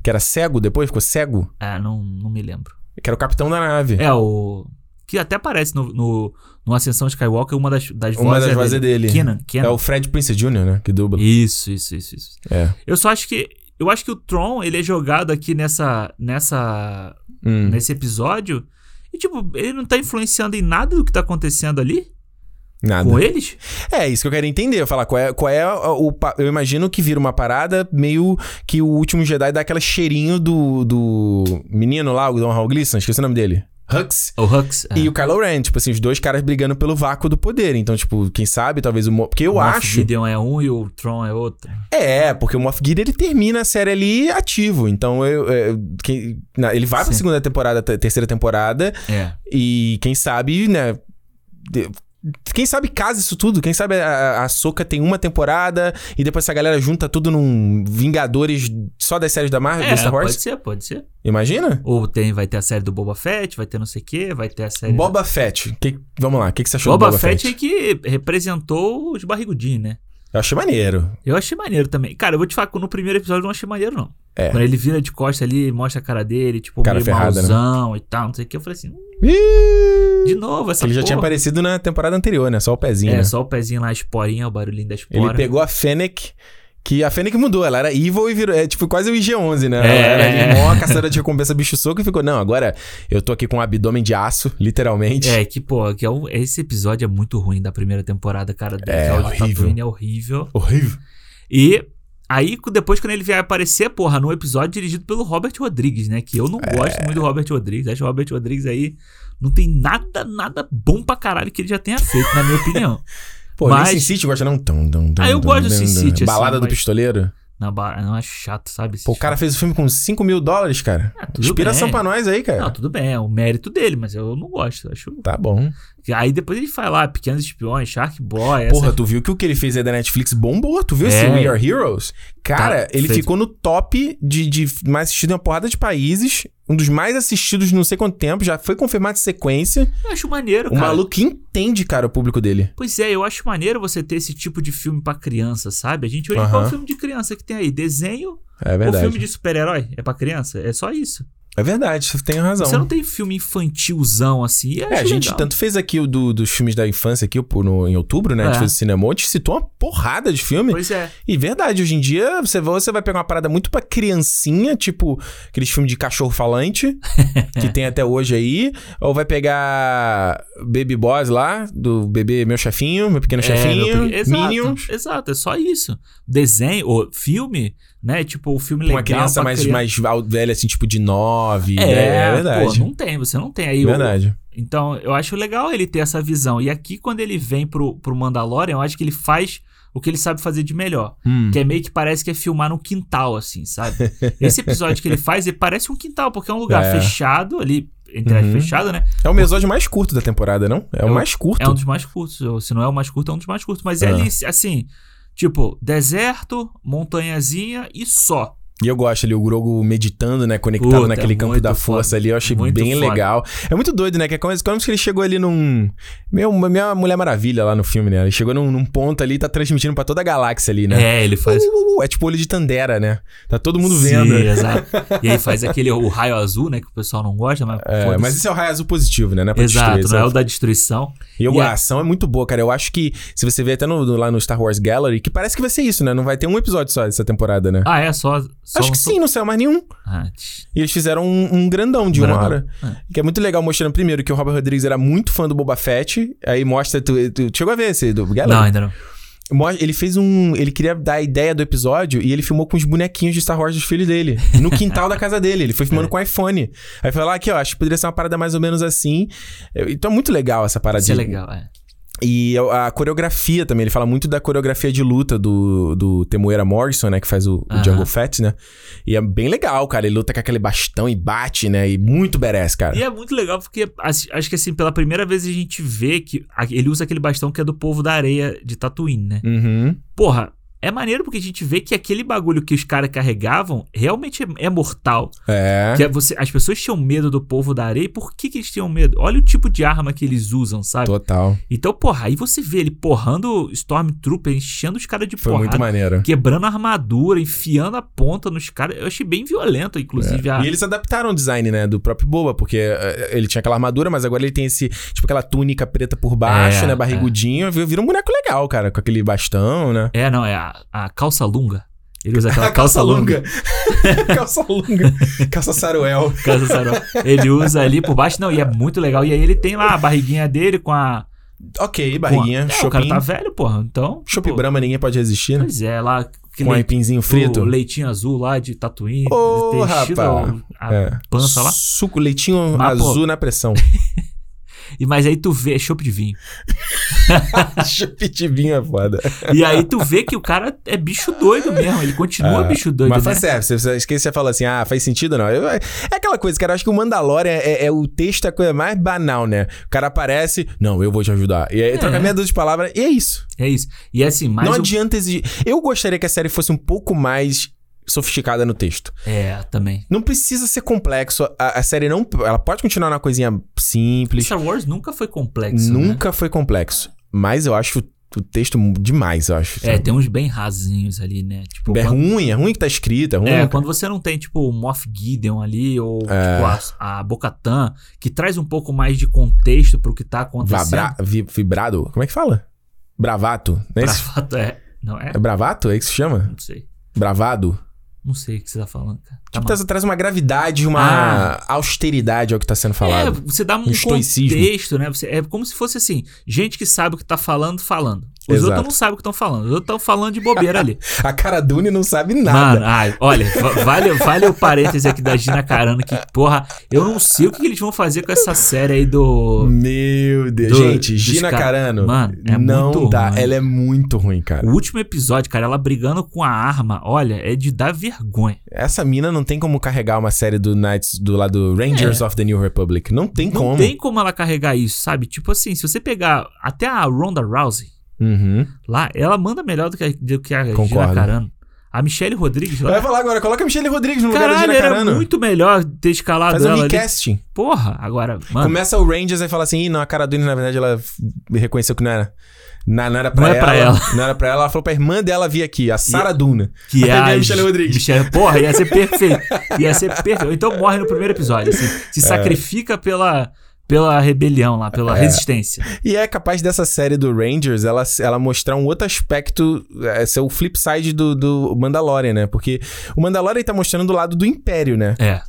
[SPEAKER 1] Que era cego, depois ficou cego?
[SPEAKER 2] Ah, não, não me lembro.
[SPEAKER 1] Que era o capitão da nave.
[SPEAKER 2] É, o. Que até aparece no, no, no Ascensão Skywalker, uma das, das
[SPEAKER 1] Uma
[SPEAKER 2] vozes.
[SPEAKER 1] das
[SPEAKER 2] é
[SPEAKER 1] vozes é dele.
[SPEAKER 2] Kenan, Kenan.
[SPEAKER 1] É o Fred Prince Jr., né? Que dubla.
[SPEAKER 2] Isso, isso, isso, isso.
[SPEAKER 1] É.
[SPEAKER 2] Eu só acho que. Eu acho que o Tron, ele é jogado aqui nessa. nessa
[SPEAKER 1] Hum.
[SPEAKER 2] nesse episódio. E, tipo, ele não tá influenciando em nada do que tá acontecendo ali
[SPEAKER 1] Nada.
[SPEAKER 2] com eles?
[SPEAKER 1] É, isso que eu quero entender. Falar qual é, qual é a- o. pa- Eu imagino que vira uma parada meio que o último Jedi dá aquele cheirinho do, do menino lá, o Don Hal Gleason, esqueci o nome dele. Hux.
[SPEAKER 2] O Hux.
[SPEAKER 1] E o Kylo Ren, tipo assim, os dois caras brigando pelo vácuo do poder. Então, tipo, quem sabe, talvez o. Mo... Porque eu acho.
[SPEAKER 2] O Gideon é um e o Tron é outro.
[SPEAKER 1] É, porque o Moff Gideon ele termina a série ali ativo. Então, eu, eu- quem- na- ele vai pra
[SPEAKER 2] Sim.
[SPEAKER 1] segunda temporada, te- terceira temporada.
[SPEAKER 2] É.
[SPEAKER 1] E quem sabe, né? de- Quem sabe casa isso tudo? Quem sabe a, a Soca tem uma temporada e depois essa galera junta tudo num Vingadores só das séries da Marvel,
[SPEAKER 2] É,
[SPEAKER 1] do Star Wars?
[SPEAKER 2] pode ser, pode ser.
[SPEAKER 1] Imagina?
[SPEAKER 2] Ou tem, vai ter a série do Boba Fett, vai ter não sei o quê, vai ter a série...
[SPEAKER 1] Boba Fett. Que- vamos lá, o que, que você achou
[SPEAKER 2] Boba,
[SPEAKER 1] do Boba Fett?
[SPEAKER 2] Fett é que representou os barrigudinhos, né?
[SPEAKER 1] Eu achei maneiro.
[SPEAKER 2] Eu achei maneiro também. Cara, eu vou te falar, que no primeiro episódio eu não achei maneiro, não.
[SPEAKER 1] É.
[SPEAKER 2] Quando ele vira de costa ali, mostra a cara dele, tipo,
[SPEAKER 1] Cara
[SPEAKER 2] meio
[SPEAKER 1] ferrada, né?
[SPEAKER 2] mauzão e tal, não sei o quê. Eu falei assim, "Hum,
[SPEAKER 1] Ih,
[SPEAKER 2] de novo essa
[SPEAKER 1] Ele já tinha
[SPEAKER 2] porra."
[SPEAKER 1] aparecido na temporada anterior, né? Só o pezinho,
[SPEAKER 2] É,
[SPEAKER 1] né?
[SPEAKER 2] só o pezinho lá, a esporinha, o barulhinho da
[SPEAKER 1] Ele
[SPEAKER 2] espora.
[SPEAKER 1] pegou a Fennec, que a Fennec mudou, ela era evil e virou, é tipo quase o IG-11, né?
[SPEAKER 2] É.
[SPEAKER 1] Ela era mó caçadora de recompensa bicho soco e ficou, não, agora eu tô aqui com um abdômen de aço, literalmente.
[SPEAKER 2] É, que, pô, que é o- esse episódio é muito ruim da primeira temporada, cara.
[SPEAKER 1] É,
[SPEAKER 2] que o de
[SPEAKER 1] horrível.
[SPEAKER 2] Tatooine é horrível.
[SPEAKER 1] Horrível.
[SPEAKER 2] E aí, co- depois, quando ele vier aparecer, porra, num episódio dirigido pelo Robert Rodrigues, né? Que eu não
[SPEAKER 1] É.
[SPEAKER 2] gosto muito do Robert Rodrigues. Acho que o Robert Rodrigues aí não tem nada, nada bom pra caralho que ele já tenha feito, na minha
[SPEAKER 1] (laughs)
[SPEAKER 2] opinião.
[SPEAKER 1] Pô,
[SPEAKER 2] Mas-
[SPEAKER 1] nem Sin City gosta não? Tum, tum, tum,
[SPEAKER 2] Ah, eu
[SPEAKER 1] tum,
[SPEAKER 2] gosto do
[SPEAKER 1] tum,
[SPEAKER 2] Sin
[SPEAKER 1] tum.
[SPEAKER 2] City, assim,
[SPEAKER 1] Balada do
[SPEAKER 2] mas-
[SPEAKER 1] Pistoleiro.
[SPEAKER 2] Não, ba- não acho chato, sabe? esse
[SPEAKER 1] Pô, o cara fez o filme com 5 mil dólares, cara.
[SPEAKER 2] filme. Ah, tudo
[SPEAKER 1] Inspiração
[SPEAKER 2] bem.
[SPEAKER 1] pra nós aí, cara.
[SPEAKER 2] Não, tudo bem, é o mérito dele, mas eu não gosto. Acho...
[SPEAKER 1] Tá bom.
[SPEAKER 2] Aí depois ele fala lá, Pequenos Espiões, Shark Boy, essas
[SPEAKER 1] Porra, tu viu que o que ele fez aí da Netflix bombou? Tu viu esse
[SPEAKER 2] É.
[SPEAKER 1] We Are Heroes? Cara,
[SPEAKER 2] Tá,
[SPEAKER 1] ele
[SPEAKER 2] fez.
[SPEAKER 1] ficou no top de, de mais assistido em uma porrada de países. Um dos mais assistidos não sei quanto tempo. Já foi confirmado de sequência.
[SPEAKER 2] Eu acho maneiro,
[SPEAKER 1] O
[SPEAKER 2] cara.
[SPEAKER 1] maluco entende, cara, o público dele.
[SPEAKER 2] Pois é, eu acho maneiro você ter esse tipo de filme pra criança, sabe? A gente hoje
[SPEAKER 1] Aham.
[SPEAKER 2] qual filme de criança que tem aí? Desenho
[SPEAKER 1] É
[SPEAKER 2] ou
[SPEAKER 1] verdade.
[SPEAKER 2] filme de super-herói? É pra criança? É só isso.
[SPEAKER 1] É verdade, você tem razão.
[SPEAKER 2] Você não tem filme infantilzão assim. Eu
[SPEAKER 1] É, a
[SPEAKER 2] acho
[SPEAKER 1] gente
[SPEAKER 2] legal.
[SPEAKER 1] tanto fez aqui o do- dos filmes da infância aqui pô, no- em outubro, né? A gente
[SPEAKER 2] É.
[SPEAKER 1] fez o cinema, a gente citou uma porrada de filme.
[SPEAKER 2] Pois é.
[SPEAKER 1] E verdade, hoje em dia você, vai- você vai pegar uma parada muito pra criancinha, tipo aqueles filmes de cachorro
[SPEAKER 2] (laughs)
[SPEAKER 1] falante, que tem até hoje aí. Ou vai pegar Baby Boss lá, do bebê Meu Chefinho, Meu Pequeno
[SPEAKER 2] é, meu
[SPEAKER 1] Chefinho,
[SPEAKER 2] pri- exato,
[SPEAKER 1] Minions.
[SPEAKER 2] Exato, é só isso. Desenho, ou filme, né? Tipo, o filme
[SPEAKER 1] Com
[SPEAKER 2] legal.
[SPEAKER 1] uma criança
[SPEAKER 2] pra
[SPEAKER 1] mais,
[SPEAKER 2] criança.
[SPEAKER 1] mais al- velha, assim, tipo de 9,
[SPEAKER 2] É,
[SPEAKER 1] é
[SPEAKER 2] verdade.
[SPEAKER 1] verdade.
[SPEAKER 2] Pô, não tem, você não tem aí. o-
[SPEAKER 1] verdade.
[SPEAKER 2] Então, eu acho legal ele ter essa visão. E aqui, quando ele vem pro, pro Mandalorian, eu acho que ele faz o que ele sabe fazer de melhor.
[SPEAKER 1] Hum.
[SPEAKER 2] Que é meio que parece que é filmar num quintal, assim,
[SPEAKER 1] (laughs)
[SPEAKER 2] sabe? Esse episódio que ele faz, ele parece um quintal, porque é um lugar
[SPEAKER 1] É.
[SPEAKER 2] fechado ali, entre aspas,
[SPEAKER 1] Uhum.
[SPEAKER 2] fechado, né?
[SPEAKER 1] É o episódio mais curto da temporada, não? É o
[SPEAKER 2] Eu-
[SPEAKER 1] mais curto.
[SPEAKER 2] É um dos mais curtos. ou Se não é o mais curto, é um dos mais curtos. Mas é,
[SPEAKER 1] É.
[SPEAKER 2] ali, assim, tipo, deserto, montanhazinha e só.
[SPEAKER 1] E eu gosto ali, o Grogu meditando, né? Conectado
[SPEAKER 2] Puta,
[SPEAKER 1] naquele campo
[SPEAKER 2] muito
[SPEAKER 1] da
[SPEAKER 2] foda.
[SPEAKER 1] força ali. Eu achei
[SPEAKER 2] Muito
[SPEAKER 1] bem
[SPEAKER 2] foda.
[SPEAKER 1] legal. É muito doido, né? Que é como, como se ele chegou ali num. Meu, minha Mulher Maravilha lá no filme, né? Ele chegou num, num ponto ali e tá transmitindo pra toda a galáxia ali, né?
[SPEAKER 2] É, ele faz.
[SPEAKER 1] Uh, uh, é tipo olho de Tandera, né? Tá todo mundo
[SPEAKER 2] Sim,
[SPEAKER 1] vendo.
[SPEAKER 2] exato. E aí faz aquele o raio azul, né? Que o pessoal não gosta, mas.
[SPEAKER 1] É,
[SPEAKER 2] foda-se.
[SPEAKER 1] mas esse é o raio azul positivo, né? Não é pra
[SPEAKER 2] Exato,
[SPEAKER 1] destruir,
[SPEAKER 2] não é o
[SPEAKER 1] exato.
[SPEAKER 2] da destruição.
[SPEAKER 1] E eu-
[SPEAKER 2] e
[SPEAKER 1] a ação é muito boa, cara. Eu acho que, se você vê até no- no- lá no Star Wars Gallery, que parece que vai ser isso, né? Não vai ter um episódio só dessa temporada, né?
[SPEAKER 2] Ah, é só, Só
[SPEAKER 1] Acho
[SPEAKER 2] um
[SPEAKER 1] que
[SPEAKER 2] só-
[SPEAKER 1] sim, não saiu mais nenhum.
[SPEAKER 2] Ah, tch.
[SPEAKER 1] E eles fizeram um, um grandão de uma
[SPEAKER 2] Grandão.
[SPEAKER 1] hora. Que é muito legal, mostrando primeiro que o Robert Rodrigues era muito fã do Boba Fett. Aí mostra. Tu, tu chegou a ver esse do Galera?
[SPEAKER 2] não, ainda não.
[SPEAKER 1] Mo- Ele fez um. Ele queria dar a ideia do episódio e ele filmou com os bonequinhos de Star Wars dos filhos dele. No quintal (laughs) da casa dele. Ele foi filmando
[SPEAKER 2] É.
[SPEAKER 1] com o iPhone. Aí falou: "Ah, aqui, ó, acho que poderia ser uma parada mais ou menos assim. Eu- Então é muito legal essa parada.
[SPEAKER 2] Isso é
[SPEAKER 1] de-
[SPEAKER 2] legal, é.
[SPEAKER 1] E a a coreografia também. Ele fala muito da coreografia de luta do, do Temuera Morrison, né? Que faz o, o
[SPEAKER 2] Aham.
[SPEAKER 1] Jungle Fett, né? E é bem legal, cara. Ele luta com aquele bastão e bate, né? E muito badass, cara.
[SPEAKER 2] E é muito legal porque as- acho que assim, pela primeira vez a gente vê que a- ele usa aquele bastão que é do povo da areia de Tatooine, né?
[SPEAKER 1] Uhum.
[SPEAKER 2] Porra, é maneiro porque a gente vê que aquele bagulho que os caras carregavam realmente é, é mortal.
[SPEAKER 1] É.
[SPEAKER 2] Que é você, as pessoas tinham medo do povo da areia e por que, que eles tinham medo? Olha o tipo de arma que eles usam, sabe?
[SPEAKER 1] Total.
[SPEAKER 2] Então, porra, aí você vê ele porrando Stormtrooper, enchendo os caras de
[SPEAKER 1] Foi
[SPEAKER 2] porrada.
[SPEAKER 1] muito maneiro.
[SPEAKER 2] Quebrando a armadura, enfiando a ponta nos caras. Eu achei bem violento, inclusive. A...
[SPEAKER 1] É. E eles adaptaram o design, né, do próprio Boba, porque eh, ele tinha aquela armadura, mas agora ele tem esse, tipo, aquela túnica preta por baixo,
[SPEAKER 2] É,
[SPEAKER 1] né,
[SPEAKER 2] é.
[SPEAKER 1] barrigudinho, Vir- vira um boneco legal, cara, com aquele bastão, né.
[SPEAKER 2] É, não, é a, a calça lunga.
[SPEAKER 1] (laughs)
[SPEAKER 2] Ele usa aquela calça lunga. (laughs)
[SPEAKER 1] calça longa. Calça saruel.
[SPEAKER 2] Casa Saró. Ele usa ali por baixo, não, e é muito legal. E aí ele tem lá a barriguinha dele com a.
[SPEAKER 1] Ok,
[SPEAKER 2] com a-
[SPEAKER 1] barriguinha,
[SPEAKER 2] É, o cara
[SPEAKER 1] um shopping.
[SPEAKER 2] tá velho, porra. Então.
[SPEAKER 1] Chopp
[SPEAKER 2] pô,
[SPEAKER 1] Brahma ninguém pode resistir, né?
[SPEAKER 2] Pois é, lá. Que
[SPEAKER 1] Com um aipinzinho frito.
[SPEAKER 2] o leitinho azul lá de Tatooine.
[SPEAKER 1] Ô,
[SPEAKER 2] ter enchido
[SPEAKER 1] rapá.
[SPEAKER 2] a, a
[SPEAKER 1] É.
[SPEAKER 2] pança lá.
[SPEAKER 1] Suco, leitinho
[SPEAKER 2] Mas, pô-
[SPEAKER 1] azul na
[SPEAKER 2] (laughs)
[SPEAKER 1] pressão.
[SPEAKER 2] E, mas aí tu vê, é chopp de vinho.
[SPEAKER 1] Chopp de vinho é foda.
[SPEAKER 2] E aí tu vê que o cara é bicho doido mesmo. Ele continua
[SPEAKER 1] É,
[SPEAKER 2] bicho doido,
[SPEAKER 1] Mas
[SPEAKER 2] né?
[SPEAKER 1] faz certo, você- você esquece você fala assim, ah, faz sentido não. Eu- é aquela coisa, cara, eu acho que o Mandalorian é, é o texto é a coisa mais banal, né? O cara aparece, não, eu vou te ajudar. E aí troca meia dúzia de palavras e é isso.
[SPEAKER 2] É isso. E assim, É. mais
[SPEAKER 1] não
[SPEAKER 2] um-
[SPEAKER 1] adianta exigir. Eu gostaria que a série fosse um pouco mais sofisticada no texto.
[SPEAKER 2] É, também.
[SPEAKER 1] Não precisa ser complexo, a, a série não, ela pode continuar numa coisinha simples.
[SPEAKER 2] Star Wars nunca foi complexo. né?
[SPEAKER 1] Nunca foi complexo, mas eu acho o, o texto demais, eu acho.
[SPEAKER 2] É, tem uns bem rasinhos ali, né? Tipo,
[SPEAKER 1] É
[SPEAKER 2] quando-
[SPEAKER 1] ruim, é ruim que tá escrito, é ruim.
[SPEAKER 2] É, quando você não tem, tipo, o Moff Gideon ali,
[SPEAKER 1] É.
[SPEAKER 2] ou tipo, a, a Bocatan, que traz um pouco mais de contexto pro que tá acontecendo.
[SPEAKER 1] Vabra- vi- vibrado? Como é que fala? Bravato, não é isso?
[SPEAKER 2] Bravato, é. Não é?
[SPEAKER 1] É bravato? É isso que se chama?
[SPEAKER 2] Não sei.
[SPEAKER 1] Bravado?
[SPEAKER 2] Não sei o que você tá falando, cara. Tá
[SPEAKER 1] Tipo,
[SPEAKER 2] maluco.
[SPEAKER 1] traz, traz uma gravidade, uma
[SPEAKER 2] Ah.
[SPEAKER 1] austeridade ao que tá sendo
[SPEAKER 2] é,
[SPEAKER 1] falado.
[SPEAKER 2] você dá um
[SPEAKER 1] estoicismo.
[SPEAKER 2] contexto, né? Você, é como se fosse assim, gente que sabe o que tá falando, falando. Os
[SPEAKER 1] Exato.
[SPEAKER 2] outros não sabem o que estão falando. Os outros estão falando de bobeira ali.
[SPEAKER 1] A cara Dune não sabe (laughs) nada.
[SPEAKER 2] Mano, ai, olha, va- vale, vale o parêntese aqui da Gina Carano, que, porra, eu não sei o que, que eles vão fazer com essa série aí do.
[SPEAKER 1] Meu Deus.
[SPEAKER 2] Do-
[SPEAKER 1] Gente,
[SPEAKER 2] dos
[SPEAKER 1] Gina
[SPEAKER 2] cara-
[SPEAKER 1] Carano.
[SPEAKER 2] Mano, é
[SPEAKER 1] não
[SPEAKER 2] muito
[SPEAKER 1] dá.
[SPEAKER 2] ruim.
[SPEAKER 1] Ela é muito ruim, cara.
[SPEAKER 2] O último episódio, cara, ela brigando com a arma, olha, é de dar vergonha.
[SPEAKER 1] Essa mina não tem como carregar uma série do Knights do lado Rangers of the New Republic. Não tem
[SPEAKER 2] É. não
[SPEAKER 1] como.
[SPEAKER 2] tem como ela carregar isso, sabe? Tipo assim, se você pegar até a Ronda Rousey
[SPEAKER 1] Uhum.
[SPEAKER 2] lá, ela manda melhor do que a, do que a
[SPEAKER 1] Concordo.
[SPEAKER 2] Gina Carano. A Michelle Rodrigues
[SPEAKER 1] Vai
[SPEAKER 2] lá.
[SPEAKER 1] falar agora, coloca Michelle Rodrigues no lugar é da
[SPEAKER 2] Caralho,
[SPEAKER 1] Gina
[SPEAKER 2] era
[SPEAKER 1] Carano.
[SPEAKER 2] muito melhor ter escalado
[SPEAKER 1] Faz um
[SPEAKER 2] ela ali.
[SPEAKER 1] recasting.
[SPEAKER 2] Porra, agora, mano.
[SPEAKER 1] Começa o Rangers e fala assim: Ih, não, a cara Dune, na verdade, ela f- reconheceu que não era. na- não era pra,
[SPEAKER 2] Não é
[SPEAKER 1] ela,
[SPEAKER 2] pra
[SPEAKER 1] Não era pra ela. Ela falou pra irmã dela vir aqui, a Sarah Duna.
[SPEAKER 2] Que
[SPEAKER 1] Aí
[SPEAKER 2] é
[SPEAKER 1] vem
[SPEAKER 2] a
[SPEAKER 1] a Michelle Rodrigues.
[SPEAKER 2] Michelle- porra, ia ser perfeito. Ia ser perfeito. Então morre no primeiro episódio. assim,
[SPEAKER 1] É.
[SPEAKER 2] se sacrifica pela, pela rebelião lá, pela resistência.
[SPEAKER 1] E é capaz dessa série do Rangers ela, ela mostrar um outro aspecto, é, ser o flip side do, do Mandalorian, né? Porque o Mandalorian tá mostrando do lado do Império, né?
[SPEAKER 2] É,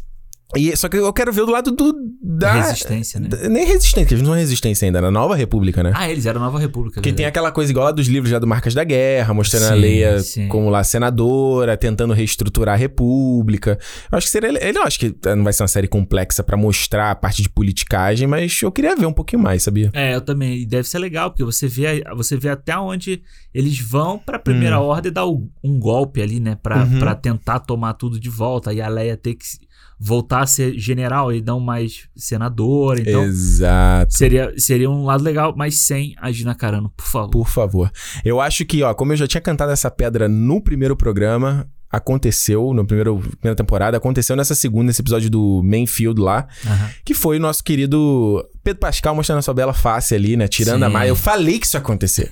[SPEAKER 1] E, só que eu quero ver do lado do. Da,
[SPEAKER 2] resistência, né?
[SPEAKER 1] da- Nem resistência, que eles não são resistência ainda, na Nova República, né?
[SPEAKER 2] Ah, eles eram a Nova República.
[SPEAKER 1] Porque
[SPEAKER 2] é
[SPEAKER 1] tem aquela coisa igual a dos livros já do Marcas da Guerra, mostrando a
[SPEAKER 2] Sim,
[SPEAKER 1] Leia
[SPEAKER 2] sim.
[SPEAKER 1] como lá senadora, tentando reestruturar a República. Eu acho que seria. Eu não acho que eh, não vai ser uma série complexa pra mostrar a parte de politicagem, mas eu queria ver um pouquinho mais, sabia?
[SPEAKER 2] É, eu também. E deve ser legal, porque você vê, você vê até onde eles vão pra primeira ordem dar o- um golpe ali, né? Pra,
[SPEAKER 1] Hum. Uhum.
[SPEAKER 2] pra tentar tomar tudo de volta. E a Leia ter que se- voltar a ser general e não mais senadora. Então,
[SPEAKER 1] Exato.
[SPEAKER 2] seria, seria um lado legal, mas sem a Gina Carano, por favor.
[SPEAKER 1] Por favor. Eu acho que, ó, como eu já tinha cantado essa pedra no primeiro programa, aconteceu, no primeiro, primeira temporada, aconteceu nessa segunda, nesse episódio do Mainfield lá.
[SPEAKER 2] Aham.
[SPEAKER 1] Que foi o nosso querido Pedro Pascal mostrando a sua bela face ali, né? Tirando a
[SPEAKER 2] Sim. (laughs) Ah.
[SPEAKER 1] maia. Eu falei que isso ia acontecer.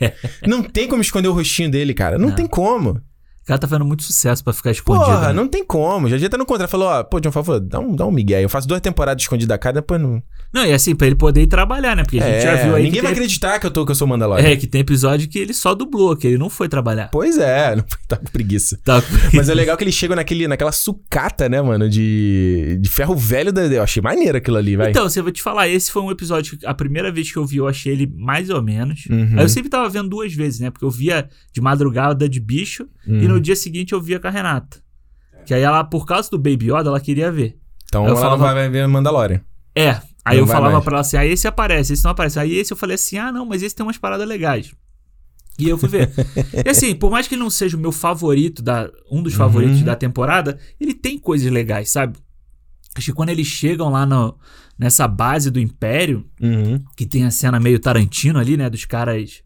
[SPEAKER 1] não tem como esconder o rostinho dele, cara. Não,
[SPEAKER 2] Não.
[SPEAKER 1] tem como.
[SPEAKER 2] cara tá fazendo muito sucesso pra ficar escondido.
[SPEAKER 1] Porra,
[SPEAKER 2] né?
[SPEAKER 1] não tem como. Já devia tá no contrato. Falou, ó, pô, John Favreau, dá um, dá um migué. aí. Eu faço duas temporadas escondida a cada, depois não...
[SPEAKER 2] Não, e assim, pra ele poder ir trabalhar, né? Porque a gente
[SPEAKER 1] É,
[SPEAKER 2] já viu aí.
[SPEAKER 1] ninguém
[SPEAKER 2] que
[SPEAKER 1] vai
[SPEAKER 2] tem...
[SPEAKER 1] acreditar que eu, tô, que eu sou Mandalorian.
[SPEAKER 2] É, que tem episódio que ele só dublou, que ele não foi trabalhar.
[SPEAKER 1] Pois é, (laughs) não tá com preguiça.
[SPEAKER 2] Tá.
[SPEAKER 1] Mas é legal que eles chegam naquele, naquela sucata, né, mano, de, de ferro velho. Da, eu achei maneiro aquilo ali, vai.
[SPEAKER 2] Então, você vai te falar, esse foi um episódio que a primeira vez que eu vi, eu achei ele mais ou menos.
[SPEAKER 1] Uhum.
[SPEAKER 2] Aí eu sempre tava vendo duas vezes, né? Porque eu via de madrugada de bicho
[SPEAKER 1] Uhum.
[SPEAKER 2] e no dia seguinte eu via com a Renata. Que aí ela, por causa do Baby Yoda, ela queria ver.
[SPEAKER 1] Então
[SPEAKER 2] eu
[SPEAKER 1] ela
[SPEAKER 2] falava-
[SPEAKER 1] não vai, vai ver Mandalorian.
[SPEAKER 2] É. Aí
[SPEAKER 1] Não
[SPEAKER 2] eu
[SPEAKER 1] vai
[SPEAKER 2] falava
[SPEAKER 1] mais.
[SPEAKER 2] pra ela assim, ah, esse aparece, esse não aparece. Aí esse eu falei assim, ah, não, mas esse tem umas paradas legais. E eu
[SPEAKER 1] (laughs)
[SPEAKER 2] fui ver. e assim, por mais que ele não seja o meu favorito, da, um dos favoritos
[SPEAKER 1] Uhum.
[SPEAKER 2] da temporada, ele tem coisas legais, sabe? Acho que quando eles chegam lá no, nessa base do Império,
[SPEAKER 1] Uhum.
[SPEAKER 2] que tem a cena meio Tarantino ali, né? Dos caras.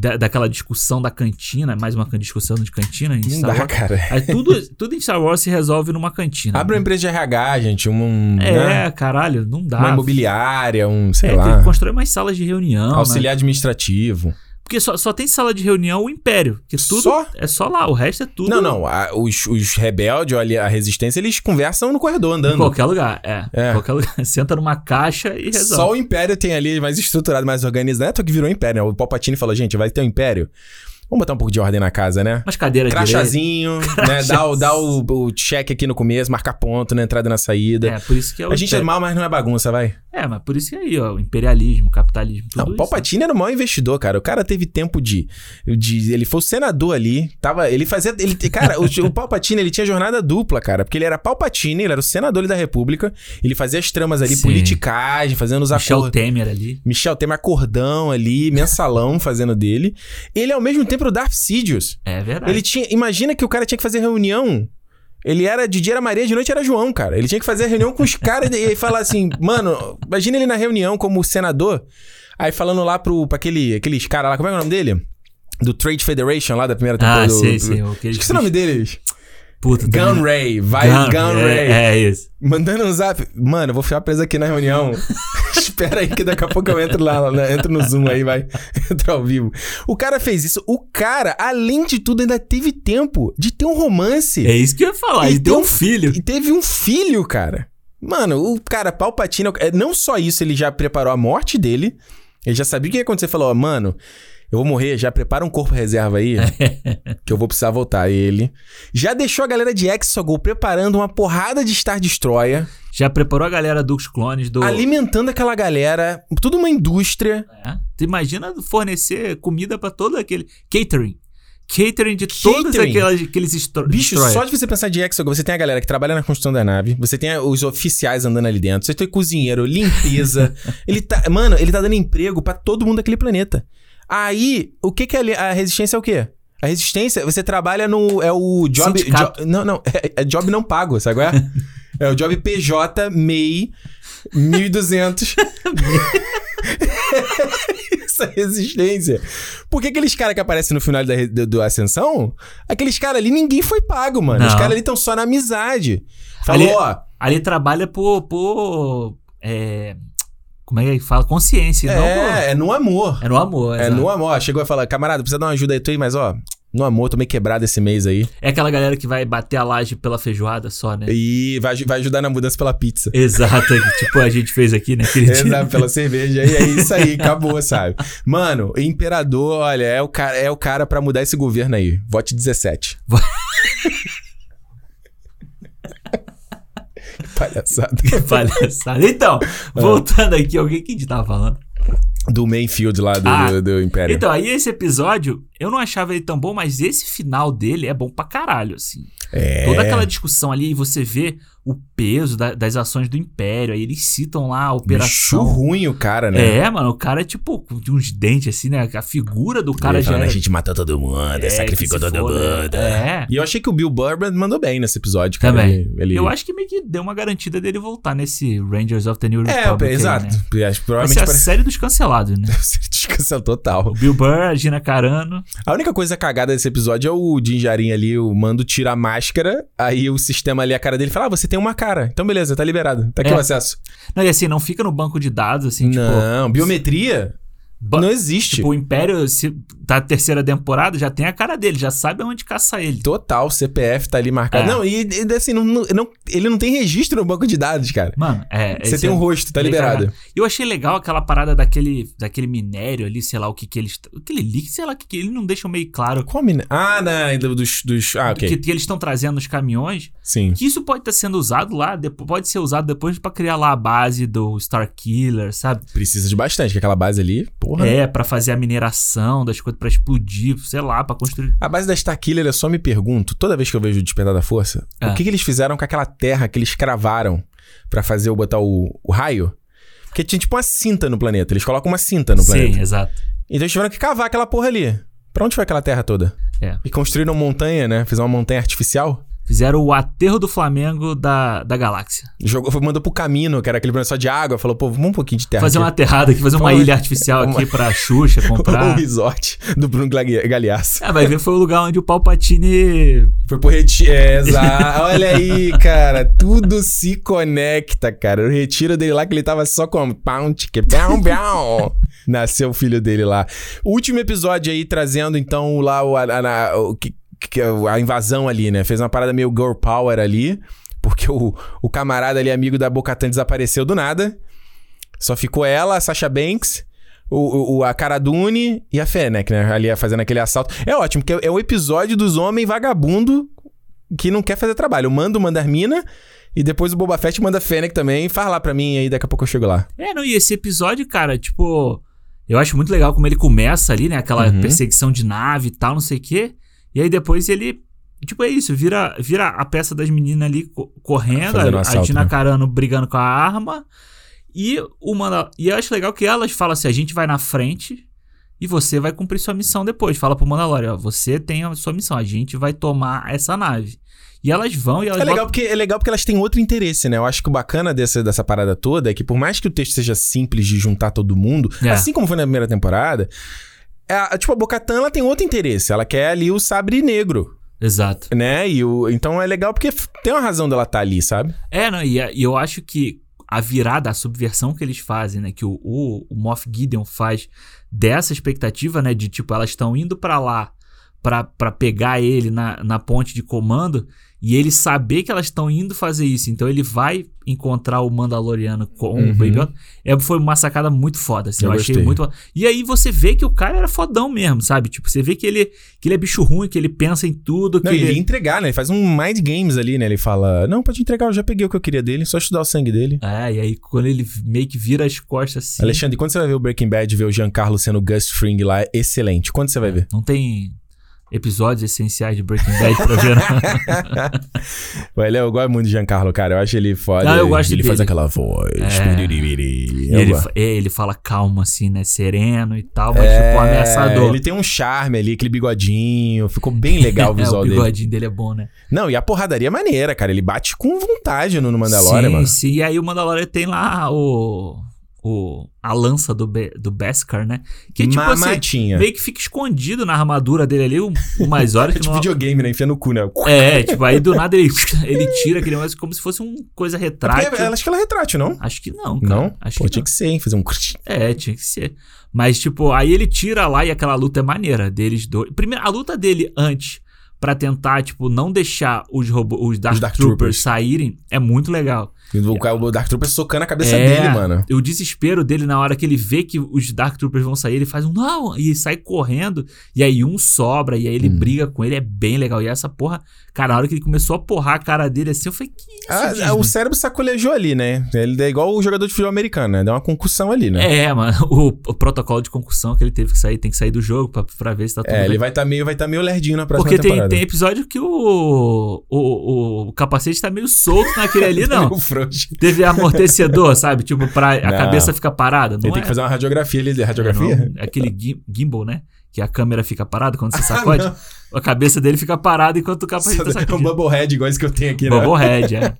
[SPEAKER 2] Da, daquela discussão da cantina, mais uma can- discussão de cantina em
[SPEAKER 1] Não
[SPEAKER 2] Star
[SPEAKER 1] dá,
[SPEAKER 2] Wars.
[SPEAKER 1] cara.
[SPEAKER 2] Aí tudo, tudo em Star Wars se resolve numa cantina.
[SPEAKER 1] Abre um uma
[SPEAKER 2] né?
[SPEAKER 1] empresa de RH, gente, um... um, né,
[SPEAKER 2] É, caralho, não dá.
[SPEAKER 1] uma imobiliária, um, sei
[SPEAKER 2] é, tem
[SPEAKER 1] lá,
[SPEAKER 2] que construir mais salas de reunião. né?
[SPEAKER 1] auxiliar administrativo.
[SPEAKER 2] Porque só, só tem sala de reunião o Império. Que tudo
[SPEAKER 1] Só?
[SPEAKER 2] é só lá, o resto é tudo
[SPEAKER 1] Não, não, a- os, os rebeldes, olha, a resistência, eles conversam no corredor
[SPEAKER 2] em
[SPEAKER 1] andando.
[SPEAKER 2] qualquer lugar. É,
[SPEAKER 1] É.
[SPEAKER 2] qualquer lugar. (laughs) Senta numa caixa e resolve.
[SPEAKER 1] Só o Império tem ali mais estruturado, mais organizado. Não é à toa que virou Império, né? O Palpatine falou, gente, vai ter um Império. Vamos botar um pouco de ordem na casa, né?
[SPEAKER 2] Umas cadeiras direitas. (laughs)
[SPEAKER 1] Crachazinho, né? Dá, o, dá o, o check aqui no começo, marcar ponto na entrada e na saída.
[SPEAKER 2] É, por isso que é o
[SPEAKER 1] a gente é
[SPEAKER 2] Império.
[SPEAKER 1] mal, mas não é bagunça, vai.
[SPEAKER 2] é, mas por isso que é aí, ó, o imperialismo, o capitalismo, tudo
[SPEAKER 1] Não, o
[SPEAKER 2] isso.
[SPEAKER 1] Palpatine era o maior investidor, cara. O cara teve tempo de. de ele foi o senador ali. Tava, ele fazia. Ele, cara, o, o Palpatine ele tinha jornada dupla, cara. Porque ele era Palpatine, ele era o senador ali da República. Ele fazia as tramas ali,
[SPEAKER 2] Sim.
[SPEAKER 1] politicagem, fazendo os
[SPEAKER 2] Michel
[SPEAKER 1] acordos.
[SPEAKER 2] Temer ali.
[SPEAKER 1] Michel Temer acordão ali, mensalão fazendo dele. Ele, ao mesmo tempo, era o Darth Sidious.
[SPEAKER 2] É verdade.
[SPEAKER 1] Ele tinha. Imagina que o cara tinha que fazer reunião. Ele era de dia era Maria, de noite era João, cara. Ele tinha que fazer a reunião com os caras e e falar assim, (laughs) mano, imagina ele na reunião como senador, aí falando lá pro pra aquele, aqueles caras lá, como é que é o nome dele? Do Trade Federation lá da primeira temporada.
[SPEAKER 2] Ah,
[SPEAKER 1] do,
[SPEAKER 2] sei,
[SPEAKER 1] do-
[SPEAKER 2] sei. O que
[SPEAKER 1] Esqueci o nome deles.
[SPEAKER 2] Puta,
[SPEAKER 1] Gun
[SPEAKER 2] também-
[SPEAKER 1] Ray, vai Gun,
[SPEAKER 2] é,
[SPEAKER 1] Ray.
[SPEAKER 2] É, isso.
[SPEAKER 1] Mandando um zap. Mano, eu vou ficar preso aqui na reunião. Espera aí, que daqui a pouco eu entro lá, né? entro no Zoom aí, vai. (laughs) Entro ao vivo. O cara fez isso. O cara, além de tudo, ainda teve tempo de ter um romance.
[SPEAKER 2] É isso que eu ia falar.
[SPEAKER 1] E
[SPEAKER 2] Ele deu
[SPEAKER 1] tem
[SPEAKER 2] um filho.
[SPEAKER 1] E teve um filho, cara. Mano, o cara, Palpatine, é, não só isso, ele já preparou a morte dele. Ele já sabia o que ia acontecer. Falou, ó, mano, eu vou morrer, já prepara um corpo reserva aí, que eu vou precisar voltar. Ele já deixou a galera de Exogol preparando uma porrada de Star Destroyer,
[SPEAKER 2] Já preparou a galera dos clones do.
[SPEAKER 1] alimentando aquela galera, tudo uma indústria.
[SPEAKER 2] É. Tu imagina fornecer comida pra todo aquele. Catering. Catering de todos
[SPEAKER 1] Catering.
[SPEAKER 2] aquelas, aqueles estro...
[SPEAKER 1] Bicho,
[SPEAKER 2] destroyer.
[SPEAKER 1] só de você pensar de Exogol, você tem a galera que trabalha na construção da nave, você tem os oficiais andando ali dentro, você tem cozinheiro,
[SPEAKER 2] (laughs)
[SPEAKER 1] limpeza. ele tá, mano, ele tá dando emprego pra todo mundo daquele planeta. Aí, o que que é ali- a resistência é o quê? A resistência, você trabalha no é o job,
[SPEAKER 2] Sindicato.
[SPEAKER 1] jo- não, não, é, é job não pago, sabe qual
[SPEAKER 2] (laughs)
[SPEAKER 1] é? É o job PJ MEI 1200. (laughs) Essa resistência. Por que aqueles caras que aparecem no final da re- do, do Ascensão, aqueles caras ali, ninguém foi pago, mano. Os
[SPEAKER 2] Não.
[SPEAKER 1] caras ali estão só na amizade. Falou,
[SPEAKER 2] Ali-
[SPEAKER 1] ó.
[SPEAKER 2] Ali trabalha por. por é, Como é que fala? Consciência. Não por...
[SPEAKER 1] É, é no amor.
[SPEAKER 2] É no amor.
[SPEAKER 1] É
[SPEAKER 2] exato.
[SPEAKER 1] no amor. Ó, Chegou e falou, camarada, precisa dar uma ajuda aí, tu aí, mas ó, no amor, tô meio quebrado esse mês aí.
[SPEAKER 2] É aquela galera que vai bater a laje pela feijoada só,
[SPEAKER 1] (laughs)
[SPEAKER 2] né?
[SPEAKER 1] E vai, aj- vai ajudar na mudança pela pizza.
[SPEAKER 2] Exato. tipo a gente fez aqui, né, querido?
[SPEAKER 1] Exato, pela cerveja. E é isso aí, acabou, sabe? Mano, imperador, olha, é o cara, é o cara para mudar esse governo aí. Vote
[SPEAKER 2] (laughs)
[SPEAKER 1] 17.
[SPEAKER 2] Vo-
[SPEAKER 1] Que Palhaçada.
[SPEAKER 2] (laughs) Palhaçada. Então,
[SPEAKER 1] É.
[SPEAKER 2] voltando aqui, alguém que a gente tava falando.
[SPEAKER 1] Do Mainfield lá do,
[SPEAKER 2] Ah.
[SPEAKER 1] do, do Império.
[SPEAKER 2] Então, aí esse episódio, eu não achava ele tão bom, mas esse final dele é bom pra caralho, assim.
[SPEAKER 1] é.
[SPEAKER 2] Toda aquela discussão ali, e você vê o peso da- das ações do Império, aí eles citam lá a
[SPEAKER 1] Bicho
[SPEAKER 2] operação.
[SPEAKER 1] ruim o cara, né?
[SPEAKER 2] É, mano, o cara é tipo, de uns dentes assim, né? A figura do cara
[SPEAKER 1] Ele
[SPEAKER 2] já
[SPEAKER 1] falando,
[SPEAKER 2] era...
[SPEAKER 1] a gente matou todo mundo,
[SPEAKER 2] é,
[SPEAKER 1] sacrificou
[SPEAKER 2] que se
[SPEAKER 1] todo
[SPEAKER 2] foda,
[SPEAKER 1] mundo.
[SPEAKER 2] É.
[SPEAKER 1] E eu achei que o Bill Burban mandou bem nesse episódio, cara.
[SPEAKER 2] Também.
[SPEAKER 1] Ele, ele-
[SPEAKER 2] Eu acho que meio que deu uma garantida dele voltar nesse Rangers of the New
[SPEAKER 1] É,
[SPEAKER 2] Republic. aí,
[SPEAKER 1] exato.
[SPEAKER 2] Né?
[SPEAKER 1] Acho que
[SPEAKER 2] Vai
[SPEAKER 1] provavelmente
[SPEAKER 2] ser
[SPEAKER 1] (laughs)
[SPEAKER 2] a
[SPEAKER 1] parece
[SPEAKER 2] série dos cancelados, né?
[SPEAKER 1] (laughs) descansar total.
[SPEAKER 2] O Bill Burr, a Gina Carano.
[SPEAKER 1] A única coisa cagada desse episódio é o Dinjarin ali, o mando tira a máscara, aí o sistema ali, a cara dele fala: Ah, você tem uma cara. Então beleza, tá liberado. Tá aqui
[SPEAKER 2] É.
[SPEAKER 1] o acesso.
[SPEAKER 2] Não, e assim, não fica no banco de dados, assim, tipo.
[SPEAKER 1] não, biometria?
[SPEAKER 2] Ba-
[SPEAKER 1] Não existe.
[SPEAKER 2] Tipo, o Império se, da terceira temporada já tem a cara dele, já sabe aonde caçar ele.
[SPEAKER 1] Total, CPF tá ali marcado.
[SPEAKER 2] É.
[SPEAKER 1] Não, e, e assim, não, não- não- ele não tem registro no banco de dados, cara.
[SPEAKER 2] Mano, é.
[SPEAKER 1] Você
[SPEAKER 2] esse
[SPEAKER 1] tem
[SPEAKER 2] é-
[SPEAKER 1] um rosto, tá
[SPEAKER 2] liberado.
[SPEAKER 1] liberado.
[SPEAKER 2] Eu achei legal aquela parada daquele, daquele minério ali, sei lá o que que eles. Aquele líquido, sei lá o que que. Eles não deixam meio claro
[SPEAKER 1] Qual mina? Ah, na, do- dos, dos. Ah,
[SPEAKER 2] o que,
[SPEAKER 1] ok.
[SPEAKER 2] que eles estão trazendo nos caminhões.
[SPEAKER 1] Sim.
[SPEAKER 2] Que isso pode estar sendo usado lá, depo- pode ser usado depois pra criar lá a base do Star Killer, sabe?
[SPEAKER 1] Precisa de bastante, que é aquela base ali, porra.
[SPEAKER 2] É, pra fazer a mineração das coisas, pra explodir, sei lá, pra construir.
[SPEAKER 1] A base da Starkiller, eu só me pergunto, toda vez que eu vejo o Despertar da Força,
[SPEAKER 2] Ah.
[SPEAKER 1] o que, que eles fizeram com aquela terra que eles cravaram pra fazer o botar o, o raio? Porque tinha tipo uma cinta no planeta. Eles colocam uma cinta no planeta.
[SPEAKER 2] Sim, exato.
[SPEAKER 1] Então eles tiveram que cavar aquela porra ali. Pra onde foi aquela terra toda?
[SPEAKER 2] É.
[SPEAKER 1] E construíram montanha, né? Fizeram uma montanha artificial.
[SPEAKER 2] Fizeram o aterro do Flamengo da, da galáxia.
[SPEAKER 1] Jogou, foi- mandou pro caminho, que era aquele só de água. Falou, pô, vamos um pouquinho de terra.
[SPEAKER 2] Fazer uma
[SPEAKER 1] aqui.
[SPEAKER 2] aterrada aqui, fazer uma
[SPEAKER 1] Vamos-
[SPEAKER 2] ilha artificial
[SPEAKER 1] vamos-
[SPEAKER 2] aqui pra Xuxa
[SPEAKER 1] um (laughs)
[SPEAKER 2] comprar.
[SPEAKER 1] resort do Bruno Glagui- Galhaço.
[SPEAKER 2] Ah, vai ver, foi o lugar onde o Palpatine.
[SPEAKER 1] Foi pro retiro. (laughs) É, exa- Olha aí, cara. Tudo se conecta, cara. O retiro dele lá que ele tava só com pound, que bão, (laughs) bão. Nasceu o filho dele lá. Último episódio aí, trazendo então lá o, a, a- a- o que- que- a invasão ali, né? Fez uma parada meio girl power ali. Porque o, o camarada ali, amigo da Bocatan, desapareceu do nada. Só ficou ela, a Sasha Banks, o, o, o- a Cara Dune e a Fennec, né? Ali fazendo aquele assalto. É ótimo, porque é o episódio dos homens vagabundo que não quer fazer trabalho. Manda o Mandarmina e depois o Boba Fett manda a Fennec também. Fala lá pra mim aí, daqui a pouco eu chego lá.
[SPEAKER 2] É, não, e esse episódio, cara, tipo. Eu acho muito legal como ele começa ali, né? Aquela
[SPEAKER 1] Uhum.
[SPEAKER 2] perseguição de nave e tal, não sei o quê. E aí depois ele. Tipo, é isso, vira, vira a peça das meninas ali co- correndo,
[SPEAKER 1] Fazendo
[SPEAKER 2] a, a
[SPEAKER 1] assalto,
[SPEAKER 2] Gina
[SPEAKER 1] né?
[SPEAKER 2] Carano brigando com a arma. E o Manda. E eu acho legal que elas falam assim: a gente vai na frente e você vai cumprir sua missão depois. Fala pro Mandalorian, ó, você tem a sua missão, a gente vai tomar essa nave. E elas vão e elas
[SPEAKER 1] É
[SPEAKER 2] botam-
[SPEAKER 1] legal, porque, é legal porque elas têm outro interesse, né? Eu acho que o bacana dessa, dessa parada toda é que, por mais que o texto seja simples de juntar todo mundo,
[SPEAKER 2] É.
[SPEAKER 1] assim como foi na primeira temporada, a- a- tipo, a Bocatan ela tem outro interesse. Ela quer ali o sabre negro.
[SPEAKER 2] Exato.
[SPEAKER 1] né? E o, então é legal porque f- tem uma razão dela estar ali, sabe?
[SPEAKER 2] É, não, e, a- e eu acho que a virada, a subversão que eles fazem, né? Que o, o, o Moff Gideon faz dessa expectativa, né? De tipo, elas estão indo pra lá pra, pra pegar ele na, na ponte de comando e ele saber que elas estão indo fazer isso. Então ele vai encontrar o Mandaloriano com o
[SPEAKER 1] Uhum.
[SPEAKER 2] Baby Yoda. é, Foi uma sacada muito foda, assim. Eu,
[SPEAKER 1] Eu
[SPEAKER 2] achei
[SPEAKER 1] gostei.
[SPEAKER 2] muito. E aí você vê que o cara era fodão mesmo, sabe? Tipo, você vê que ele, que ele é bicho ruim, que ele pensa em tudo, que
[SPEAKER 1] Não, ele
[SPEAKER 2] ele.
[SPEAKER 1] ia entregar, né? Ele faz um mind games ali, né? Ele fala: Não, pode entregar, eu já peguei o que eu queria dele, só estudar o sangue dele.
[SPEAKER 2] É, e aí quando ele meio que vira as costas assim.
[SPEAKER 1] Alexandre, quando você vai ver o Breaking Bad e ver o Giancarlo sendo o Gus Fring lá, é excelente. Quando você vai ver?
[SPEAKER 2] Não tem episódios essenciais de Breaking Bad pra
[SPEAKER 1] (laughs)
[SPEAKER 2] ver, não.
[SPEAKER 1] Ué, Léo, eu gosto muito de Giancarlo, cara. Eu acho ele foda.
[SPEAKER 2] Ah, eu gosto
[SPEAKER 1] ele
[SPEAKER 2] dele. É.
[SPEAKER 1] faz aquela voz.
[SPEAKER 2] E
[SPEAKER 1] piriri, eu
[SPEAKER 2] ele,
[SPEAKER 1] gosto.
[SPEAKER 2] fa- é, ele fala calmo, assim, né? Sereno e tal, mas tipo
[SPEAKER 1] É,
[SPEAKER 2] ameaçador.
[SPEAKER 1] Ele tem um charme ali, aquele bigodinho. Ficou bem legal o
[SPEAKER 2] (laughs) é,
[SPEAKER 1] visual
[SPEAKER 2] o
[SPEAKER 1] dele.
[SPEAKER 2] bigodinho dele é bom, né?
[SPEAKER 1] Não, e a porradaria é maneira, cara. Ele bate com vontade no, no Mandalorian,
[SPEAKER 2] sim,
[SPEAKER 1] mano.
[SPEAKER 2] sim. E aí o Mandalorian tem lá o, o a lança do, Be, do Beskar, né? Que tipo assim,
[SPEAKER 1] Mamatinha.
[SPEAKER 2] meio que fica escondido na armadura dele ali um- umas
[SPEAKER 1] (laughs)
[SPEAKER 2] horas que
[SPEAKER 1] Tipo
[SPEAKER 2] não...
[SPEAKER 1] videogame, né? Enfia no cu, né?
[SPEAKER 2] É, tipo, aí do nada ele, (laughs) ele tira aquele negócio como se fosse uma coisa retrátil.
[SPEAKER 1] Porque ela- acho que ela é retrátil, não?
[SPEAKER 2] Acho que não, cara.
[SPEAKER 1] Não?
[SPEAKER 2] Acho
[SPEAKER 1] Pô,
[SPEAKER 2] que
[SPEAKER 1] tinha que ser, hein? Fazer um...
[SPEAKER 2] É, tinha que ser. Mas, tipo, aí ele tira lá e aquela luta é maneira deles dois. Primeiro, a luta dele antes pra tentar, tipo, não deixar os, robô, os Dark,
[SPEAKER 1] Os Dark
[SPEAKER 2] Troopers,
[SPEAKER 1] Troopers.
[SPEAKER 2] saírem é muito legal.
[SPEAKER 1] O cara- o Dark Trooper socando a cabeça
[SPEAKER 2] É.
[SPEAKER 1] dele, mano.
[SPEAKER 2] E O desespero dele na hora que ele vê que os Dark Troopers vão sair, ele faz um não e sai correndo. E aí um sobra e aí ele
[SPEAKER 1] Hum.
[SPEAKER 2] briga com ele. É bem legal. E essa porra, cara, na hora que ele começou a porrar a cara dele assim, eu falei, que isso,
[SPEAKER 1] Ah,
[SPEAKER 2] Disney?
[SPEAKER 1] ah, o cérebro sacolejou ali, né? Ele é igual o jogador de futebol americano, né? Deu uma concussão ali, né?
[SPEAKER 2] É, mano, (laughs) o, o protocolo de concussão que ele teve que sair, tem que sair do jogo pra, pra ver se tá tudo
[SPEAKER 1] É,
[SPEAKER 2] bem.
[SPEAKER 1] ele vai estar meio, vai tá meio lerdinho na próxima
[SPEAKER 2] Porque tem,
[SPEAKER 1] temporada.
[SPEAKER 2] tem episódio que o, o, o capacete tá meio solto naquele
[SPEAKER 1] (laughs)
[SPEAKER 2] ali, não.
[SPEAKER 1] O tá frouxo.
[SPEAKER 2] Teve amortecedor, sabe? Tipo, pra a
[SPEAKER 1] Não.
[SPEAKER 2] cabeça ficar parada. Não
[SPEAKER 1] Ele
[SPEAKER 2] é,
[SPEAKER 1] tem que fazer uma radiografia ali.
[SPEAKER 2] é,
[SPEAKER 1] Radiografia? (laughs)
[SPEAKER 2] não, é aquele gui- gimbal, né? Que a câmera fica parada quando você sacode.
[SPEAKER 1] Ah, não.
[SPEAKER 2] A cabeça dele fica parada enquanto o capa
[SPEAKER 1] Só
[SPEAKER 2] tá
[SPEAKER 1] É (laughs) um
[SPEAKER 2] sacudindo.
[SPEAKER 1] Bubblehead igual esse que eu tenho aqui, né? (laughs)
[SPEAKER 2] Bubblehead, é.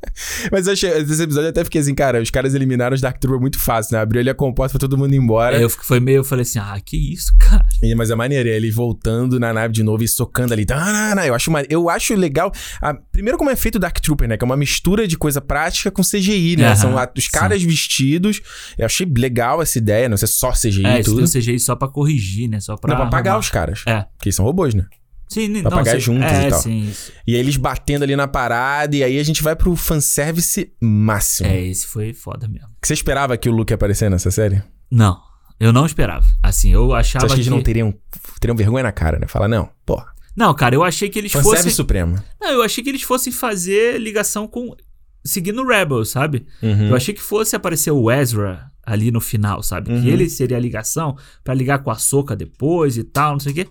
[SPEAKER 1] Mas eu achei, esse episódio eu até fiquei assim, cara, os caras eliminaram os Dark Trooper muito fácil, né? Abriu ele a composta, foi todo mundo embora.
[SPEAKER 2] Aí eu fico- foi meio, eu falei assim, ah, que isso, cara.
[SPEAKER 1] E- Mas é maneiro, é ele voltando na nave de novo e socando ali. Tanana, eu, acho, mane- eu acho legal. a- primeiro, como é feito o Dark Trooper, né? Que é uma mistura de coisa prática com CGI, né?
[SPEAKER 2] Aham,
[SPEAKER 1] São a- os
[SPEAKER 2] sim.
[SPEAKER 1] caras vestidos. Eu achei legal essa ideia, não ser só CGI
[SPEAKER 2] É,
[SPEAKER 1] e
[SPEAKER 2] isso
[SPEAKER 1] tudo.
[SPEAKER 2] tem o CGI só pra corrigir, né? Só pra.
[SPEAKER 1] Não, pra pagar
[SPEAKER 2] arrumar.
[SPEAKER 1] os caras.
[SPEAKER 2] É.
[SPEAKER 1] Porque eles são robôs, né?
[SPEAKER 2] Sim,
[SPEAKER 1] pra pagar juntos
[SPEAKER 2] é,
[SPEAKER 1] e tal.
[SPEAKER 2] Sim, isso.
[SPEAKER 1] E aí eles batendo ali na parada, e aí a gente vai pro fanservice máximo.
[SPEAKER 2] É, esse foi foda mesmo.
[SPEAKER 1] Você esperava que o Luke ia aparecer nessa série?
[SPEAKER 2] Não, eu não esperava. Assim, eu
[SPEAKER 1] Você
[SPEAKER 2] achava
[SPEAKER 1] acha que
[SPEAKER 2] que.
[SPEAKER 1] eles não teriam, teriam vergonha na cara, né? Fala, não, pô,
[SPEAKER 2] Não, cara, eu achei que eles
[SPEAKER 1] fanservice
[SPEAKER 2] fossem.
[SPEAKER 1] supremo.
[SPEAKER 2] Não, eu achei que eles fossem fazer ligação com. Seguindo o Rebels, sabe?
[SPEAKER 1] Uhum.
[SPEAKER 2] Eu achei que fosse aparecer o Ezra ali no final, sabe?
[SPEAKER 1] Uhum.
[SPEAKER 2] Que ele seria a ligação pra ligar com a Soca depois e tal, não sei o quê.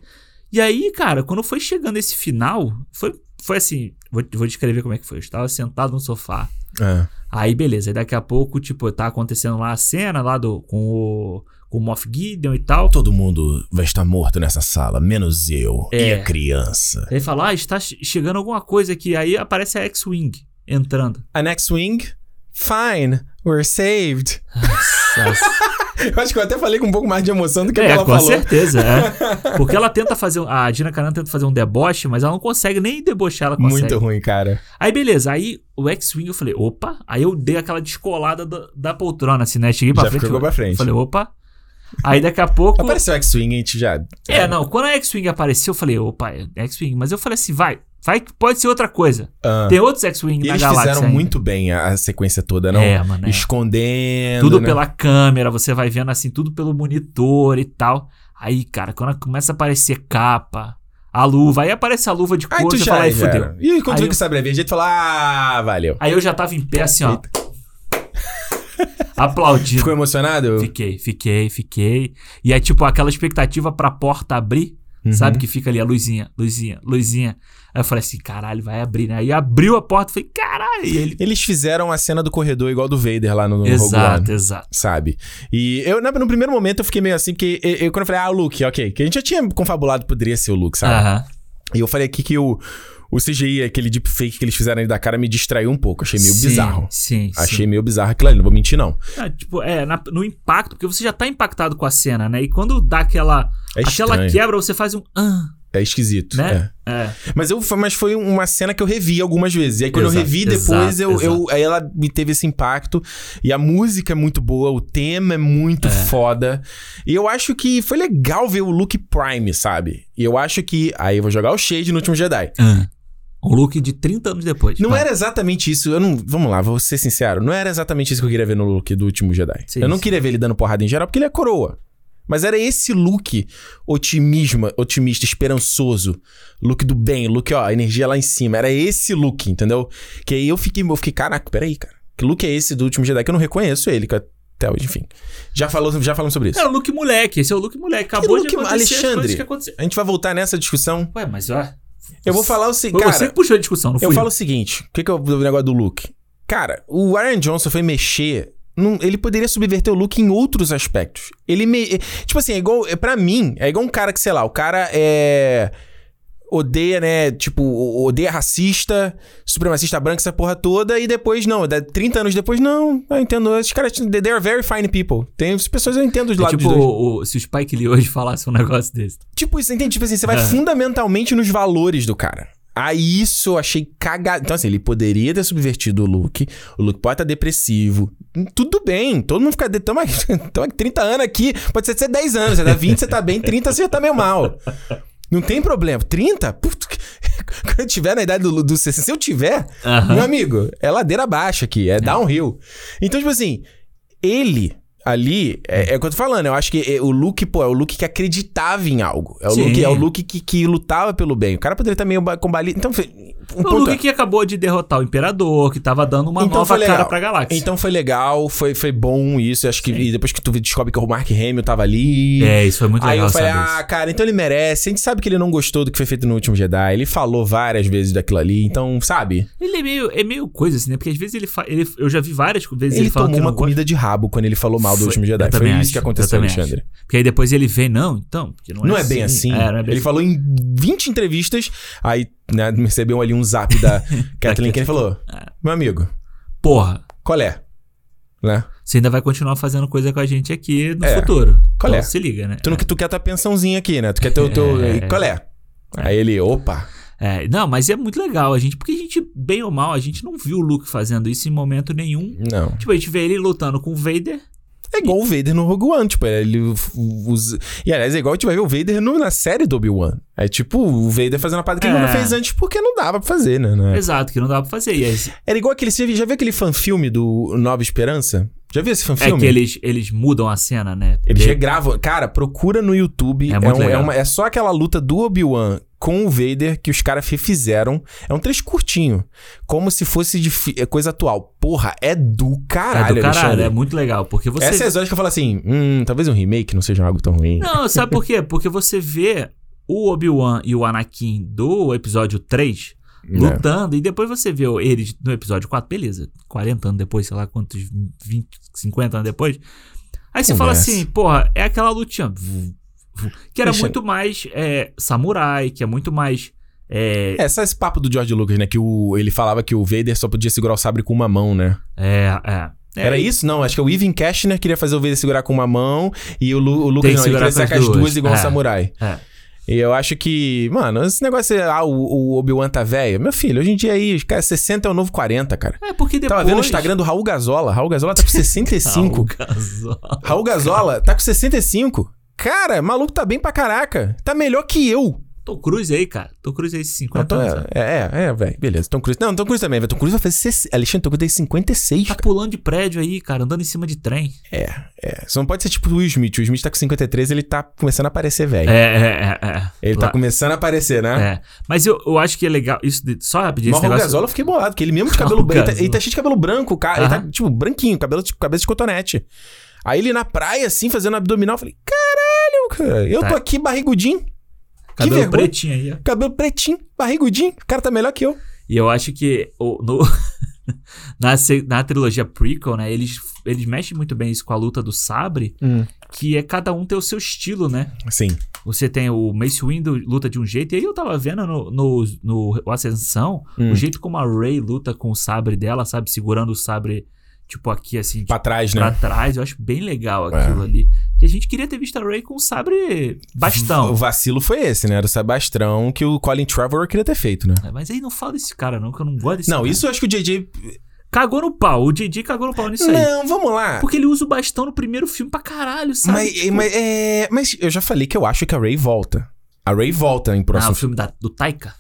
[SPEAKER 2] E aí, cara, quando foi chegando esse final, foi, foi assim. Vou, vou descrever como é que foi. Eu estava sentado no sofá.
[SPEAKER 1] Ah,
[SPEAKER 2] Aí, beleza. Aí daqui a pouco, tipo, tá acontecendo lá a cena lá do, com o, com o Moff Gideon e tal.
[SPEAKER 1] Todo mundo vai estar morto nessa sala, menos eu e
[SPEAKER 2] É.
[SPEAKER 1] a criança.
[SPEAKER 2] Aí fala, ah, está che- chegando alguma coisa aqui. Aí aparece a X-Wing entrando.
[SPEAKER 1] A next wing? Fine, we're saved. (laughs) Eu acho que eu até falei com um pouco mais de emoção do que
[SPEAKER 2] é,
[SPEAKER 1] ela
[SPEAKER 2] com
[SPEAKER 1] falou.
[SPEAKER 2] certeza,
[SPEAKER 1] (laughs)
[SPEAKER 2] é. Porque ela tenta fazer. um- A Gina Carano tenta fazer um deboche, mas ela não consegue nem debochar, ela consegue.
[SPEAKER 1] Muito ruim, cara.
[SPEAKER 2] Aí, beleza. Aí o X-Wing eu falei, opa. Aí eu dei aquela descolada da, da poltrona, assim, né? Cheguei pra
[SPEAKER 1] Já
[SPEAKER 2] frente.
[SPEAKER 1] ficou pra frente.
[SPEAKER 2] Falei, opa. Aí daqui a pouco.
[SPEAKER 1] Apareceu o X-Wing, a gente já...
[SPEAKER 2] É, não, quando a X-Wing apareceu, eu falei, opa, é X-Wing. Mas eu falei assim, vai, vai que pode ser outra coisa.
[SPEAKER 1] Ah.
[SPEAKER 2] Tem outros X-Wing
[SPEAKER 1] E
[SPEAKER 2] na
[SPEAKER 1] eles
[SPEAKER 2] galáxia.
[SPEAKER 1] fizeram
[SPEAKER 2] ainda.
[SPEAKER 1] muito bem a, a sequência toda, não?
[SPEAKER 2] É, mano, é.
[SPEAKER 1] Escondendo.
[SPEAKER 2] Tudo
[SPEAKER 1] né?
[SPEAKER 2] pela câmera, você vai vendo assim, tudo pelo monitor e tal. Aí, cara, quando começa a aparecer capa, a luva, aí aparece a luva de
[SPEAKER 1] Aí
[SPEAKER 2] cor,
[SPEAKER 1] tu
[SPEAKER 2] você
[SPEAKER 1] já,
[SPEAKER 2] fala, aí
[SPEAKER 1] já era.
[SPEAKER 2] fudeu.
[SPEAKER 1] E quando tu viu
[SPEAKER 2] Aí eu-
[SPEAKER 1] que o sabre verde, tu fala, ah, valeu.
[SPEAKER 2] Aí eu já tava em pé assim, ó. (laughs) Aplaudindo.
[SPEAKER 1] Ficou emocionado?
[SPEAKER 2] Fiquei, fiquei, fiquei. E é tipo aquela expectativa pra porta abrir,
[SPEAKER 1] Uhum.
[SPEAKER 2] sabe? Que fica ali a luzinha, luzinha, luzinha. Aí eu falei assim, caralho, vai abrir, né? Aí abriu a porta, eu falei, caralho. E ele...
[SPEAKER 1] Eles fizeram a cena do corredor igual do Vader lá no, no Rogue One.
[SPEAKER 2] Exato, exato.
[SPEAKER 1] Sabe? E eu, na- no primeiro momento, eu fiquei meio assim, porque eu, eu- quando eu falei, ah, o Luke, ok. Que a gente já tinha confabulado que poderia ser o Luke, sabe?
[SPEAKER 2] Aham.
[SPEAKER 1] E eu falei aqui que o, o CGI, aquele deepfake que eles fizeram ali da cara, me distraiu um pouco. Achei meio
[SPEAKER 2] Sim,
[SPEAKER 1] bizarro.
[SPEAKER 2] Sim, sim.
[SPEAKER 1] Achei meio bizarro aquilo ali, não vou mentir, não.
[SPEAKER 2] Ah, tipo, é, na- no impacto, porque você já tá impactado com a cena, né? E quando dá aquela,
[SPEAKER 1] É
[SPEAKER 2] aquela
[SPEAKER 1] estranho.
[SPEAKER 2] quebra, você faz um. "Ah",
[SPEAKER 1] É esquisito.
[SPEAKER 2] Né?
[SPEAKER 1] É.
[SPEAKER 2] é.
[SPEAKER 1] Mas, eu, mas foi uma cena que eu revi algumas vezes. E aí, quando eu
[SPEAKER 2] Exato,
[SPEAKER 1] revi depois,
[SPEAKER 2] exato,
[SPEAKER 1] eu, eu, aí ela me teve esse impacto. E a música é muito boa, o tema é muito foda. E eu acho que foi legal ver o Luke Prime, sabe? E eu acho que. Aí eu vou jogar o Shade no último Jedi.
[SPEAKER 2] "Ah". Um look de 30 anos depois. Tá.
[SPEAKER 1] Não
[SPEAKER 2] Vai.
[SPEAKER 1] era exatamente isso. Eu não. Vamos lá, vou ser sincero. Não era exatamente isso que eu queria ver no Luke do último Jedi.
[SPEAKER 2] Sim,
[SPEAKER 1] eu não
[SPEAKER 2] sim.
[SPEAKER 1] queria ver ele dando porrada em geral, porque ele é coroa. Mas era esse Luke otimismo, otimista, esperançoso. Luke do bem, Luke, ó, energia lá em cima. Era esse Luke, entendeu? Que aí eu fiquei, eu fiquei, caraca, peraí, cara. Que Luke é esse do último Jedi que eu não reconheço ele, que até hoje, enfim. Já, falou, já falamos sobre isso.
[SPEAKER 2] Era o look moleque, esse é o look moleque. Acabou
[SPEAKER 1] look,
[SPEAKER 2] de acontecer as
[SPEAKER 1] Alexandre?
[SPEAKER 2] coisas que aconteceram.
[SPEAKER 1] A gente vai voltar nessa discussão.
[SPEAKER 2] Ué, mas ó.
[SPEAKER 1] Eu vou falar o seguinte.
[SPEAKER 2] Foi
[SPEAKER 1] Cara,
[SPEAKER 2] você que puxou a discussão, não foi?
[SPEAKER 1] Eu falo o seguinte, o que que é o negócio do Luke? Cara, o Aaron Johnson foi mexer, num- ele poderia subverter o Luke em outros aspectos. Ele me, tipo assim, é igual, é, para mim, é igual um cara que, sei lá, o cara é odeia, né, tipo, o- odeia racista, supremacista branco, essa porra toda, e depois não, dá 30 anos depois, não, eu entendo, esses caras, they are very fine people. Tem as pessoas, eu entendo os
[SPEAKER 2] É
[SPEAKER 1] lados
[SPEAKER 2] tipo,
[SPEAKER 1] dos dois.
[SPEAKER 2] o- o- se o Spike Lee hoje falasse um negócio desse.
[SPEAKER 1] Tipo isso, entende? Tipo assim, você vai
[SPEAKER 2] É.
[SPEAKER 1] fundamentalmente nos valores do cara. Aí isso eu achei cagado. Então, assim, ele poderia ter subvertido o Luke. O Luke pode estar depressivo. Tudo bem. Todo mundo fica. de- Tamo aqui, (laughs) tamo aqui 30 anos aqui. Pode ser que você 10 anos. Você dá 20, você tá bem. 30, você já tá meio mal. Não tem problema. 30? Puto, que- (laughs) quando eu tiver na idade do, do 60, se eu tiver,
[SPEAKER 2] Aham.
[SPEAKER 1] meu amigo, é ladeira abaixo aqui, é, downhill. Então, tipo assim, ele ali, é, é o que eu tô falando, eu acho que é o Luke, pô, é o Luke que acreditava em algo. É o
[SPEAKER 2] Sim.
[SPEAKER 1] Luke, é o Luke que, que lutava pelo bem. O cara poderia estar meio ba- combalido. Então, foi- um
[SPEAKER 2] O
[SPEAKER 1] ponto é-
[SPEAKER 2] Luke que acabou de derrotar o Imperador, que tava dando uma
[SPEAKER 1] Então foi
[SPEAKER 2] nova
[SPEAKER 1] legal.
[SPEAKER 2] cara pra galáxia.
[SPEAKER 1] Então foi legal, foi, foi bom isso. eu Acho que e depois que tu descobre que o Mark Hamill tava ali.
[SPEAKER 2] é, isso foi muito
[SPEAKER 1] Aí
[SPEAKER 2] legal,
[SPEAKER 1] eu falei,
[SPEAKER 2] saber
[SPEAKER 1] ah, cara, então ele merece. A gente sabe que ele não gostou do que foi feito no último Jedi. Ele falou várias vezes daquilo ali, então, sabe?
[SPEAKER 2] isso. Ele é meio, é meio coisa assim, né? Porque às vezes ele, fa... ele- Eu já vi várias vezes ele,
[SPEAKER 1] Ele
[SPEAKER 2] falando
[SPEAKER 1] tomou
[SPEAKER 2] que não
[SPEAKER 1] uma
[SPEAKER 2] gosta.
[SPEAKER 1] comida de rabo quando ele falou mal do Último Jedi.
[SPEAKER 2] eu
[SPEAKER 1] Foi
[SPEAKER 2] também
[SPEAKER 1] isso
[SPEAKER 2] acho,
[SPEAKER 1] que
[SPEAKER 2] eu
[SPEAKER 1] aconteceu,
[SPEAKER 2] também
[SPEAKER 1] Alexandre.
[SPEAKER 2] Porque aí depois ele vê, não, então, porque não é,
[SPEAKER 1] Não é bem assim.
[SPEAKER 2] É, não é
[SPEAKER 1] Ele
[SPEAKER 2] bem assim.
[SPEAKER 1] falou em 20 entrevistas, aí né, recebeu ali um zap
[SPEAKER 2] (laughs)
[SPEAKER 1] da Kathleen Kennedy e falou:
[SPEAKER 2] É.
[SPEAKER 1] Meu amigo,
[SPEAKER 2] Porra,
[SPEAKER 1] qual é? Né?
[SPEAKER 2] você ainda vai continuar fazendo coisa com a gente aqui no
[SPEAKER 1] É.
[SPEAKER 2] futuro.
[SPEAKER 1] Qual
[SPEAKER 2] Então
[SPEAKER 1] é?
[SPEAKER 2] se liga, né?
[SPEAKER 1] Tu, não, tu quer tua pensãozinha aqui, né? Tu quer teu. teu
[SPEAKER 2] É.
[SPEAKER 1] e Qual é? Aí ele, opa.
[SPEAKER 2] É, não, mas é muito legal a gente, porque a gente, bem ou mal, a gente não viu o Luke fazendo isso em momento nenhum.
[SPEAKER 1] Não.
[SPEAKER 2] Tipo, a gente vê ele lutando com o Vader.
[SPEAKER 1] É igual o Vader no Rogue One, tipo, ele usa... E aliás, é igual a gente vai ver o Vader no- na série do Obi-Wan. É tipo, o Vader fazendo a parada que ele
[SPEAKER 2] É.
[SPEAKER 1] nunca fez antes porque não dava pra fazer, né? né?
[SPEAKER 2] Exato, que não dá pra fazer. E aí, é
[SPEAKER 1] Era igual aquele... Você já viu aquele fanfilme do Nova Esperança? Já viu esse
[SPEAKER 2] é
[SPEAKER 1] fanfilme?
[SPEAKER 2] que eles, eles mudam a cena, né?
[SPEAKER 1] Eles
[SPEAKER 2] De-
[SPEAKER 1] regravam. Cara, procura no YouTube.
[SPEAKER 2] É
[SPEAKER 1] É,
[SPEAKER 2] muito
[SPEAKER 1] um- é
[SPEAKER 2] legal.
[SPEAKER 1] uma- é só aquela luta do Obi-Wan com o Vader que os caras refizeram. É um trecho curtinho. Como se fosse de fi- é coisa atual. Porra, é do
[SPEAKER 2] é
[SPEAKER 1] caralho,
[SPEAKER 2] do caralho,
[SPEAKER 1] Alexandre.
[SPEAKER 2] é muito legal, porque você...
[SPEAKER 1] Essas horas que eu falo assim, hum, talvez um remake não seja algo tão ruim.
[SPEAKER 2] Não, sabe por quê? Porque você vê o Obi-Wan e o Anakin do episódio 3
[SPEAKER 1] Né?
[SPEAKER 2] lutando, e depois você vê eles no episódio 4, beleza, 40 anos depois, sei lá quantos, 20, 50 anos depois. Aí você fala
[SPEAKER 1] Conversa.
[SPEAKER 2] assim, porra, é aquela lutinha vu, vu, que era
[SPEAKER 1] Deixa-
[SPEAKER 2] muito mais é, samurai, que é muito mais... É,
[SPEAKER 1] É, só esse papo do George Lucas, né? Que o, ele falava que o Vader só podia segurar o sabre com uma mão, né?
[SPEAKER 2] é, é. É,
[SPEAKER 1] Era isso? Não, acho que o Even Cashner queria fazer o Vader segurar com uma mão e o, Lu- o Lucas
[SPEAKER 2] Tem que
[SPEAKER 1] não, ele
[SPEAKER 2] segurar
[SPEAKER 1] queria
[SPEAKER 2] com as
[SPEAKER 1] sacar as duas,
[SPEAKER 2] duas.
[SPEAKER 1] igual um
[SPEAKER 2] É.
[SPEAKER 1] samurai.
[SPEAKER 2] É.
[SPEAKER 1] E eu acho que, mano, esse negócio, é, ah, o, o Obi-Wan tá velho. Meu filho, hoje em dia aí, os cara, 60 é o novo 40, cara.
[SPEAKER 2] É porque depois...
[SPEAKER 1] Tava vendo o Instagram do Raul Gazola. Raul Gazola tá com
[SPEAKER 2] Ah, o
[SPEAKER 1] 65.
[SPEAKER 2] casal.
[SPEAKER 1] Raul Gazola tá com 65. Cara, maluco tá bem pra caraca. Tá melhor que eu.
[SPEAKER 2] Tô cruz aí, cara. Tô cruz aí esses
[SPEAKER 1] Não,
[SPEAKER 2] 50
[SPEAKER 1] Tom-
[SPEAKER 2] anos.
[SPEAKER 1] é, é, é, velho. Beleza. Tom Cruise. Não, Tom Cruise também, velho. Tom Cruise vai fazer. 60 Alexandre Tom Cruise tem 56.
[SPEAKER 2] Tá
[SPEAKER 1] cara.
[SPEAKER 2] pulando de prédio aí, cara, andando em cima de trem.
[SPEAKER 1] É, Só não pode ser tipo o Will Smith. O Will Smith tá com 53, ele tá começando a aparecer, velho.
[SPEAKER 2] É, é, é. é.
[SPEAKER 1] Ele
[SPEAKER 2] Lá-
[SPEAKER 1] tá começando a aparecer, né?
[SPEAKER 2] É. Mas eu, eu acho que é legal. Isso de- só rapidinho
[SPEAKER 1] Mas
[SPEAKER 2] esse
[SPEAKER 1] o
[SPEAKER 2] negócio.
[SPEAKER 1] Gasola eu fiquei bolado, porque ele mesmo
[SPEAKER 2] (laughs)
[SPEAKER 1] de cabelo
[SPEAKER 2] Raul
[SPEAKER 1] branco. Ele, tá-
[SPEAKER 2] Gazola.
[SPEAKER 1] ele tá cheio de cabelo branco, cara. Ele tá,
[SPEAKER 2] Aham.
[SPEAKER 1] tipo, branquinho, cabelo tipo, cabeça de cotonete. Aí ele na praia, assim, fazendo abdominal, eu falei, caralho, cara, eu
[SPEAKER 2] Tá.
[SPEAKER 1] tô aqui barrigudinho,
[SPEAKER 2] cabelo
[SPEAKER 1] vergonha.
[SPEAKER 2] pretinho aí, ó.
[SPEAKER 1] cabelo pretinho, barrigudinho, o cara tá melhor que eu.
[SPEAKER 2] E eu acho que o- no- (laughs) na, se- na trilogia prequel, né? Eles, eles mexem muito bem isso com a luta do sabre,
[SPEAKER 1] Hum.
[SPEAKER 2] que é cada um ter o seu estilo, né?
[SPEAKER 1] Sim.
[SPEAKER 2] Você tem o Mace Windu luta de um jeito, e aí eu tava vendo no, no, no- o Ascensão
[SPEAKER 1] Hum.
[SPEAKER 2] o jeito como a Rey luta com o sabre dela, sabe? Segurando o sabre, tipo, aqui assim, de
[SPEAKER 1] Pra trás, né? É.
[SPEAKER 2] pra trás. Eu acho bem legal aquilo ali. Que a gente queria ter visto a Ray com um sabre
[SPEAKER 1] O (laughs)
[SPEAKER 2] bastão.
[SPEAKER 1] vacilo foi esse, né? Era o Sebastrão que o Colin Trevor queria ter feito, né?
[SPEAKER 2] É, Mas aí não fala desse cara, não, que eu não gosto desse
[SPEAKER 1] Não,
[SPEAKER 2] cara.
[SPEAKER 1] isso eu acho que o JJ.
[SPEAKER 2] Cagou no pau. O Didi cagou no pau nisso aí.
[SPEAKER 1] Não, vamos lá.
[SPEAKER 2] Porque ele usa o bastão no primeiro filme pra caralho,
[SPEAKER 1] É.
[SPEAKER 2] sabe?
[SPEAKER 1] Mas,
[SPEAKER 2] Tipo,
[SPEAKER 1] mas, é, mas eu já falei que eu acho que a Ray volta. A Ray volta em
[SPEAKER 2] Ah,
[SPEAKER 1] próximo
[SPEAKER 2] o filme da- do Taika.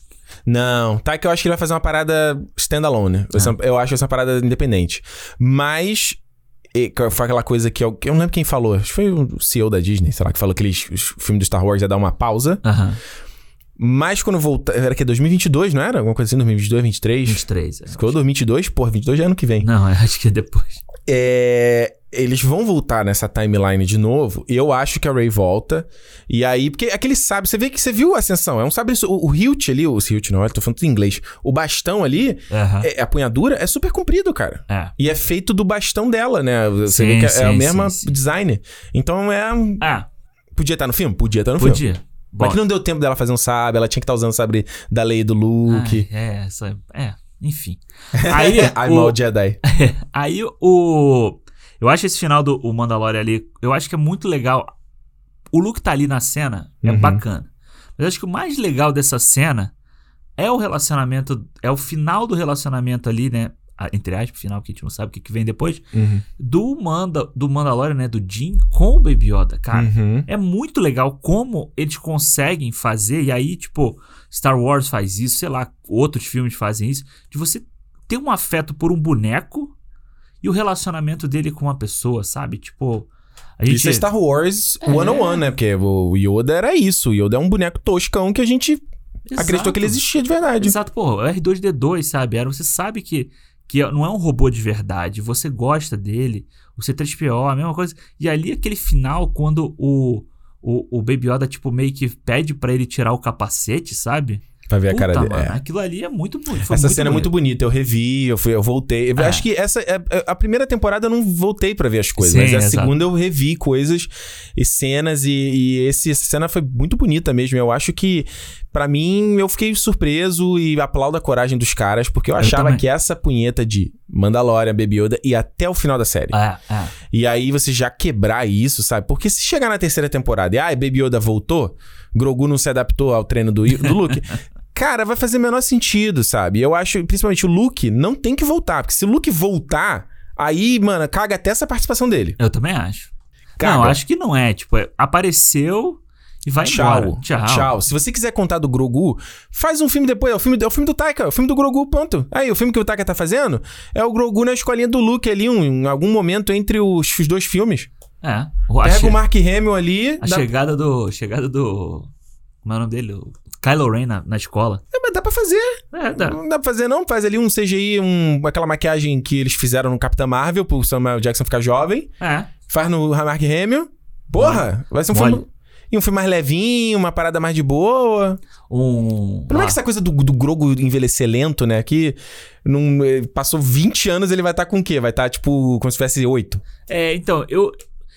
[SPEAKER 1] Não, tá que eu acho que ele vai fazer uma parada standalone.
[SPEAKER 2] Ah.
[SPEAKER 1] né? Essa- Eu acho essa parada independente. Mas. e, que Foi aquela coisa que eu, que eu não lembro quem falou. Acho que foi o CEO da Disney, sei lá, que falou que eles, os filmes do Star Wars ia dar uma pausa.
[SPEAKER 2] Aham.
[SPEAKER 1] Mas quando voltar. Era que é 2022, não era? Alguma coisa assim, 2022, 23?
[SPEAKER 2] 23. é.
[SPEAKER 1] Ficou 2022? Porra, 22 é ano que vem.
[SPEAKER 2] Não, eu acho que é depois.
[SPEAKER 1] É, eles vão voltar nessa timeline de novo. e Eu acho que a Ray volta. E aí, porque aquele sabre, você vê que você viu a ascensão. É um sabre. O, o hilt ali, o hilt não, eu tô falando tudo em inglês. O bastão ali,
[SPEAKER 2] Aham.
[SPEAKER 1] é, a punhadura, é super comprido, cara.
[SPEAKER 2] É.
[SPEAKER 1] E é feito do bastão dela, né? Você
[SPEAKER 2] Sim,
[SPEAKER 1] vê que é
[SPEAKER 2] sim,
[SPEAKER 1] é o
[SPEAKER 2] sim,
[SPEAKER 1] mesmo
[SPEAKER 2] sim.
[SPEAKER 1] design. Então é. um-
[SPEAKER 2] Ah,
[SPEAKER 1] Podia estar no filme? Podia estar no filme.
[SPEAKER 2] podia.
[SPEAKER 1] Mas
[SPEAKER 2] Bom,
[SPEAKER 1] que não deu tempo dela fazer um sabre, ela tinha que estar usando o sabre da lei do Luke.
[SPEAKER 2] Ai, é, essa, é,
[SPEAKER 1] (laughs)
[SPEAKER 2] enfim. Ah. Aí,
[SPEAKER 1] I'm
[SPEAKER 2] o,
[SPEAKER 1] all
[SPEAKER 2] (laughs)
[SPEAKER 1] Jedi.
[SPEAKER 2] Aí o. Eu acho esse final do o Mandalorian ali. Eu acho que é muito legal. O Luke tá ali na cena, é
[SPEAKER 1] Uhum.
[SPEAKER 2] bacana. Mas eu acho que o mais legal dessa cena é o relacionamento. É o final do relacionamento ali, né? Ah, Entre aspas, final que a gente não sabe o que, que vem depois. Do, Manda, do Mandalorian, né? Do Jim com o Baby Yoda, cara.
[SPEAKER 1] Uhum.
[SPEAKER 2] É muito legal como eles conseguem fazer, e aí, tipo, Star Wars faz isso, sei lá, outros filmes fazem isso, de você ter um afeto por um boneco e o relacionamento dele com uma pessoa, sabe? Tipo, a gente.
[SPEAKER 1] Isso é Star Wars
[SPEAKER 2] É.
[SPEAKER 1] 101, né? Porque o Yoda era isso. O Yoda é um boneco toscão que a gente
[SPEAKER 2] Exato.
[SPEAKER 1] acreditou que ele existia de verdade.
[SPEAKER 2] Exato, pô, é o R2D2, sabe? Era, você sabe que, que não é um robô de verdade, você gosta dele, o C3PO, a mesma coisa. E ali, aquele final, quando o, o, o Baby Yoda, tipo, meio que pede pra ele tirar o capacete, sabe?
[SPEAKER 1] Pra ver a cara
[SPEAKER 2] Puta,
[SPEAKER 1] dele.
[SPEAKER 2] mano,
[SPEAKER 1] É.
[SPEAKER 2] aquilo ali é muito bonito. foi
[SPEAKER 1] Essa cena é muito bonita, eu revi, eu fui, eu voltei. Eu
[SPEAKER 2] É.
[SPEAKER 1] Acho que essa é- é- a primeira temporada eu não voltei pra ver as coisas,
[SPEAKER 2] Sim,
[SPEAKER 1] mas a
[SPEAKER 2] exato.
[SPEAKER 1] segunda eu revi coisas e cenas e, e esse, essa cena foi muito bonita mesmo. Eu acho que pra mim eu fiquei surpreso e aplaudo a coragem dos caras porque eu,
[SPEAKER 2] Eu
[SPEAKER 1] achava
[SPEAKER 2] também.
[SPEAKER 1] que essa punheta de Mandalorian, Baby Yoda ia até o final da série.
[SPEAKER 2] É, é.
[SPEAKER 1] E aí você já quebrar isso, sabe? Porque se chegar na terceira temporada e, ai, Baby Yoda voltou, Grogu não se adaptou ao treino do, do
[SPEAKER 2] (laughs)
[SPEAKER 1] Luke. Cara, vai fazer menor sentido, sabe? Eu acho, principalmente o Luke não tem que voltar, porque se o Luke voltar, aí, mano, caga até essa participação dele.
[SPEAKER 2] Eu também acho.
[SPEAKER 1] Caga.
[SPEAKER 2] Não, acho que não é. Tipo, é- apareceu e vai
[SPEAKER 1] Tchau.
[SPEAKER 2] embora. Tchau.
[SPEAKER 1] Tchau. Se você quiser contar do Grogu, faz um filme depois. É o filme, é o filme do Taika. É o filme do Grogu, ponto. Aí, o filme que o Taika tá fazendo é o Grogu na escolinha do Luke ali, um, em algum momento entre os, os dois filmes.
[SPEAKER 2] É. O- a,
[SPEAKER 1] Pega
[SPEAKER 2] che-
[SPEAKER 1] o Mark Hamill ali.
[SPEAKER 2] a
[SPEAKER 1] dá-
[SPEAKER 2] chegada do. Chegada do. Como é o nome dele? O Kylo Ren na, na escola.
[SPEAKER 1] É, mas dá pra fazer.
[SPEAKER 2] É, dá.
[SPEAKER 1] Não dá pra fazer, não. Faz ali um CGI, um, aquela maquiagem que eles fizeram no Capitã Marvel pro Samuel Jackson ficar jovem.
[SPEAKER 2] É.
[SPEAKER 1] Faz no Mark Hamill. Porra, vai ser um
[SPEAKER 2] Mole.
[SPEAKER 1] filme. E um filme mais levinho, uma parada mais de boa.
[SPEAKER 2] Um.
[SPEAKER 1] Como é que essa coisa do, do Grogo envelhecer lento, né? Que não, eh, passou 20 anos, ele vai estar com o quê? Vai estar, tipo, como se tivesse 8.
[SPEAKER 2] É, então, eu,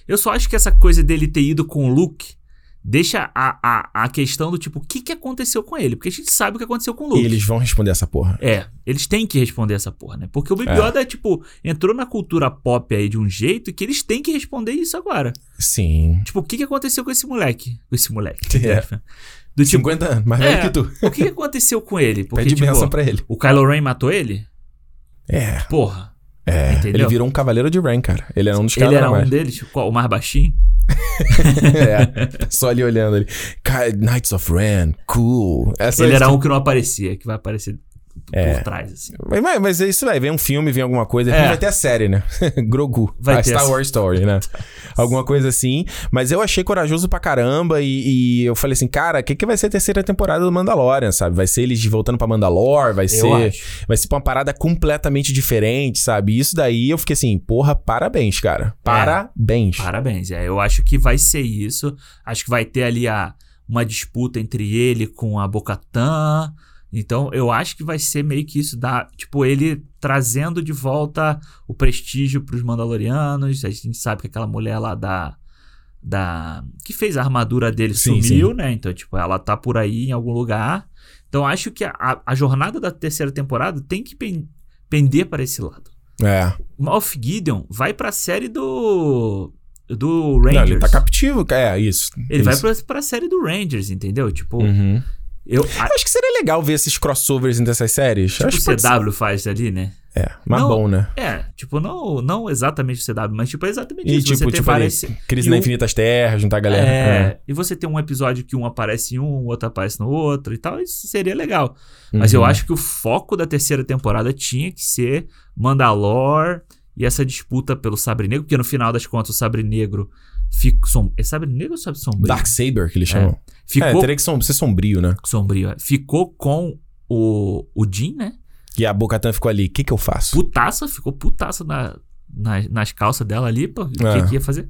[SPEAKER 2] eu só acho que essa coisa dele ter ido com o Luke deixa a, a, a questão do tipo, o que, que aconteceu com ele? Porque a gente sabe o que aconteceu com o Luke.
[SPEAKER 1] Eles vão responder essa porra.
[SPEAKER 2] É, eles têm que responder essa porra, né? Porque o Baby
[SPEAKER 1] É.
[SPEAKER 2] Yoda, tipo, entrou na cultura pop aí de um jeito que eles têm que responder isso agora.
[SPEAKER 1] Sim.
[SPEAKER 2] Tipo, o que, que aconteceu com esse moleque? Com esse moleque.
[SPEAKER 1] (laughs) É.
[SPEAKER 2] Do tipo,
[SPEAKER 1] 50 anos, mais
[SPEAKER 2] É,
[SPEAKER 1] velho que tu.
[SPEAKER 2] o que, que aconteceu com ele? Porque,
[SPEAKER 1] Pede
[SPEAKER 2] tipo,
[SPEAKER 1] benção pra ele.
[SPEAKER 2] o Kylo Ren matou ele?
[SPEAKER 1] É,
[SPEAKER 2] Porra.
[SPEAKER 1] é.
[SPEAKER 2] Entendeu?
[SPEAKER 1] Ele virou um cavaleiro de Ren, cara. Ele era um dos caras
[SPEAKER 2] ele era
[SPEAKER 1] lá mais.
[SPEAKER 2] um deles? Qual? O mais baixinho? (laughs)
[SPEAKER 1] É, só ali olhando ali. Cara, Knights of Ren, cool. Essa
[SPEAKER 2] ele era um que não aparecia, que vai aparecer por
[SPEAKER 1] É.
[SPEAKER 2] trás, assim.
[SPEAKER 1] Mas- Mas, mas é isso aí, vem um filme, vem alguma coisa.
[SPEAKER 2] É.
[SPEAKER 1] Vai ter a série, né? (laughs) Grogu.
[SPEAKER 2] Vai
[SPEAKER 1] a
[SPEAKER 2] ter
[SPEAKER 1] Star
[SPEAKER 2] essa.
[SPEAKER 1] Wars Story,
[SPEAKER 2] (laughs)
[SPEAKER 1] né? alguma coisa assim. Mas eu achei corajoso pra caramba e, e eu falei assim, cara, o que, que vai ser a terceira temporada do Mandalorian, sabe? Vai ser eles voltando pra Mandalore, vai
[SPEAKER 2] Eu
[SPEAKER 1] ser...
[SPEAKER 2] acho.
[SPEAKER 1] Vai ser pra uma parada completamente diferente, sabe? E isso daí eu fiquei assim, porra, parabéns, cara.
[SPEAKER 2] É.
[SPEAKER 1] Parabéns.
[SPEAKER 2] Parabéns, é. Eu acho que vai ser isso. Acho que vai ter ali a, uma disputa entre ele com a Bocatã. Então, eu acho que vai ser meio que isso da. Tipo, ele trazendo de volta o prestígio pros Mandalorianos. A gente sabe que aquela mulher lá da. da que fez a armadura dele
[SPEAKER 1] Sim,
[SPEAKER 2] sumiu, né? Então, tipo, ela tá por aí em algum lugar. Então, acho que a, a jornada da terceira temporada tem que pen- pender para esse lado.
[SPEAKER 1] É.
[SPEAKER 2] Moff Gideon vai pra série do.
[SPEAKER 1] Não,
[SPEAKER 2] Do Rangers.
[SPEAKER 1] ele
[SPEAKER 2] ele
[SPEAKER 1] tá captivo, cara. É, isso.
[SPEAKER 2] vai
[SPEAKER 1] isso.
[SPEAKER 2] pra, pra série do Rangers, entendeu? Tipo,
[SPEAKER 1] Uhum.
[SPEAKER 2] eu. a-
[SPEAKER 1] Eu acho que seria legal ver esses crossovers entre essas séries.
[SPEAKER 2] tipo,
[SPEAKER 1] acho que
[SPEAKER 2] o
[SPEAKER 1] pode ser.
[SPEAKER 2] CW faz ali, né?
[SPEAKER 1] É, mas
[SPEAKER 2] Não.
[SPEAKER 1] bom, né?
[SPEAKER 2] É, tipo, não, não exatamente o CW, mas tipo, é exatamente
[SPEAKER 1] E
[SPEAKER 2] isso.
[SPEAKER 1] tipo,
[SPEAKER 2] você tem
[SPEAKER 1] tipo
[SPEAKER 2] várias
[SPEAKER 1] ali,
[SPEAKER 2] se-
[SPEAKER 1] Crise
[SPEAKER 2] e
[SPEAKER 1] na
[SPEAKER 2] o-
[SPEAKER 1] Infinitas Terras, juntar a galera.
[SPEAKER 2] é, E você tem um episódio que um aparece em um, o outro aparece no outro e tal, isso seria legal. Mas eu
[SPEAKER 1] Uhum.
[SPEAKER 2] acho que o foco da terceira temporada tinha que ser Mandalore e essa disputa pelo Sabre Negro, porque no final das contas o Sabre Negro fica. Som... É Sabre Negro ou Sabre Sombrio?
[SPEAKER 1] Dark Saber, que eles chamam. É,
[SPEAKER 2] Ficou
[SPEAKER 1] teria que som- ser sombrio, né?
[SPEAKER 2] sombrio. é. Ficou com o, o Jean, né?
[SPEAKER 1] E a Bocatan ficou ali. O que que eu faço?
[SPEAKER 2] Putaça, ficou putaça na, na- nas calças dela ali, pô. O
[SPEAKER 1] É.
[SPEAKER 2] que, que ia fazer?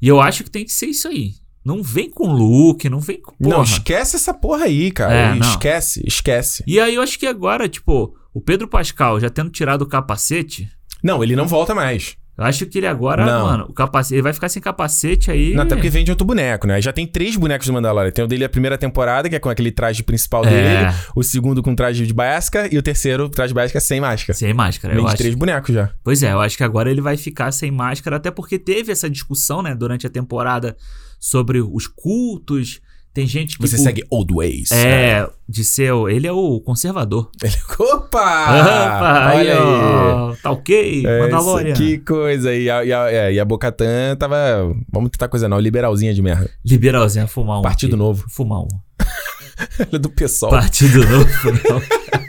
[SPEAKER 2] E eu acho que tem que ser isso aí. Não vem com look, não vem com porra.
[SPEAKER 1] Não, esquece essa porra aí, cara.
[SPEAKER 2] É, não.
[SPEAKER 1] esquece, esquece.
[SPEAKER 2] E aí eu acho que agora, tipo, o Pedro Pascal já tendo tirado o capacete,
[SPEAKER 1] Não, ele não volta mais.
[SPEAKER 2] eu acho que ele agora,
[SPEAKER 1] Não.
[SPEAKER 2] mano, o capacete, ele vai ficar sem capacete aí.
[SPEAKER 1] Não, até porque vende outro boneco, né? Aí Já tem três bonecos do Mandalorian. Tem o dele da primeira temporada, que é com aquele traje principal
[SPEAKER 2] é,
[SPEAKER 1] dele. O segundo com traje de baiasca. E o terceiro, traje de baiasca sem máscara.
[SPEAKER 2] sem máscara. É, Eu
[SPEAKER 1] Vende
[SPEAKER 2] acho.
[SPEAKER 1] três bonecos já.
[SPEAKER 2] Pois é, eu acho que agora ele vai ficar sem máscara, até porque teve essa discussão, né, durante a temporada sobre os cultos. Tem gente que.
[SPEAKER 1] Você
[SPEAKER 2] o-
[SPEAKER 1] segue Old Ways.
[SPEAKER 2] É, de ser. o- Ele é o conservador.
[SPEAKER 1] (laughs)
[SPEAKER 2] (laughs)
[SPEAKER 1] Opa! Ah, olha aí.
[SPEAKER 2] ó, Tá ok,
[SPEAKER 1] É,
[SPEAKER 2] Mandalorian.
[SPEAKER 1] isso, Que coisa. E a, e a, é, e a Bocatã tava. Vamos tentar coisa não, liberalzinha de merda.
[SPEAKER 2] Liberalzinho, fumar um.
[SPEAKER 1] Partido Novo.
[SPEAKER 2] Fumar um.
[SPEAKER 1] Ela é do pessoal. (laughs)
[SPEAKER 2] Partido novo, não.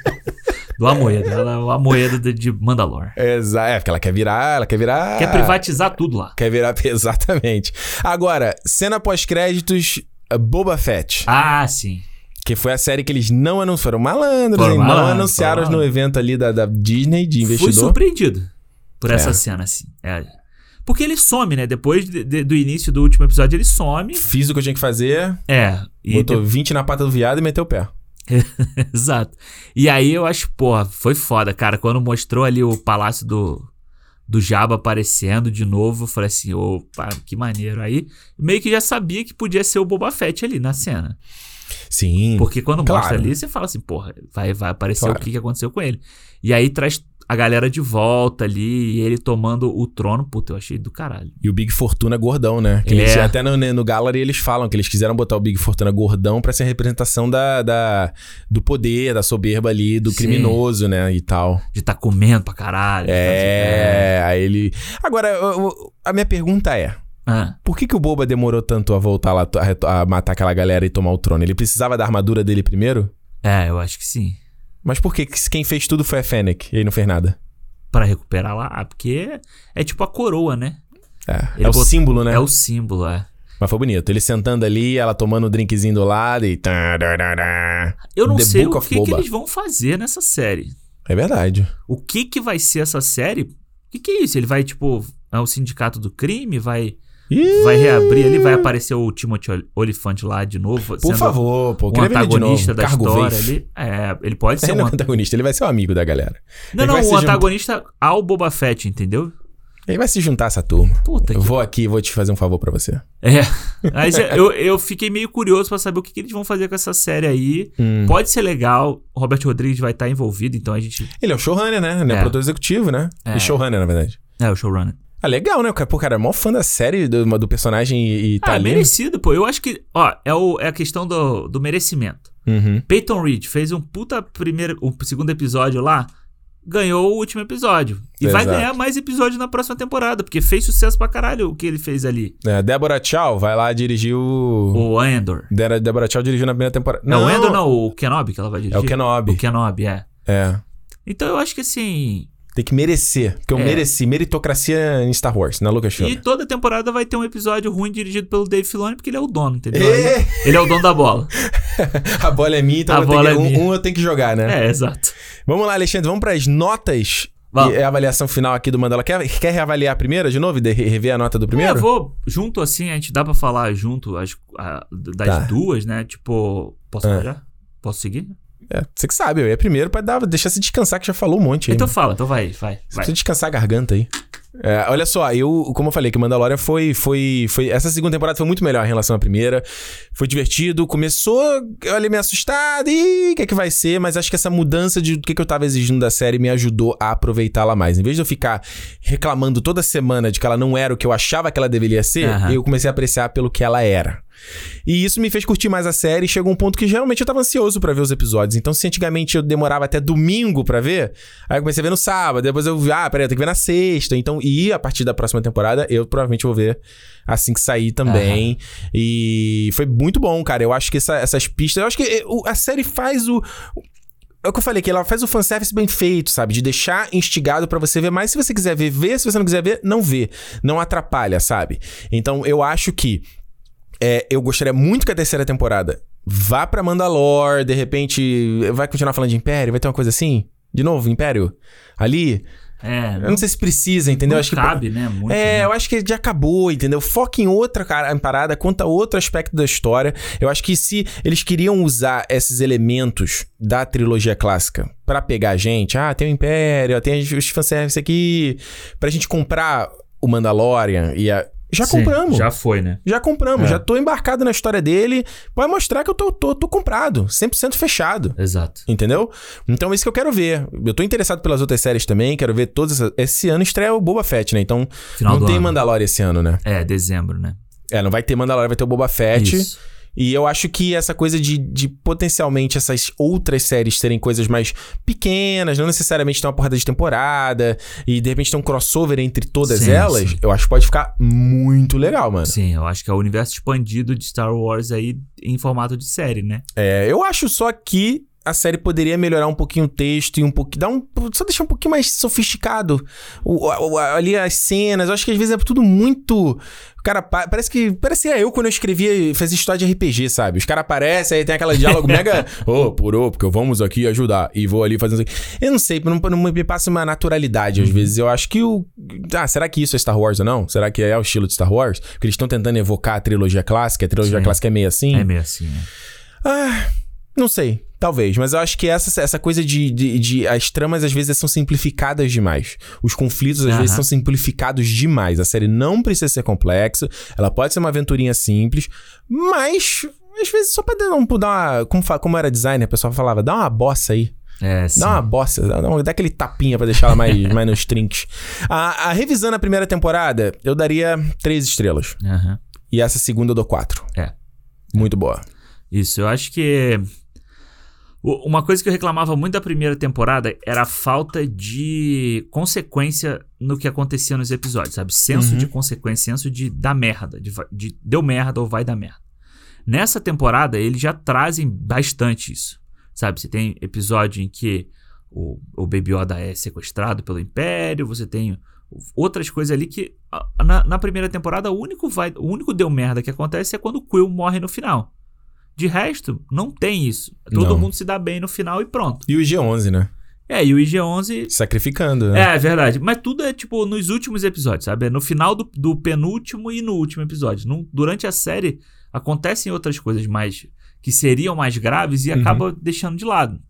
[SPEAKER 2] Do Amoedo, ela é o Amoedo de, de Mandalor.
[SPEAKER 1] Exa é, porque ela quer virar, ela quer virar.
[SPEAKER 2] Quer privatizar tudo lá.
[SPEAKER 1] Quer virar, (laughs) exatamente. Agora, cena pós-créditos. uh, Boba Fett,
[SPEAKER 2] Ah, sim.
[SPEAKER 1] que foi a série que eles não anunciaram. Foram malandros,
[SPEAKER 2] Foram
[SPEAKER 1] hein? não
[SPEAKER 2] malandros,
[SPEAKER 1] anunciaram
[SPEAKER 2] foram
[SPEAKER 1] no evento ali da, da Disney de
[SPEAKER 2] Fui
[SPEAKER 1] investidor.
[SPEAKER 2] surpreendido por essa
[SPEAKER 1] É.
[SPEAKER 2] cena, assim. É. Porque ele some, né? Depois de- de- do início do último episódio, ele some.
[SPEAKER 1] Fiz o que eu tinha que fazer,
[SPEAKER 2] É. E
[SPEAKER 1] botou 20 na pata do viado e meteu o pé.
[SPEAKER 2] de- (laughs) Exato. E aí eu acho, porra, foi foda, cara. Quando mostrou ali o palácio do, do Jabba aparecendo de novo, eu falei assim, opa, que maneiro. Aí meio que já sabia que podia ser o Boba Fett ali na cena.
[SPEAKER 1] Sim.
[SPEAKER 2] Porque quando
[SPEAKER 1] Claro.
[SPEAKER 2] mostra ali, você fala assim, porra, vai, vai aparecer
[SPEAKER 1] Claro.
[SPEAKER 2] o que, que aconteceu com ele. E aí traz a galera de volta ali e ele tomando o trono. Puta, eu achei do caralho.
[SPEAKER 1] E o Big Fortuna gordão, né? Que
[SPEAKER 2] É.
[SPEAKER 1] eles- até no, no Gallery eles falam que eles quiseram botar o Big Fortuna gordão pra ser a representação da, da- do poder, da soberba ali, do
[SPEAKER 2] Sim.
[SPEAKER 1] criminoso, né? E tal.
[SPEAKER 2] De tá comendo pra caralho. de tá-
[SPEAKER 1] É, aí ele. Agora, eu- eu- a minha pergunta é:
[SPEAKER 2] Ah,
[SPEAKER 1] por que, que o Boba demorou tanto a voltar lá, a reto- a matar aquela galera e tomar o trono? Ele precisava da armadura dele primeiro?
[SPEAKER 2] é, eu acho que sim.
[SPEAKER 1] Mas por que que quem fez tudo foi a Fennec e ele não fez nada?
[SPEAKER 2] Pra recuperar lá, ah, porque é tipo a coroa, né?
[SPEAKER 1] É,
[SPEAKER 2] Ele
[SPEAKER 1] é o
[SPEAKER 2] botou-
[SPEAKER 1] símbolo, né?
[SPEAKER 2] É o símbolo, é.
[SPEAKER 1] Mas foi bonito. Ele sentando ali, ela tomando um drinkzinho do lado e.
[SPEAKER 2] Eu não
[SPEAKER 1] The
[SPEAKER 2] sei
[SPEAKER 1] Book
[SPEAKER 2] o
[SPEAKER 1] of
[SPEAKER 2] que, que
[SPEAKER 1] Boba.
[SPEAKER 2] eles vão fazer nessa série.
[SPEAKER 1] É verdade.
[SPEAKER 2] O que que vai ser essa série? O que que é isso? Ele vai, tipo, é o sindicato do crime? Vai
[SPEAKER 1] Ih,
[SPEAKER 2] vai reabrir ali? Vai aparecer o Timothy Ol- Olyphant lá de novo?
[SPEAKER 1] Por
[SPEAKER 2] sendo
[SPEAKER 1] favor, pô.
[SPEAKER 2] Um
[SPEAKER 1] queria ver ele de
[SPEAKER 2] antagonista
[SPEAKER 1] novo.
[SPEAKER 2] da
[SPEAKER 1] Cargo
[SPEAKER 2] história
[SPEAKER 1] Vaif.
[SPEAKER 2] ali. É,
[SPEAKER 1] (laughs)
[SPEAKER 2] ele pode ser
[SPEAKER 1] Ele
[SPEAKER 2] um...
[SPEAKER 1] não é antagonista, ele vai ser um amigo da galera.
[SPEAKER 2] Não,
[SPEAKER 1] ele
[SPEAKER 2] não,
[SPEAKER 1] vai se
[SPEAKER 2] o
[SPEAKER 1] juntar.
[SPEAKER 2] antagonista ao Boba Fett, entendeu?
[SPEAKER 1] Ele vai se juntar a essa turma.
[SPEAKER 2] Puta
[SPEAKER 1] Eu
[SPEAKER 2] que...
[SPEAKER 1] vou aqui e vou te fazer um favor pra você.
[SPEAKER 2] É. (laughs) Mas eu, eu fiquei meio curioso pra saber o que, que eles vão fazer com essa série aí.
[SPEAKER 1] Hum.
[SPEAKER 2] Pode ser legal. O Robert Rodrigues vai estar envolvido, então a gente...
[SPEAKER 1] Ele é o showrunner, né? Ele é,
[SPEAKER 2] É.
[SPEAKER 1] produtor executivo, né?
[SPEAKER 2] É.
[SPEAKER 1] E showrunner, na verdade.
[SPEAKER 2] É, o showrunner.
[SPEAKER 1] Ah, legal, né? O cara- Pô, cara, é mó fã da série, do, do personagem e, e tá
[SPEAKER 2] Ah,
[SPEAKER 1] ali.
[SPEAKER 2] merecido, pô. Eu acho que, ó, é, o, é a questão do, do merecimento.
[SPEAKER 1] Uhum.
[SPEAKER 2] Peyton Reed fez um puta primeiro, um segundo episódio lá, ganhou o último episódio. E vai
[SPEAKER 1] Exato.
[SPEAKER 2] ganhar mais episódios na próxima temporada, porque fez sucesso pra caralho o que ele fez ali.
[SPEAKER 1] É, Débora Tchau vai lá dirigir o...
[SPEAKER 2] O Endor.
[SPEAKER 1] Dé- Débora Tchau dirigiu na primeira temporada.
[SPEAKER 2] Não, o Endor não, o Kenobi que ela
[SPEAKER 1] É
[SPEAKER 2] vai dirigir.
[SPEAKER 1] o Kenobi.
[SPEAKER 2] O Kenobi, é.
[SPEAKER 1] É.
[SPEAKER 2] Então eu acho que assim.
[SPEAKER 1] Tem que merecer. Porque eu
[SPEAKER 2] É.
[SPEAKER 1] mereci. Meritocracia em Star Wars, na Lucasfilm.
[SPEAKER 2] E toda temporada vai ter um episódio ruim dirigido pelo Dave Filoni, porque ele é o dono, entendeu?
[SPEAKER 1] É.
[SPEAKER 2] Ele é o dono da bola.
[SPEAKER 1] (laughs) A bola é minha, então
[SPEAKER 2] A
[SPEAKER 1] eu tenho
[SPEAKER 2] bola
[SPEAKER 1] que-
[SPEAKER 2] é
[SPEAKER 1] um-
[SPEAKER 2] minha.
[SPEAKER 1] um eu tenho que jogar, né?
[SPEAKER 2] É, exato.
[SPEAKER 1] Vamos lá, Alexandre, vamos para as notas.
[SPEAKER 2] Vamos.
[SPEAKER 1] E é a avaliação final aqui do Mandela. Quer, quer reavaliar a primeira de novo e de- re- rever a nota do
[SPEAKER 2] É,
[SPEAKER 1] primeiro?
[SPEAKER 2] vou junto assim, a gente dá pra falar junto as, a- das
[SPEAKER 1] Tá.
[SPEAKER 2] duas, né? Tipo, posso
[SPEAKER 1] Ah.
[SPEAKER 2] já? Posso seguir?
[SPEAKER 1] É, você que sabe, eu ia primeiro pra dar, deixar se descansar, que já falou um monte aí.
[SPEAKER 2] Então
[SPEAKER 1] mano.
[SPEAKER 2] fala, então vai, vai,
[SPEAKER 1] Você
[SPEAKER 2] vai.
[SPEAKER 1] precisa descansar a garganta aí. É, olha só, eu, como eu falei, que o Mandalorian foi, foi, foi. Essa segunda temporada foi muito melhor em relação à primeira. Foi divertido, começou eu ali meio assustado, e o que é que vai ser? Mas acho que essa mudança de do que, que eu tava exigindo da série me ajudou a aproveitá-la mais. Em vez de eu ficar reclamando toda semana de que ela não era o que eu achava que ela deveria ser,
[SPEAKER 2] Aham.
[SPEAKER 1] eu comecei a apreciar pelo que ela era. E isso me fez curtir mais a série. Chegou um ponto que geralmente eu tava ansioso pra ver os episódios. Então, se antigamente eu demorava até domingo pra ver, aí eu comecei a ver no sábado. Depois eu vi, ah, peraí, eu tenho que ver na sexta. Então, e a partir da próxima temporada, eu provavelmente vou ver assim que sair também. E foi muito bom, cara. Eu acho que essa- essas pistas. Eu acho que eh, o- a série faz o. É o que eu falei, que ela faz o fanservice bem feito, sabe? De deixar instigado pra você ver, mas se você quiser ver, vê. Se você não quiser ver, não vê. Não atrapalha, sabe? Então, eu acho que é, eu gostaria muito que a terceira temporada vá pra Mandalore, de repente vai continuar falando de Império, vai ter uma coisa assim? De novo, Império? Ali?
[SPEAKER 2] É,
[SPEAKER 1] Eu não sei se precisa, entendeu?
[SPEAKER 2] não
[SPEAKER 1] acho que
[SPEAKER 2] cabe, né? Muito.
[SPEAKER 1] é,
[SPEAKER 2] né?
[SPEAKER 1] eu acho que já acabou, entendeu? Foca em outra cara, parada, conta outro aspecto da história. Eu acho que se eles queriam usar esses elementos da trilogia clássica pra pegar a gente, ah, tem o Império, ó, tem os fanservice aqui, pra gente comprar o Mandalorian e a... Já
[SPEAKER 2] Sim,
[SPEAKER 1] compramos. Já...
[SPEAKER 2] Já foi, né?
[SPEAKER 1] compramos,
[SPEAKER 2] É.
[SPEAKER 1] já tô embarcado na história dele. Pode mostrar que eu tô, tô, tô comprado, 100% fechado.
[SPEAKER 2] Exato.
[SPEAKER 1] Entendeu? Então é isso que eu quero ver. Eu tô interessado pelas outras séries também, quero ver todas. Essas... Esse ano estreia o Boba Fett, né? Então
[SPEAKER 2] Final
[SPEAKER 1] não
[SPEAKER 2] do
[SPEAKER 1] tem
[SPEAKER 2] ano.
[SPEAKER 1] Mandalorian esse ano, né?
[SPEAKER 2] É, dezembro, né?
[SPEAKER 1] É, não vai ter Mandalorian, vai ter o Boba Fett.
[SPEAKER 2] Isso.
[SPEAKER 1] E eu acho que essa coisa de, de potencialmente essas outras séries terem coisas mais pequenas, não necessariamente ter uma porrada de temporada, e de repente ter um crossover entre todas
[SPEAKER 2] Sim,
[SPEAKER 1] elas,
[SPEAKER 2] sim.
[SPEAKER 1] eu acho que pode ficar muito legal, mano.
[SPEAKER 2] Sim, eu acho que é o universo expandido de Star Wars aí em formato de série, né?
[SPEAKER 1] É, eu acho só que a série poderia melhorar um pouquinho o texto e um pouquinho. Dar um, só deixar um pouquinho mais sofisticado o- o- o- ali as cenas. Eu acho que às vezes é tudo muito. Cara, pa- parece que. Parecia eu quando eu escrevia, fazia história de RPG, sabe? Os caras aparecem, aí tem aquela diálogo mega. Ô, por ô, porque vamos aqui ajudar. E vou ali fazendo. isso aqui. Eu não sei, não, não me passa uma naturalidade às vezes. Eu acho que o. Ah, será que isso é Star Wars ou não? Será que é o estilo de Star Wars? Porque eles estão tentando evocar a trilogia clássica. é A trilogia
[SPEAKER 2] Sim.
[SPEAKER 1] clássica é meio assim.
[SPEAKER 2] É meio assim, né?
[SPEAKER 1] Ah, não sei. Talvez, mas eu acho que essa, essa coisa de, de, de- As tramas às vezes são simplificadas demais. Os conflitos às
[SPEAKER 2] Aham.
[SPEAKER 1] vezes são simplificados demais. A série não precisa ser complexa, ela pode ser uma aventurinha simples, mas às vezes só pra dar, um, dar uma. Como, fa- como era designer, o pessoal falava, dá uma bossa aí.
[SPEAKER 2] É, sim.
[SPEAKER 1] Dá uma bossa, dá, uma- dá aquele tapinha pra deixar ela mais,
[SPEAKER 2] (laughs)
[SPEAKER 1] mais nos trinques. A, a- revisando a primeira temporada, eu daria três estrelas.
[SPEAKER 2] Aham.
[SPEAKER 1] E essa segunda eu dou quatro.
[SPEAKER 2] É.
[SPEAKER 1] Muito boa.
[SPEAKER 2] Isso, eu acho que. o- Uma coisa que eu reclamava muito da primeira temporada era a falta de consequência no que acontecia nos episódios, sabe? Senso
[SPEAKER 1] Uhum.
[SPEAKER 2] de consequência, senso de dar merda, de, va- de deu merda ou vai dar merda. Nessa temporada, eles já trazem bastante isso, sabe? Você tem episódio em que o, o Baby Yoda é sequestrado pelo Império, você tem outras coisas ali que a- na, na primeira temporada o único vai, o único deu merda que acontece é quando o Quill morre no final. De resto, não tem isso. Todo
[SPEAKER 1] Não.
[SPEAKER 2] mundo se dá bem no final e pronto.
[SPEAKER 1] E o G11, né?
[SPEAKER 2] É, e o IG-11
[SPEAKER 1] Sacrificando, né?
[SPEAKER 2] é, é verdade. Mas tudo é, tipo, nos últimos episódios, sabe? É no final do, do penúltimo e no último episódio. Não- durante a série, acontecem outras coisas mais. que seriam mais graves e
[SPEAKER 1] Uhum.
[SPEAKER 2] acaba deixando de lado.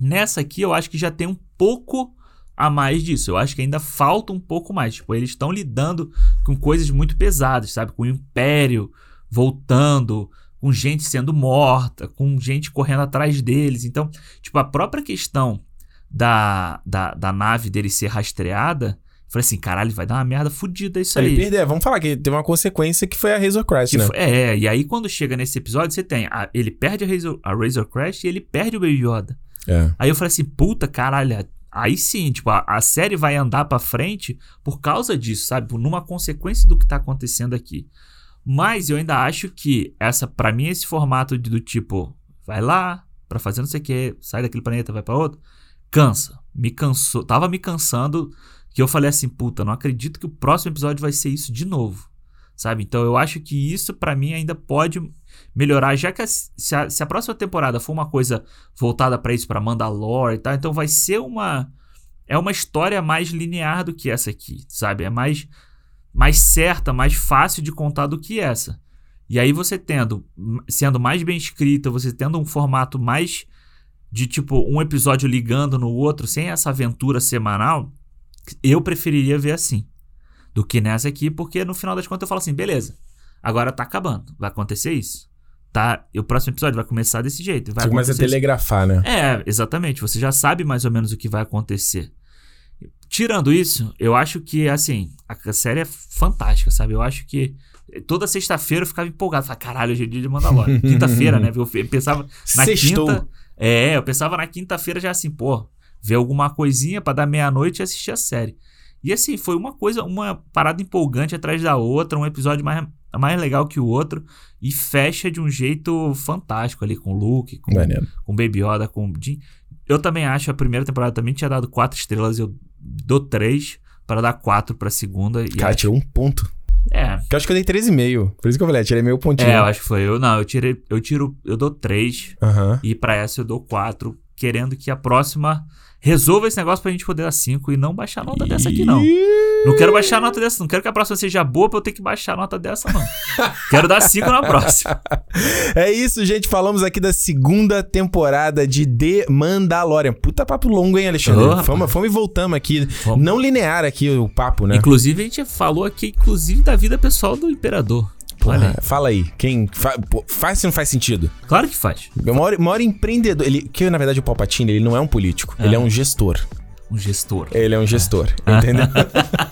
[SPEAKER 2] Nessa aqui, eu acho que já tem um pouco a mais disso. Eu acho que ainda falta um pouco mais. Tipo, eles estão lidando com coisas muito pesadas, sabe? Com o Império voltando, com gente sendo morta, com gente correndo atrás deles. Então, tipo, a própria questão da, da, da nave dele ser rastreada, eu falei assim, caralho, vai dar uma merda fodida isso
[SPEAKER 1] Ele
[SPEAKER 2] aí.
[SPEAKER 1] perdeu. Vamos falar que teve uma consequência que foi a Razor Crest,
[SPEAKER 2] Que
[SPEAKER 1] né?
[SPEAKER 2] foi- é, é, e aí quando chega nesse episódio, você tem, a- ele perde a Razor, a Razor Crest e ele perde o Baby Yoda.
[SPEAKER 1] É.
[SPEAKER 2] Aí eu falei assim, puta caralho, aí sim, tipo, a, a série vai andar pra frente por causa disso, sabe? Por- Numa consequência do que tá acontecendo aqui. Mas eu ainda acho que essa, pra mim, esse formato de- do tipo, vai lá pra fazer não sei o que, sai daquele planeta, vai pra outro, cansa. Me cansou, tava me cansando que eu falei assim, puta, não acredito que o próximo episódio vai ser isso de novo. Sabe? Então eu acho que isso pra mim ainda pode melhorar, já que a- se a- se a próxima temporada for uma coisa voltada pra isso, pra Mandalore e tal. Então vai ser uma é uma história mais linear do que essa aqui, sabe? É mais mais certa, mais fácil de contar do que essa. E aí você tendo sendo mais bem escrita, você tendo um formato mais de tipo um episódio ligando no outro, sem essa aventura semanal, eu preferiria ver assim do que nessa aqui, porque no final das contas eu falo assim, beleza. Agora tá acabando, vai acontecer isso. Tá, e o próximo episódio vai começar desse jeito, vai
[SPEAKER 1] Você começa a
[SPEAKER 2] acontecer isso.
[SPEAKER 1] telegrafar, né?
[SPEAKER 2] É, exatamente. Você já sabe mais ou menos o que vai acontecer. Tirando isso, eu acho que, assim, a série é fantástica, sabe? Eu acho que toda sexta-feira eu ficava empolgado. Falava, caralho, hoje é dia de Mandalorian. Quinta-feira, né? Eu pensava na
[SPEAKER 1] Sextou.
[SPEAKER 2] quinta... É, eu pensava na quinta-feira já assim, pô, ver alguma coisinha pra dar meia-noite e assistir a série. E assim, foi uma coisa, uma parada empolgante atrás da outra, um episódio mais, mais legal que o outro, e fecha de um jeito fantástico ali com o Luke, com,
[SPEAKER 1] Maneiro.
[SPEAKER 2] com Baby Yoda, com Jim. Eu também acho a primeira temporada também tinha dado quatro estrelas, eu dou três para dar quatro para segunda. E
[SPEAKER 1] Cara, tirou um ponto.
[SPEAKER 2] é,
[SPEAKER 1] Que eu acho que eu dei 13,5. Por isso que eu falei, "Ah, tirei meio pontinho.
[SPEAKER 2] é, eu acho que foi eu não, eu tirei, eu tiro, eu dou três
[SPEAKER 1] Aham.
[SPEAKER 2] e para essa eu dou quatro, querendo que a próxima resolva esse negócio pra gente poder dar cinco e não baixar a nota dessa aqui não. Não quero baixar a nota dessa, não quero que a próxima seja boa pra eu ter que baixar a nota
[SPEAKER 1] (laughs)
[SPEAKER 2] dessa não. quero dar cinco na próxima.
[SPEAKER 1] É isso, gente. Falamos aqui da segunda temporada de The Mandalorian. Puta papo longo, hein, Alexandre?
[SPEAKER 2] Ô, rapaz.
[SPEAKER 1] fomos, fomos e voltamos aqui. (laughs)
[SPEAKER 2] Vamos.
[SPEAKER 1] Não linear aqui o papo, né?
[SPEAKER 2] Inclusive a gente falou aqui inclusive da vida pessoal do imperador. Olha, aí.
[SPEAKER 1] Ah, fala aí, quem fa- pô, faz ou não faz sentido?
[SPEAKER 2] claro que faz.
[SPEAKER 1] O maior, o maior empreendedor, ele, que na verdade o Palpatine, ele não é um político, ele é um gestor.
[SPEAKER 2] Um gestor.
[SPEAKER 1] Ele é um gestor, entendeu? (laughs)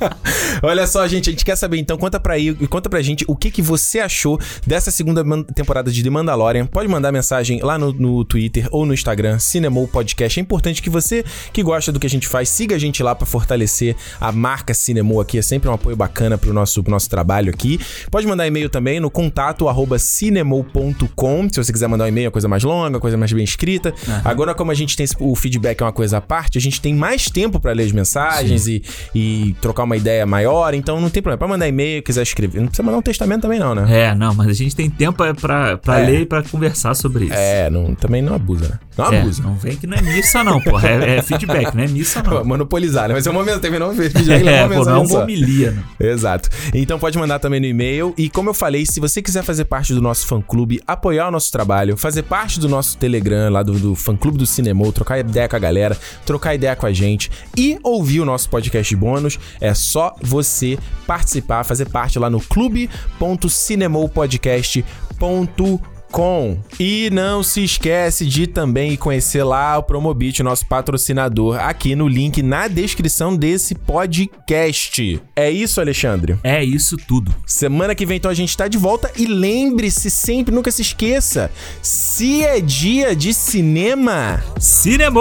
[SPEAKER 1] Olha só, gente, a gente quer saber então, conta pra, aí, conta pra gente o que, que você achou dessa segunda man- temporada de The Mandalorian. Pode mandar mensagem lá no, no Twitter ou no Instagram, Cinemou Podcast. É importante que você que gosta do que a gente faz, siga a gente lá pra fortalecer a marca Cinemou aqui. É sempre um apoio bacana pro nosso, pro nosso trabalho aqui. Pode mandar e-mail também no contato arroba cinemou.com, se você quiser mandar um e-mail, coisa mais longa, coisa mais bem escrita. Agora, como a gente tem esse- o feedback é uma coisa à parte, a gente tem mais mais tempo pra ler as mensagens e, e trocar uma ideia maior. Então não tem problema. Pra mandar e-mail, quiser escrever. Não precisa mandar um testamento também, não, né?
[SPEAKER 2] É, não, mas a gente tem tempo é pra, pra
[SPEAKER 1] É.
[SPEAKER 2] ler e pra conversar sobre isso.
[SPEAKER 1] É, não, também não abusa, né? Não
[SPEAKER 2] É, (laughs)
[SPEAKER 1] abusa.
[SPEAKER 2] não vem que não é missa, não, porra. É, é feedback, não é missa, não.
[SPEAKER 1] Monopolizar, né? Mas é uma mensagem, teve não vez
[SPEAKER 2] (laughs) É, pô, não é uma homilia, né?
[SPEAKER 1] Exato. Então pode mandar também no e-mail. E como eu falei, se você quiser fazer parte do nosso fã clube, apoiar o nosso trabalho, fazer parte do nosso Telegram, lá do, do fã clube do Cinemô, trocar ideia com a galera, trocar ideia com a gente e ouvir o nosso podcast bônus, é só você participar, fazer parte lá no clube.cinemopodcast.com com. E não se esquece de também conhecer lá o Promobit, o nosso patrocinador, aqui no link na descrição desse podcast. É isso, Alexandre.
[SPEAKER 2] É isso tudo.
[SPEAKER 1] Semana que vem, então, a gente tá de volta. E lembre-se sempre, nunca se esqueça: se é dia de cinema,
[SPEAKER 2] Cinema!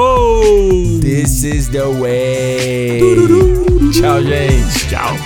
[SPEAKER 1] this is the way. Tchau, gente.
[SPEAKER 2] Tchau.